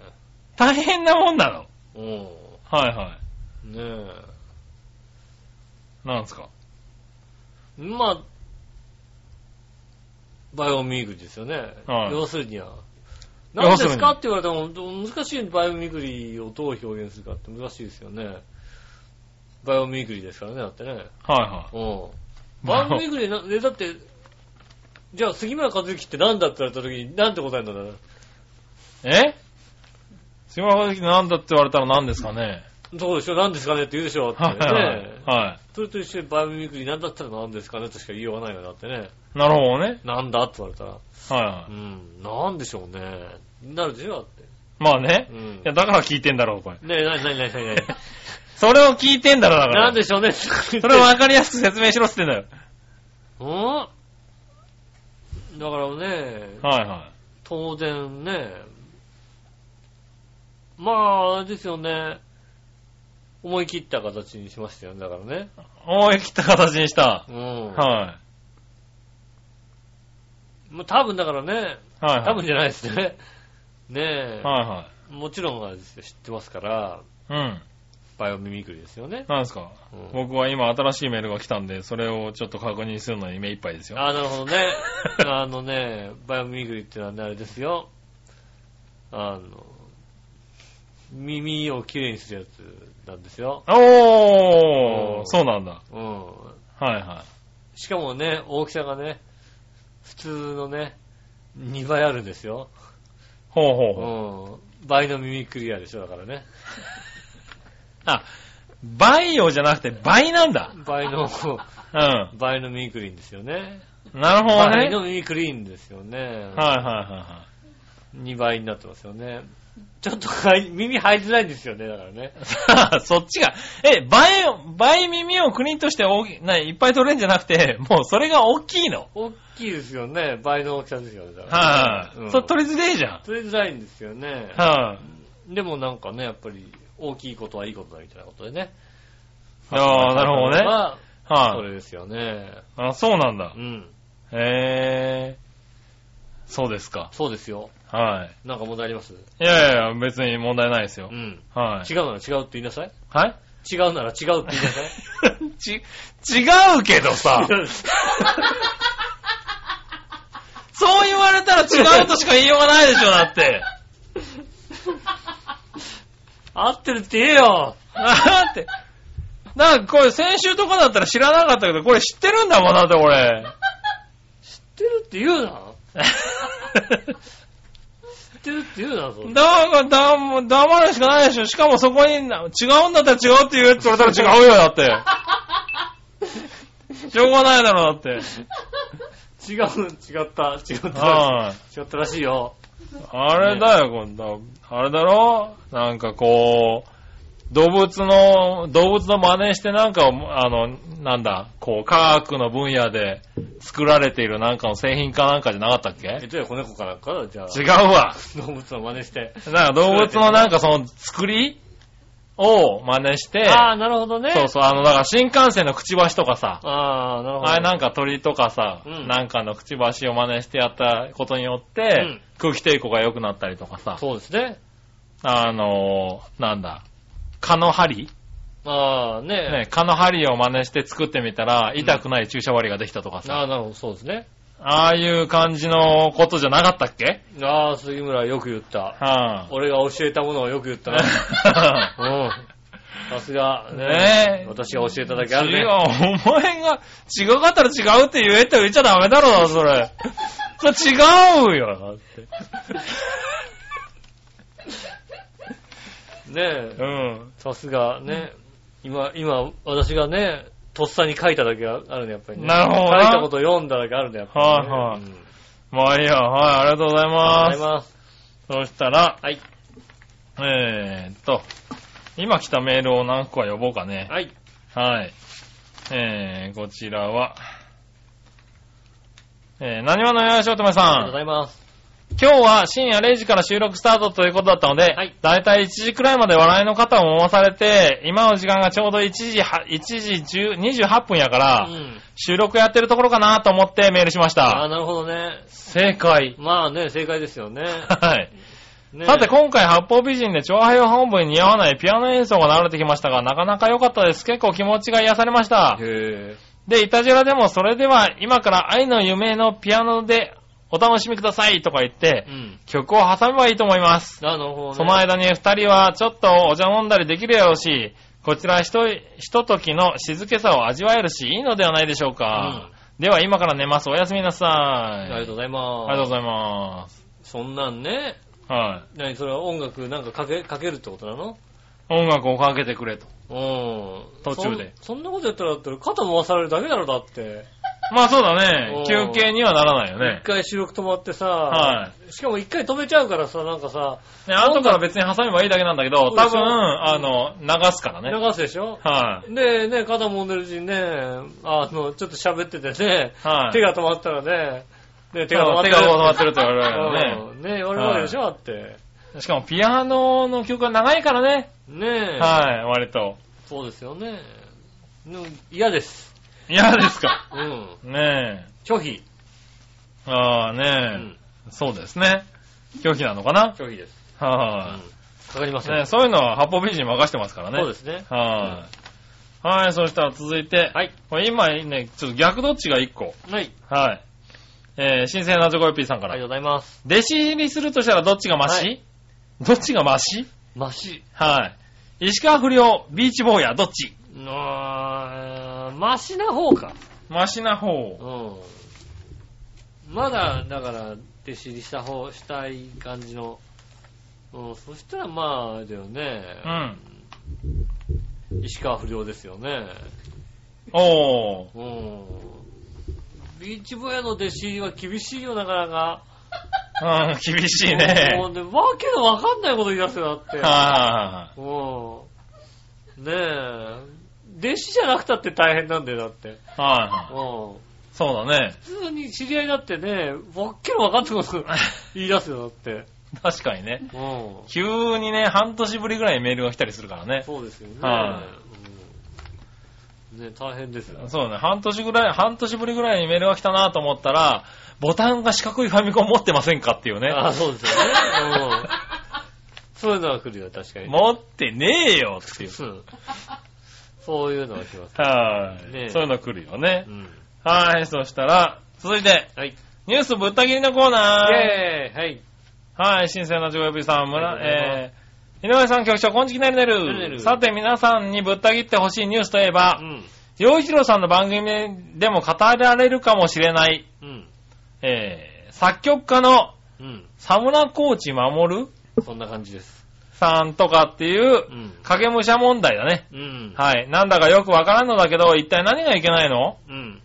S3: 大変なもんなの
S2: うん。
S3: はいは
S2: ね
S3: い。なんですか
S2: え。まあ、バイオミーグリですよね。
S3: はい
S2: 要するには。何
S3: 要
S2: です
S3: るに
S2: すかって言われても、ど難しいバイオミーグリをどう表現するかって難しいですよね。バイオミーグリですからね、だってね。
S3: はいは
S2: うん。
S3: い。
S2: バイオミーグリな、えだって、じゃあ杉村和之って何だって言われた時に、なんて答えるんだろう。
S3: え杉村和樹なんだって言われたら何ですかね
S2: そうでしょ何ですかねって言うでしょって
S3: は
S2: ね
S3: い。はいは
S2: それと一緒にバイオミーグリなんだったら何ですかねとしか言いようがないよ、だってね。
S3: い。なるほどね。
S2: なんだって言われたら。
S3: はいは
S2: うん、なんでしょうね。なるでしょだって。
S3: い。まあね
S2: う。ん。
S3: いや、だから聞いてんだろう、これ。
S2: ねえ、なになになになに
S3: それを聞いてんだろ、だから。
S2: なんでしょうね。
S3: それをわかりやすく説明しろって言ってんだよ。
S2: うんだからね、
S3: はいは
S2: 当然ね、まあ、あれですよね、思い切った形にしましたよね、だからね。
S3: い。思い切った形にした。
S2: うん。
S3: は
S2: まあ、多分だからね、
S3: い。はい
S2: 多
S3: は
S2: 分
S3: い。
S2: じゃないですね。ねえ、
S3: は
S2: もちろんあれですよ知ってますから、
S3: いはい。うん。
S2: バイオミミクリですよね。
S3: なんですか
S2: うん
S3: 僕は今新しいメールが来たんで、それをちょっと確認するのに目いっぱいですよ。
S2: ああ、なるほど
S3: <laughs>
S2: ね。あのね、バイオミミクリってのはね、あれですよ。あの、耳をきれいにするやつなんですよ。う
S3: おー
S2: ん
S3: そうなんだ。
S2: うん。
S3: はいは
S2: しかもね、大きさがね、普通のね、2倍あるんですよ。
S3: い。ほうほう
S2: う
S3: ほう。
S2: ん。倍の耳クリアでしょ、だからね。
S3: あ、バイオじゃなくて倍なんだ。
S2: 倍
S3: <laughs>
S2: の、
S3: う
S2: 倍の耳クリーンですよね。
S3: ん。なるほど
S2: 倍
S3: ね。
S2: の耳クリーンですよね。
S3: はいはいは
S2: 2倍になってますよね。ちょっとはい耳入りづらいんですよね、だからね。
S3: いはい。そっちが、え、倍、倍耳を国として大きい、ない、いっぱい取れるんじゃなくて、もうそれが大きいの。
S2: 大きいですよね、倍の大きさですよね。だから
S3: は
S2: ね
S3: い、
S2: う
S3: はい。
S2: ん
S3: それ取りづれえじゃん。
S2: 取りづらいんですよね。
S3: はい、
S2: でもなんかね、やっぱり大きいことはいいことだみたいなことでね。
S3: ああ、なるほどね。はい、
S2: まあそれですよね。
S3: あ、そうなんだ
S2: う。ん。
S3: へえ。そうですか。
S2: そうですよ。
S3: は
S2: なんか問題あります
S3: い。いやいや、別に問題ないですよ
S2: う。ん。
S3: はい。
S2: 違うなら違うって言いなさい。
S3: はい
S2: 違うなら違うって言いなさい。
S3: <laughs> ち、違うけ
S2: <laughs>
S3: どさ、そう言われたら違うとしか言いようがないでしょ、だって。
S2: 合ってるって言えよ
S3: だって、なんかこれ先週とかだったら知らなかったけど、これ知ってるんだもん、だって俺。
S2: <laughs> 知ってるって言うな知ってるって言うな、それ。
S3: だが、だ、黙るしかないでしょ。しかもそこにな、違うんだったら違うって言うやつ言われたら違うよ、だ
S2: <laughs>
S3: って。しょうがないだろ、だって。
S2: 違う、違った、違った、
S3: はい。
S2: 違ったらしいよ。
S3: あれだよ、こんな、あれだろなんかこう、動物の、動物の真似してなんかを、あの、なんだ、こう、科学の分野で作られているなんかの製品かなんかじゃなかったっ
S2: え
S3: け
S2: っと、子猫かなんかじゃあ、
S3: 違うわ。
S2: 動物の真似して。
S3: なんか動物のなんかその作りを真似して、
S2: ああ、なるほどね。
S3: そうそう、あの、だから新幹線のくちばしとかさ、
S2: ああ、なるほど。
S3: あれなんか鳥とかさ、
S2: うん
S3: なんかのくちばしを真似してやったことによって、
S2: ん
S3: 空気抵抗が良くなったりとかさ、
S2: そうですね。
S3: あのー、なんだ、蚊の針
S2: ああ、ねえ。
S3: ね、蚊の針を真似して作ってみたら、痛くない注射針ができたとか
S2: あ
S3: さ、
S2: あ、なるほど、そうですね。
S3: ああいう感じのことじゃなかったっけ
S2: ああ、杉村よく言った。
S3: はぁ、
S2: 俺が教えたものをよく言った
S3: <laughs>
S2: な。うん。さすが、
S3: ねえ
S2: 私が教えただけある
S3: 違う、
S2: ね。
S3: お前が、違かったら違うって言えって言っちゃダメだろう、
S2: <laughs>
S3: それ。それ違うよ、だって。
S2: ね
S3: う
S2: え、
S3: ん。
S2: さすがね、今、今、私がね、とっさに書いただけあるね、やっぱりね。
S3: なるほどな
S2: 書いたことを読んだだけあるね、やっぱりね。
S3: はいはい
S2: うん
S3: まあいいや、はい、ありがとうござい
S2: あ
S3: ま
S2: りがとうご
S3: す。
S2: ざいます。
S3: そしたら、
S2: はい。
S3: えーっと、今来たメールを何個か呼ぼうかね。
S2: はい。
S3: はい。えー、こちらは、えー、何話のよやしおとめ
S2: ありがとう
S3: さ
S2: ご
S3: ん。
S2: ざいます。
S3: 今日は深夜0時から収録スタートということだったので、
S2: はい
S3: だいたい1時くらいまで笑いの肩を回されて、今の時間がちょうど1時は、1時10 28分やから、
S2: うん。
S3: 収録やってるところかなと思ってメールしまし
S2: ああ、
S3: た。
S2: なるほどね。
S3: 正解。
S2: まあね、正解です
S3: <laughs>
S2: よね。
S3: はい。
S2: ね
S3: さて今回八方美人で長平本部に似合わないピアノ演奏が流れてきましたが、なかなか良かったです。結構気持ちが癒されました。
S2: へえ。
S3: で、イタジェラでもそれでは今から愛の夢のピアノでお楽しみくださいとか言って
S2: う、ん。
S3: 曲を挟めばいいと思います。
S2: あなるほどね。
S3: その間に二人はちょっとお茶飲んだりできるやろうし、こちらひと、ひとときの静けさを味わえるし、いいのではないでしょうか。では今から寝ます。おやすみなさい。
S2: あ
S3: あ
S2: りがとうございます。
S3: りがとうございます。
S2: そんなんね、
S3: は
S2: 何それは音楽なんかかけ、かけるってことなの
S3: い。音楽をかけてくれと。
S2: うん。
S3: 途中で
S2: そん。そんなことやったら、だったら肩回されるだけだろ、だって。
S3: まあそうだね
S2: お。ー
S3: 休憩にはならないよ
S2: 一
S3: ね。
S2: 回収録止まってさ、
S3: は
S2: しかも一回止めちゃうからさ、なんかさ、
S3: ね、後から別に挟めばいいだけなんだけど、
S2: そう
S3: 多
S2: でしょ
S3: 分、あの、流すからね。
S2: 流すでしょ
S3: はい。
S2: で、ね、肩揉んでるうちにね、あの、ちょっと喋っててね、
S3: はい。
S2: 手が止まったらね、ね、手
S3: 手が
S2: が止まって
S3: 手が止まってるって言われるからね。
S2: うんね、言われるわけでしょ、だって。
S3: しかもピアノの曲が長いからね。
S2: ねえ、
S3: はい、割と。
S2: そうですよね。でも嫌です。
S3: 嫌ですか。
S2: うん。
S3: ね
S2: 拒否。
S3: え。ああ、
S2: う
S3: ね
S2: ん。
S3: え。そうですね。拒否なのかな
S2: 拒否です。う
S3: は
S2: んかかりま
S3: い。
S2: せん。
S3: ねえそういうのは八方美人に任してますからね。
S2: そうですね。
S3: はい。はい、そしたら続いて。
S2: はい。
S3: これ今ね、ちょっと逆どっちが1個。
S2: はい。
S3: はい。えー、新鮮なチョコヨッピーさん
S2: あ
S3: か
S2: りがと
S3: ら。
S2: うございます。
S3: 弟子入りするとしたらどっちがマシ、
S2: は
S3: どっちがマシ
S2: マシ。
S3: はい。石川不良、ビーチ坊や、どっち
S2: なーマシな方か。
S3: マシな方。
S2: うん。まだ、だから、弟子入りした方、したい感じの。うん、そしたらまあ、あれだよね。
S3: うん。
S2: 石川不良ですよね。
S3: おー。
S2: うん。ビーチボヤの弟子入りは厳しいよ、なかなか。
S3: うん、厳しい
S2: もう
S3: ね。
S2: ね、わけのわかんないこと言い出すよ、だって。
S3: は
S2: うん。ねえ。弟子じゃなくたって大変なんだよ、だって。
S3: い。は
S2: う
S3: い。
S2: ん。
S3: そうだね。
S2: 普通に知り合いだってね、わっけのわかんないこと <laughs> 言い出すよ、だって。
S3: 確かにね。
S2: うん。
S3: 急にね、半年ぶりぐらいにメールが来たりするからね。
S2: そうですよね。
S3: は
S2: うんね、大変ですよ。
S3: そうだね。半年ぐらい、半年ぶりぐらいにメールが来たなと思ったら、ボタンが四角いファミコン持ってませんかっていうね。
S2: あそうですよね。うんそういうのは来るよ、確かに。
S3: 持ってねえよっていう。
S2: うんそういうのは来ます。
S3: はい、
S2: ねえ
S3: そういうの来るよね
S2: う。ん
S3: はい。そしたら、続いて、
S2: はい。イ
S3: ニュースぶった切りのコー
S2: ェー
S3: ナー。
S2: イはい。
S3: はい。新鮮なジョビさん、村、
S2: ありがとうござい
S3: えー、井上さん局長、こんちきなりね
S2: ねるね
S3: る。
S2: る
S3: さて、皆さんにぶった切ってほしいニュースといえば
S2: う、ん。
S3: 洋一郎さんの番組でも語られるかもしれない、
S2: うん。
S3: えー、作曲家の
S2: うん。
S3: サムラコーチ守
S2: そんな感じです。
S3: さんとかっていう
S2: う、ん。
S3: 影武者問題だね。
S2: うん。
S3: はい。なんだかよくわからんのだけど、一体何がいけないの
S2: うん。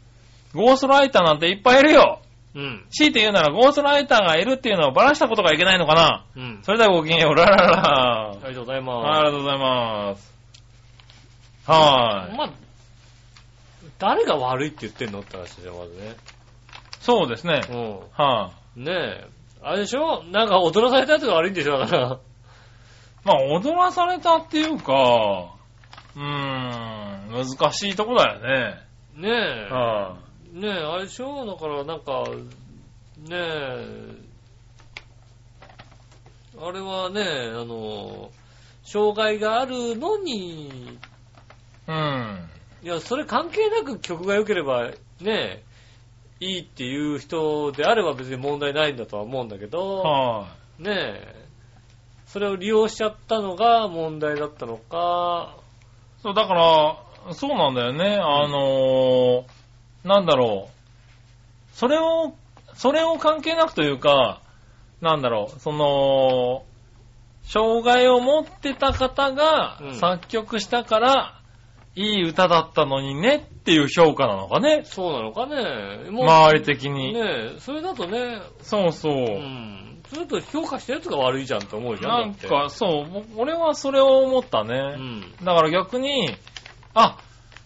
S3: ゴーストライターなんていっぱいいるよ
S2: うん。
S3: 強いて言うなら、ゴーストライターがいるっていうのをばらしたことがいけないのかな
S2: うん。
S3: それではごきげんよう、ララララ
S2: あ。りがとうござい
S3: はいあ
S2: ま
S3: りがとうございます。は
S2: す。
S3: ーい。
S2: まあ、誰が悪いって言ってんのって話でまずね。
S3: そうですね。
S2: うん。
S3: はい、
S2: ねえ。あれでしょなんか踊らされたやつが悪いんでしょだから。
S3: まあ、踊らされたっていうか、うーん、難しいとこだよね。
S2: ねえ。
S3: は
S2: ねえ、あれでしょだから、なんか、ねえ、あれはね、あの、障害があるのに、
S3: い、うん。
S2: いや、それ関係なく曲が良ければ、ねえ、いいっていう人であれば別に問題ないんだとは思うんだけど、
S3: は
S2: ねえ、それを利用しちゃったのが問題だったのか、
S3: い、そう、だから、そうなんだよね。あのーなんだろう。それを、それを関係なくというか、なんだろう、その、障害を持ってた方が
S2: うん
S3: 作曲したから、いい歌だったのにねっていう評価なのかね。
S2: そうなのかね。もう
S3: 周り的に。
S2: ねえ、それだとね、
S3: そうそう。
S2: うんそれと評価したやつが悪いじゃんって思うじゃん。
S3: なん
S2: だっ
S3: か、そう、も俺はそれを思った
S2: て、う
S3: ね。
S2: ん。
S3: だから逆に、あ、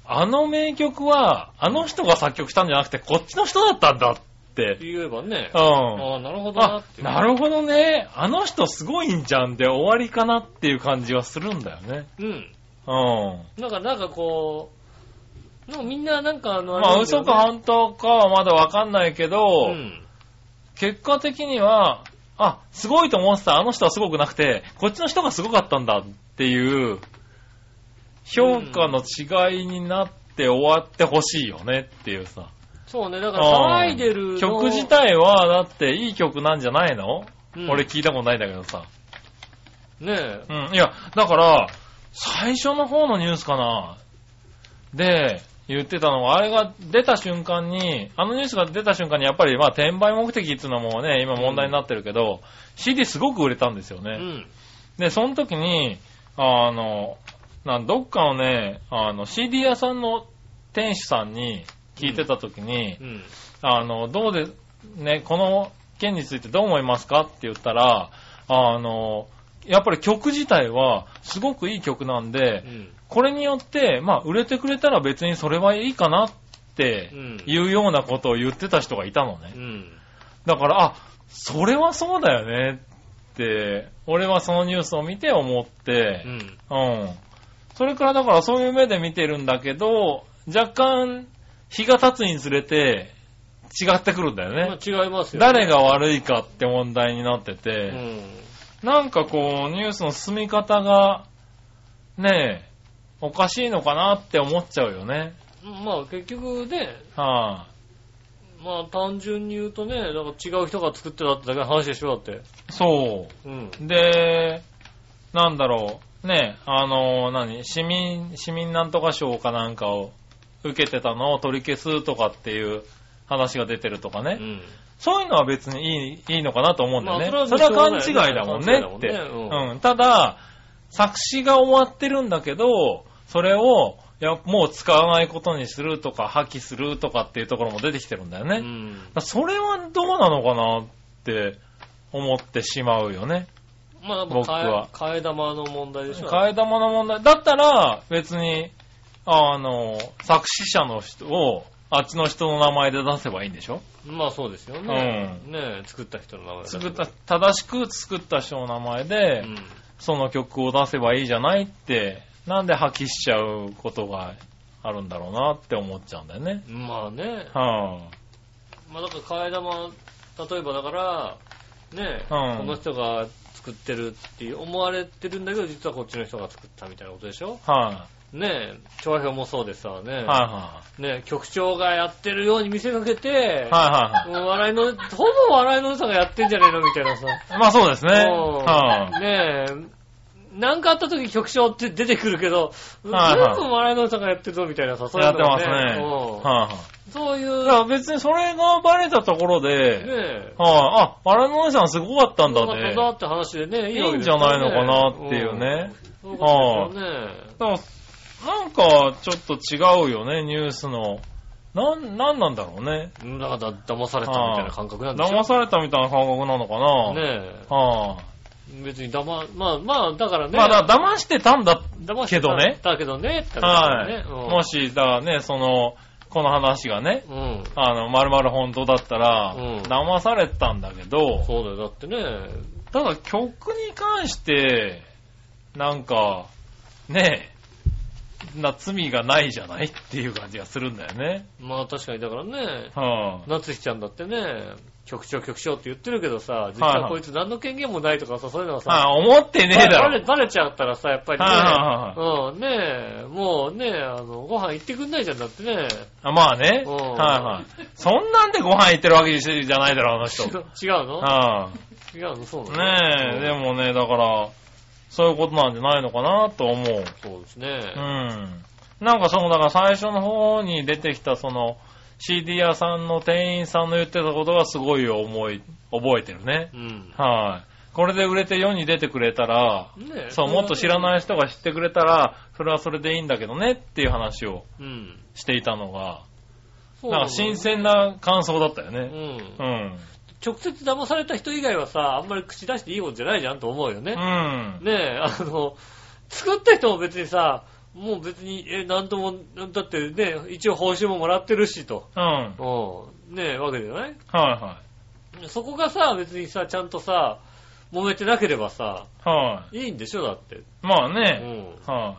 S3: あの名曲は、あの人が作曲したんじゃなくて、こっちの人だったんだって。
S2: 言えばね、
S3: う
S2: あ
S3: ん。
S2: あ、なるほどな
S3: あ
S2: っ、て。
S3: なるほどね。あの人すごいんじゃんで終わりかなっていう感じはするんだよね。
S2: うん。
S3: うん。
S2: なんか、なんかこう、なんかみんななんかあの、
S3: まあ
S2: れだよ
S3: 嘘
S2: ね
S3: か本当かはまだわかんないけ
S2: う
S3: ど、
S2: ん。
S3: 結果的には、あ、すごいと思ってたあの人はすごくなくて、こっちの人がすごかったんだっていう、評価の違いになって終わってほしいよねっていうさ。
S2: そうね、だから騒いでるの
S3: 曲自体は、だっていい曲なんじゃないの、
S2: うん
S3: 俺聞いたことないんだけどさ。
S2: ねえ、
S3: うん。いや、だから、最初の方のニュースかな。で、言ってたのが、あれが出た瞬間に、あのニュースが出た瞬間に、やっぱり、まあ、転売目的っていうのもね、今問題になってるけど、CD すごく売れたんですよ
S2: う
S3: ね。
S2: ん。
S3: で、その時に、あの、なんどっかのね、あの、CD 屋さんの店主さんに、聞いてた時に、
S2: うん。
S3: あの、どうで、ね、この件についてどう思いますかって言ったら、あの、やっぱり曲自体はすごくいい曲なんで、
S2: うん。
S3: これによって、まあ、売れてくれたら別にそれはいいかなって
S2: うん
S3: いうようなことを言ってた人がいたのね
S2: う。ん。
S3: だから、あ、それはそうだよねって、俺はそのニュースを見て思って
S2: う、ん。
S3: うん。それからだからそういう目で見てるんだけど、若干日が経つにつれて違ってくるんだよ
S2: ま
S3: ね。
S2: あ違いますよ、
S3: 誰が悪いかって問題になって
S2: う
S3: て、
S2: ん。
S3: なんかこうニュースの進み方が、ねえ、おかしいのかなって思っちゃうよね。
S2: まあ結局ね、
S3: はあ、
S2: まあ単純に言うとね、なんか違う人が作ってたってだけの話でしょ、だって。
S3: そう。
S2: うん。
S3: で、なんだろう、ね、あの、何、市民、市民なんとか賞かなんかを受けてたのを取り消すとかっていう話が出てるとか
S2: う
S3: ね。
S2: ん。
S3: そういうのは別にいい、いいのかなと思うんだよね。
S2: まあそ
S3: そ
S2: れ
S3: れ
S2: は
S3: は
S2: ね
S3: 勘違いだもんねって。
S2: しょうがないよね
S3: うん、ただ、作詞が終わってるんだけど、それを、いや、もう使わないことにするとか、破棄するとかっていうところも出てきてるんだよね。
S2: う
S3: だか
S2: ん。
S3: らそれはどうなのかなって思ってしまうよね。
S2: まあやっぱ
S3: 僕は
S2: 替え替え玉の問題でしょ。
S3: 替え玉の問題。だったら、別に、あの、作詞者の人を、あっちの人の名前で出せばいいんでしょ
S2: まあそうですよね。ねえ作った人の名前だけど
S3: 作った、正しく作った人の名前で、
S2: うん。
S3: その曲を出せばいいじゃないって、なんで破棄しちゃうことがあるんだろうなって思っちゃうんだよね。
S2: まあね。
S3: は
S2: まあだから替え玉、例えばだから、ねえ、
S3: うん
S2: この人が作ってるっていう思われてるんだけど、実はこっちの人が作ったみたいなことでしょ
S3: あ、は
S2: ねえ、調和表もそうでさ、ねえ、
S3: い、は
S2: ねえ、局長がやってるように見せかけて
S3: い、、はい、はい、は
S2: もう笑いの、ほぼ笑いのおじさんがやってんじゃねえのみたいなさ。
S3: い。まあそうですね。
S2: うん
S3: はあ、
S2: ねえ、なんかあった時局長って出てくるけど、全部
S3: はいはい
S2: 笑いのおじさんがやってるぞみたいなさ、そうい
S3: や
S2: う
S3: って
S2: のが
S3: ますね。
S2: うん
S3: はあ、はあ、
S2: そうい
S3: だか
S2: う、
S3: ら別にそれがバレたところで、
S2: ねえ、
S3: はい、あ、あ、れのおじさんすごかったんだ
S2: そう
S3: ね。
S2: んだって話でね、
S3: い
S2: わ
S3: い
S2: けで
S3: んじ
S2: す
S3: ゃ
S2: から
S3: ないのかなっていう。ね。
S2: うんそういうことですよね。
S3: だからなんか、ちょっと違うよね、ニュースの。なん、なんなんだろうね。
S2: うんだから騙されたみたいな感覚なんでしょ
S3: 騙されたみたいな感覚なのかな。
S2: ね
S3: はあ、
S2: え。別に騙、まあまあ、だからね。
S3: まあ、だ騙してたんだ。
S2: 騙して
S3: けどね
S2: だけどね。って話
S3: は
S2: だよね
S3: い。も。し、だからね、その、この話がね、
S2: うんうん。
S3: あの、まるまる本当だったら、
S2: うん
S3: 騙されたんだけど、
S2: そうだよ。だってね。
S3: ただ曲に関して、なんか、ねえ、な、罪がないじゃないっていう感じがするんだよね。
S2: まあ確かに、だからね。
S3: はあ、
S2: 夏日ちゃんだってね、局長局長って言ってるけどさ、実
S3: はい
S2: は
S3: はい
S2: こいつ何の権限もないとかさ、そういうのはさ、
S3: ああ、思ってねえだ
S2: バレ
S3: ろ。
S2: バレちゃったらさ、やっぱりね、
S3: は
S2: う
S3: い
S2: ん、ねえ、もうねえ、あの、ご飯行ってくんないじゃんだってね。
S3: あまあね。
S2: うん
S3: はいはい。そんなんでご飯行ってるわけじゃないだろ、あの人。
S2: 違うの
S3: はあ、
S2: 違うのそうなの
S3: ねえ、で。もね、だから、そういうことなんじゃないのかなと思う。
S2: そうです
S3: う
S2: ね。
S3: ん。なんかその、だから最初の方に出てきたその、CD 屋さんの店員さんの言ってたことがすごい思い、覚えてるね。
S2: うん。
S3: はい。これで売れて世に出てくれたら、
S2: ねえ
S3: そう、もっと知らない人が知ってくれたら、それはそれでいいんだけどねっていう話を
S2: うん。
S3: していたのが、
S2: そう
S3: なんか新鮮な感想だったよ
S2: う
S3: ね。
S2: ん
S3: う。ん。
S2: 直接騙された人以外はさ、あんまり口出していいもんじゃないじゃんと思うよ
S3: う
S2: ね。
S3: ん。
S2: ねえ、あの、作った人も別にさ、もう別に、え、なんとも、だってね、一応報酬ももらってるしと。
S3: うん。はい
S2: うん。ねえ、わけじゃない
S3: は
S2: そこがさ、別にさ、ちゃんとさ、揉めてなければさ、
S3: い。はい
S2: いんでしょだって。
S3: い。まあ
S2: う
S3: ね、
S2: ん。
S3: は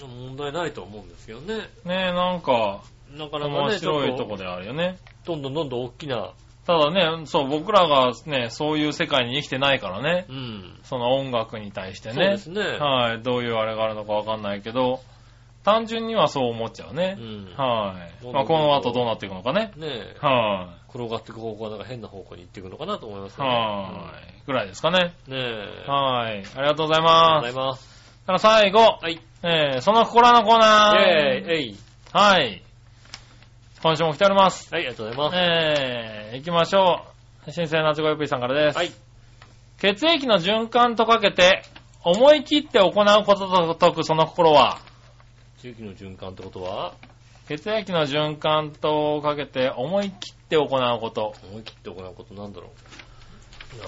S2: 問題ないと思うんですけどね。
S3: い。ねなんか、
S2: なかなか
S3: 面
S2: ね、ちょ
S3: 白いと
S2: っ、
S3: ことであるよね。
S2: どんどんどんどん大きな、
S3: ただね、そう、僕らがね、そういう世界に生きてないからね、
S2: うん。
S3: その音楽に対して
S2: そうで
S3: ね、
S2: すね。
S3: はい、どういうあれがあるのかわかんないけど、単純にはそう思っちゃうね
S2: う。ん。
S3: はい。まあ、この後どうなっていくのかね。
S2: ねえ、
S3: は
S2: 転がっていく方向はなんか変な方向に行っていくのかなと思います
S3: い。
S2: けどね。
S3: はーい。ぐらいですかね。
S2: い。ねえ。
S3: はい。ありがとうござい
S2: あ
S3: ま
S2: りがとうござい
S3: す。
S2: ます。
S3: ただ最後、
S2: はい。イ
S3: えー、その心のコーナー。
S2: ェーイ、えい。
S3: はい。今週も来ております。
S2: はい、ありがとうございます。
S3: えー、行きましょう。新鮮なチョコヨッピーさんからです。
S2: はい。
S3: 血液の循環とかけて、思い切って行うことと解くその心は、
S2: 重機の循環ってことは
S3: 血液の循環とをかけて思い切って行うこと。
S2: 思い切って行うことなんだろう。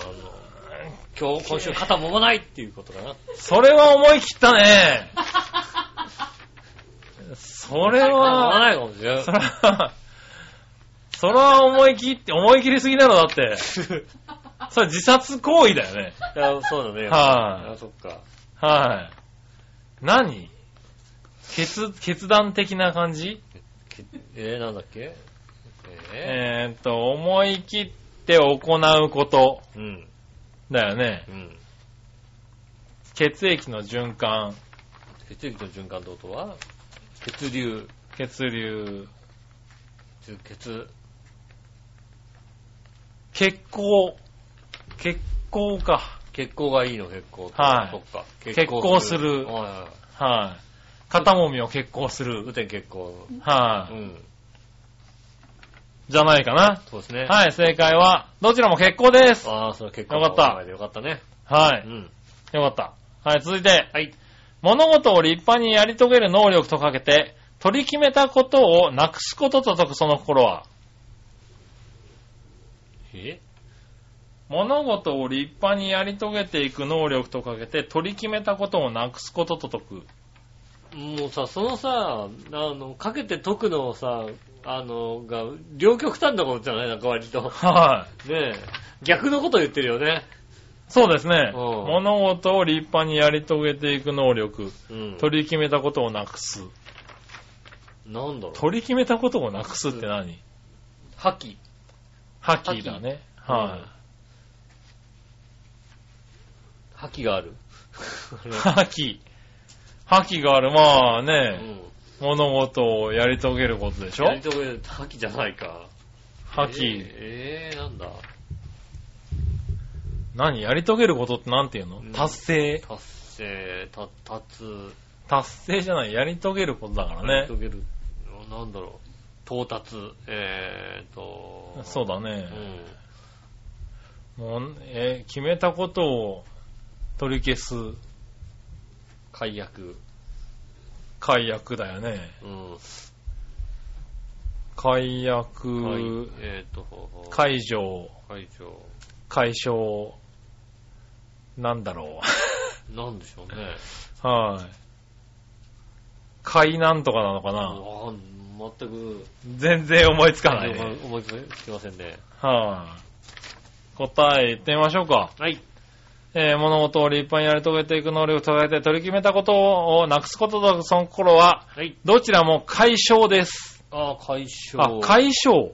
S2: あの、今日、今週肩揉まないっていうことかな。
S3: それは思い切ったね。それ
S2: 揉ま
S3: は、
S2: ないかもしれない
S3: そ。れは、それは思い切って、思い切りすぎだろ、だって。それ自殺行為だよね。
S2: いやそうだね。
S3: はい
S2: あ、そっか。
S3: はい。何決、決断的な感じ
S2: けえー、なんだっけえ
S3: えーっと、思い切って行うこと
S2: ー、うん、
S3: だよね。
S2: うん。
S3: 血液の循環、
S2: 血液の循環ってことは血流、
S3: 血流、
S2: 血、血
S3: 血行、血行か。
S2: 血行がいいの、血行って。
S3: はい
S2: そっか。
S3: 血行する
S2: はいはいはい
S3: はい。肩もみを血行する。
S2: 雨天血行。
S3: は
S2: う
S3: い。
S2: ん。
S3: じゃないかな。
S2: そうですね。い。
S3: はい、正解は、どちらも血行です。
S2: ああ、その血行
S3: よかった
S2: 考えてよかったね。
S3: は
S2: う
S3: い。
S2: ん。
S3: よかった。はい、続いて。
S2: はい。
S3: 物事を立派にやり遂げる能力とかけて、取り決めたことをなくすことと解くその心は、
S2: え
S3: 物事を立派にやり遂げていく能力とかけて、取り決めたことをなくすことと解く。
S2: もうさ、そのさ、あの、かけて解くのをさ、あの、が、両極端なことじゃないなんか割と。
S3: はい。
S2: ねえ。逆のこと言ってるよね。
S3: そうですね。
S2: うん
S3: 物事を立派にやり遂げていく能力。
S2: うん。
S3: 取り決めたことをなくす。
S2: なんだろう。
S3: 取り決めたことをなくすって何
S2: 覇気。
S3: ハッキーだね。は
S2: 覇気が
S3: <laughs>
S2: ある。
S3: い。ハッキー。ハッキーがある。まあ
S2: う
S3: ね、
S2: ん。
S3: 物事をやり遂げることでしょ
S2: やり遂げる覇気じゃないか。
S3: ハッキー。
S2: えーえー、なんだ。
S3: 何やり遂げることってなんて言うの、
S2: うん
S3: 達成。
S2: 達成、た、達つ、
S3: 達成じゃない。やり遂げることだか
S2: や
S3: ら
S2: り
S3: ね
S2: 遂。げる。なんだろう。到達、えーと。
S3: そうだ
S2: う
S3: ね、
S2: ん。
S3: もうえー決めたことを取り消す
S2: 解約。
S3: 解約だよね。
S2: うん。
S3: 解
S2: はい
S3: 約、
S2: えーと、
S3: 解除、
S2: 会長。
S3: 解消、なんだろ
S2: なんでしょうね。
S3: う。 <laughs> はい。解なんとかなのかな、
S2: あ全く、
S3: 全然思いつかない、ね。
S2: 思いつきませんね。
S3: はい、答え言ってみましょうか。
S2: はい。
S3: えー物事を立派にやり遂げていく能力を捉えて取り決めたことをなくすこととその心は、
S2: はい。
S3: どちらも解消です。
S2: あー、解消。
S3: あ、解消。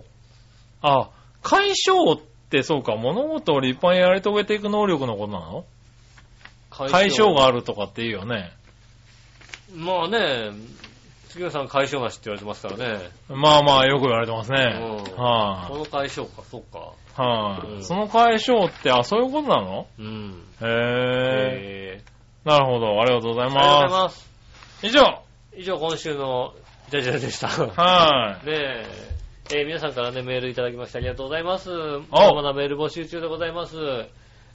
S3: あ、解消ってそうか、物事を立派にやり遂げていく能力のことなの
S2: 解
S3: 解消があるとかって言うよね。
S2: まあね、杉村さん解消なしって言われてますからね。
S3: まあまあ、よく言われてますね。
S2: うんこ
S3: は
S2: の解消か、そっか。
S3: い、はい、
S2: うん
S3: その解消って、あ、そういうことなの
S2: うん。
S3: へえ。
S2: え
S3: なるほど。ありがとうござ
S2: ー、あ
S3: い
S2: りがとうござい
S3: ま
S2: ます。
S3: す。以上。
S2: 以上、今週のジャジャでした。ね
S3: はい、
S2: え。えー皆さんからね、メールいただきましてありがとうございます。
S3: お
S2: まだメール募集中でございます。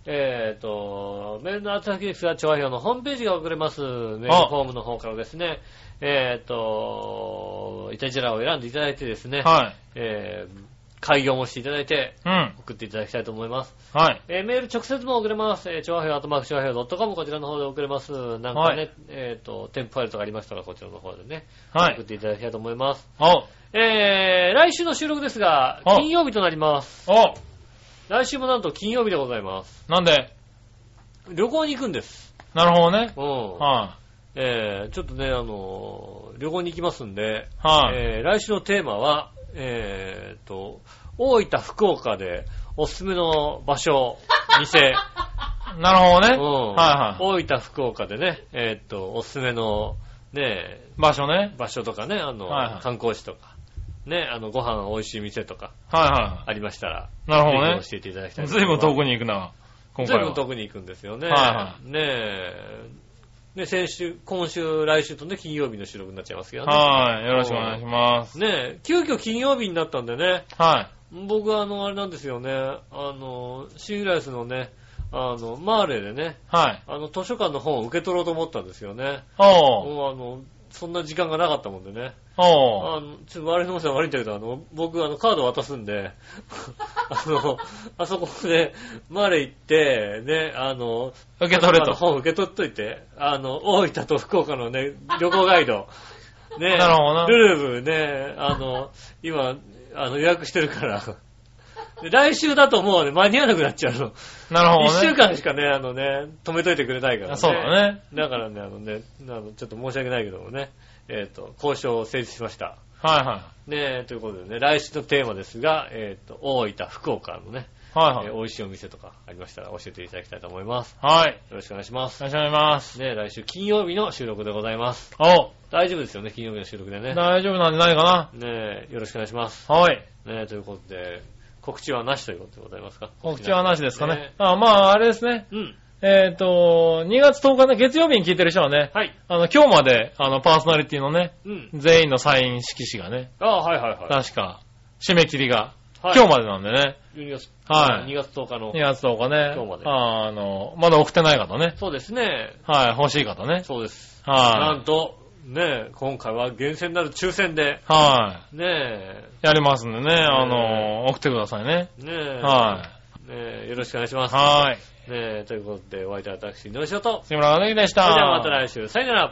S2: えっ、と、メールの宛先ですが、調和表のホームページが送れます。メールフォームの方からですね、えっ、と、イタジェラを選んでいただいてですね、
S3: はい。
S2: えー、開業もしていただいて、
S3: うん。
S2: 送っていただきたいと思います。
S3: はい。
S2: えーメール直接も送れます。えー、調和表、アートマーク調和表 .com こちらの方で送れます。なんかね、
S3: はい
S2: えっ、と、添付ファイルとかありましたら、こちらの方でね、
S3: はい
S2: 送っ。ていただきたいと思います。
S3: お、
S2: えー、来週の収録ですが、
S3: あ
S2: 金曜日となります。
S3: お、
S2: 来週もなんと金曜日でございます。
S3: なんで
S2: 旅行に行くんです。
S3: なるほどね。
S2: うん。
S3: は
S2: えー、ちょっとね、あのー旅行に行きますんで、
S3: い。はい。
S2: えー、来週のテーマは、えーと、大分、福岡でおすすめの場所、
S3: <laughs>
S2: 店、
S3: なるほどね。
S2: うん
S3: はいは
S2: 大分、福岡でね、えーっと、おすすめの、ねえ、
S3: い。場所ね。
S2: 場所とかね、あの、
S3: はいはい
S2: 観光地とか、ね、あの、ご飯美味しい店とか
S3: はいは
S2: ありましたら、
S3: い。なるほど
S2: ぜ
S3: ね
S2: ひ。教えていただきたいと
S3: ず
S2: 思
S3: い
S2: いま
S3: ぶん
S2: す。
S3: 遠くに行くな。今
S2: ずい
S3: 回
S2: ぶん
S3: は。
S2: 遠くに行くんですよね。
S3: は
S2: ねえ、ね、先週、今週、来週とね、金曜日の収録になっちゃいますけどね。
S3: はい。よろしくお願いします。
S2: ねえ、急遽金曜日になったんでね、
S3: は
S2: 僕はあの、あれなんですよね、あの、シングライスのね、あの、マーレでね、
S3: い。はい。
S2: あの、図書館の本を受け取ろうと思ったんですよね。
S3: おう。
S2: もうあの、そんな時間がなかったもんでね。
S3: おう。
S2: あの、ちょっと周りの皆さん悪いんだけど、あの、僕、あの、カード渡すんで、 <laughs> あの、あそこで、マレ行って、ね、あの、
S3: 受け取れ
S2: あの
S3: と。
S2: 本受け取っといて、あの、大分と福岡の
S3: <laughs>
S2: ね、旅行ガイド、ね、
S3: なるほどな
S2: ルルブね、あの、今、あの、予約してるから、で来週だともうね、間に合わなくなっちゃうの。
S3: なるほ
S2: 一
S3: どね。
S2: 週間しかね、あのね、止めといてくれないからね。
S3: あそうだね。
S2: だからね、あのね、あのちょっと申し訳ないけどもね、えっ、と、交渉を成立しました。
S3: はいは
S2: ねえ、ということでね、来週のテーマですが、えっ、と、大分、福岡のね、
S3: い。はい
S2: えー
S3: はい。
S2: 美味しいお店とかありましたら教えていただきたいと思います。
S3: はい。
S2: よろしくお願いします。
S3: お願いします。
S2: ねえ、来週金曜日の収録でございます。
S3: お
S2: 大丈夫ですよね、金曜日の収録でね。ね
S3: 大丈夫なんじゃないか
S2: え、よろしくお願いします。
S3: なはい。
S2: ねえ、ということで、告知はなしということでございますか
S3: 告知はなしですかね。
S2: え
S3: あ、まあ、あれですね。
S2: うん。
S3: えっ、と、2月10日の月曜日に聞いてる人はね、
S2: はい。
S3: あの、今日まで、あの、パーソナリティのね、
S2: うん。
S3: 全員のサイン色紙がね、
S2: ああ、はいはいはい。
S3: 確か、締め切りが、
S2: はい、
S3: 今日までなんでね、
S2: 12月、
S3: はい
S2: 2月10日の
S3: 2。月10日ね、
S2: 今日まで
S3: ああの、まだ送ってない方ね、
S2: そうですね。
S3: はい、欲しい方ね、
S2: そうです。な
S3: は
S2: んと、ねえ、今回は厳選なる抽選で、
S3: い、は
S2: ねえ、
S3: い、やりますんでね、あの、送ってくださいね、
S2: ねえ、
S3: は
S2: ねえよろしくお願いしま
S3: い、
S2: す。
S3: はい、
S2: ねえ、ということで、お相手は私、井上翔と、
S3: 杉村和之でし
S2: そ
S3: た。
S2: れではまた来週、さよなら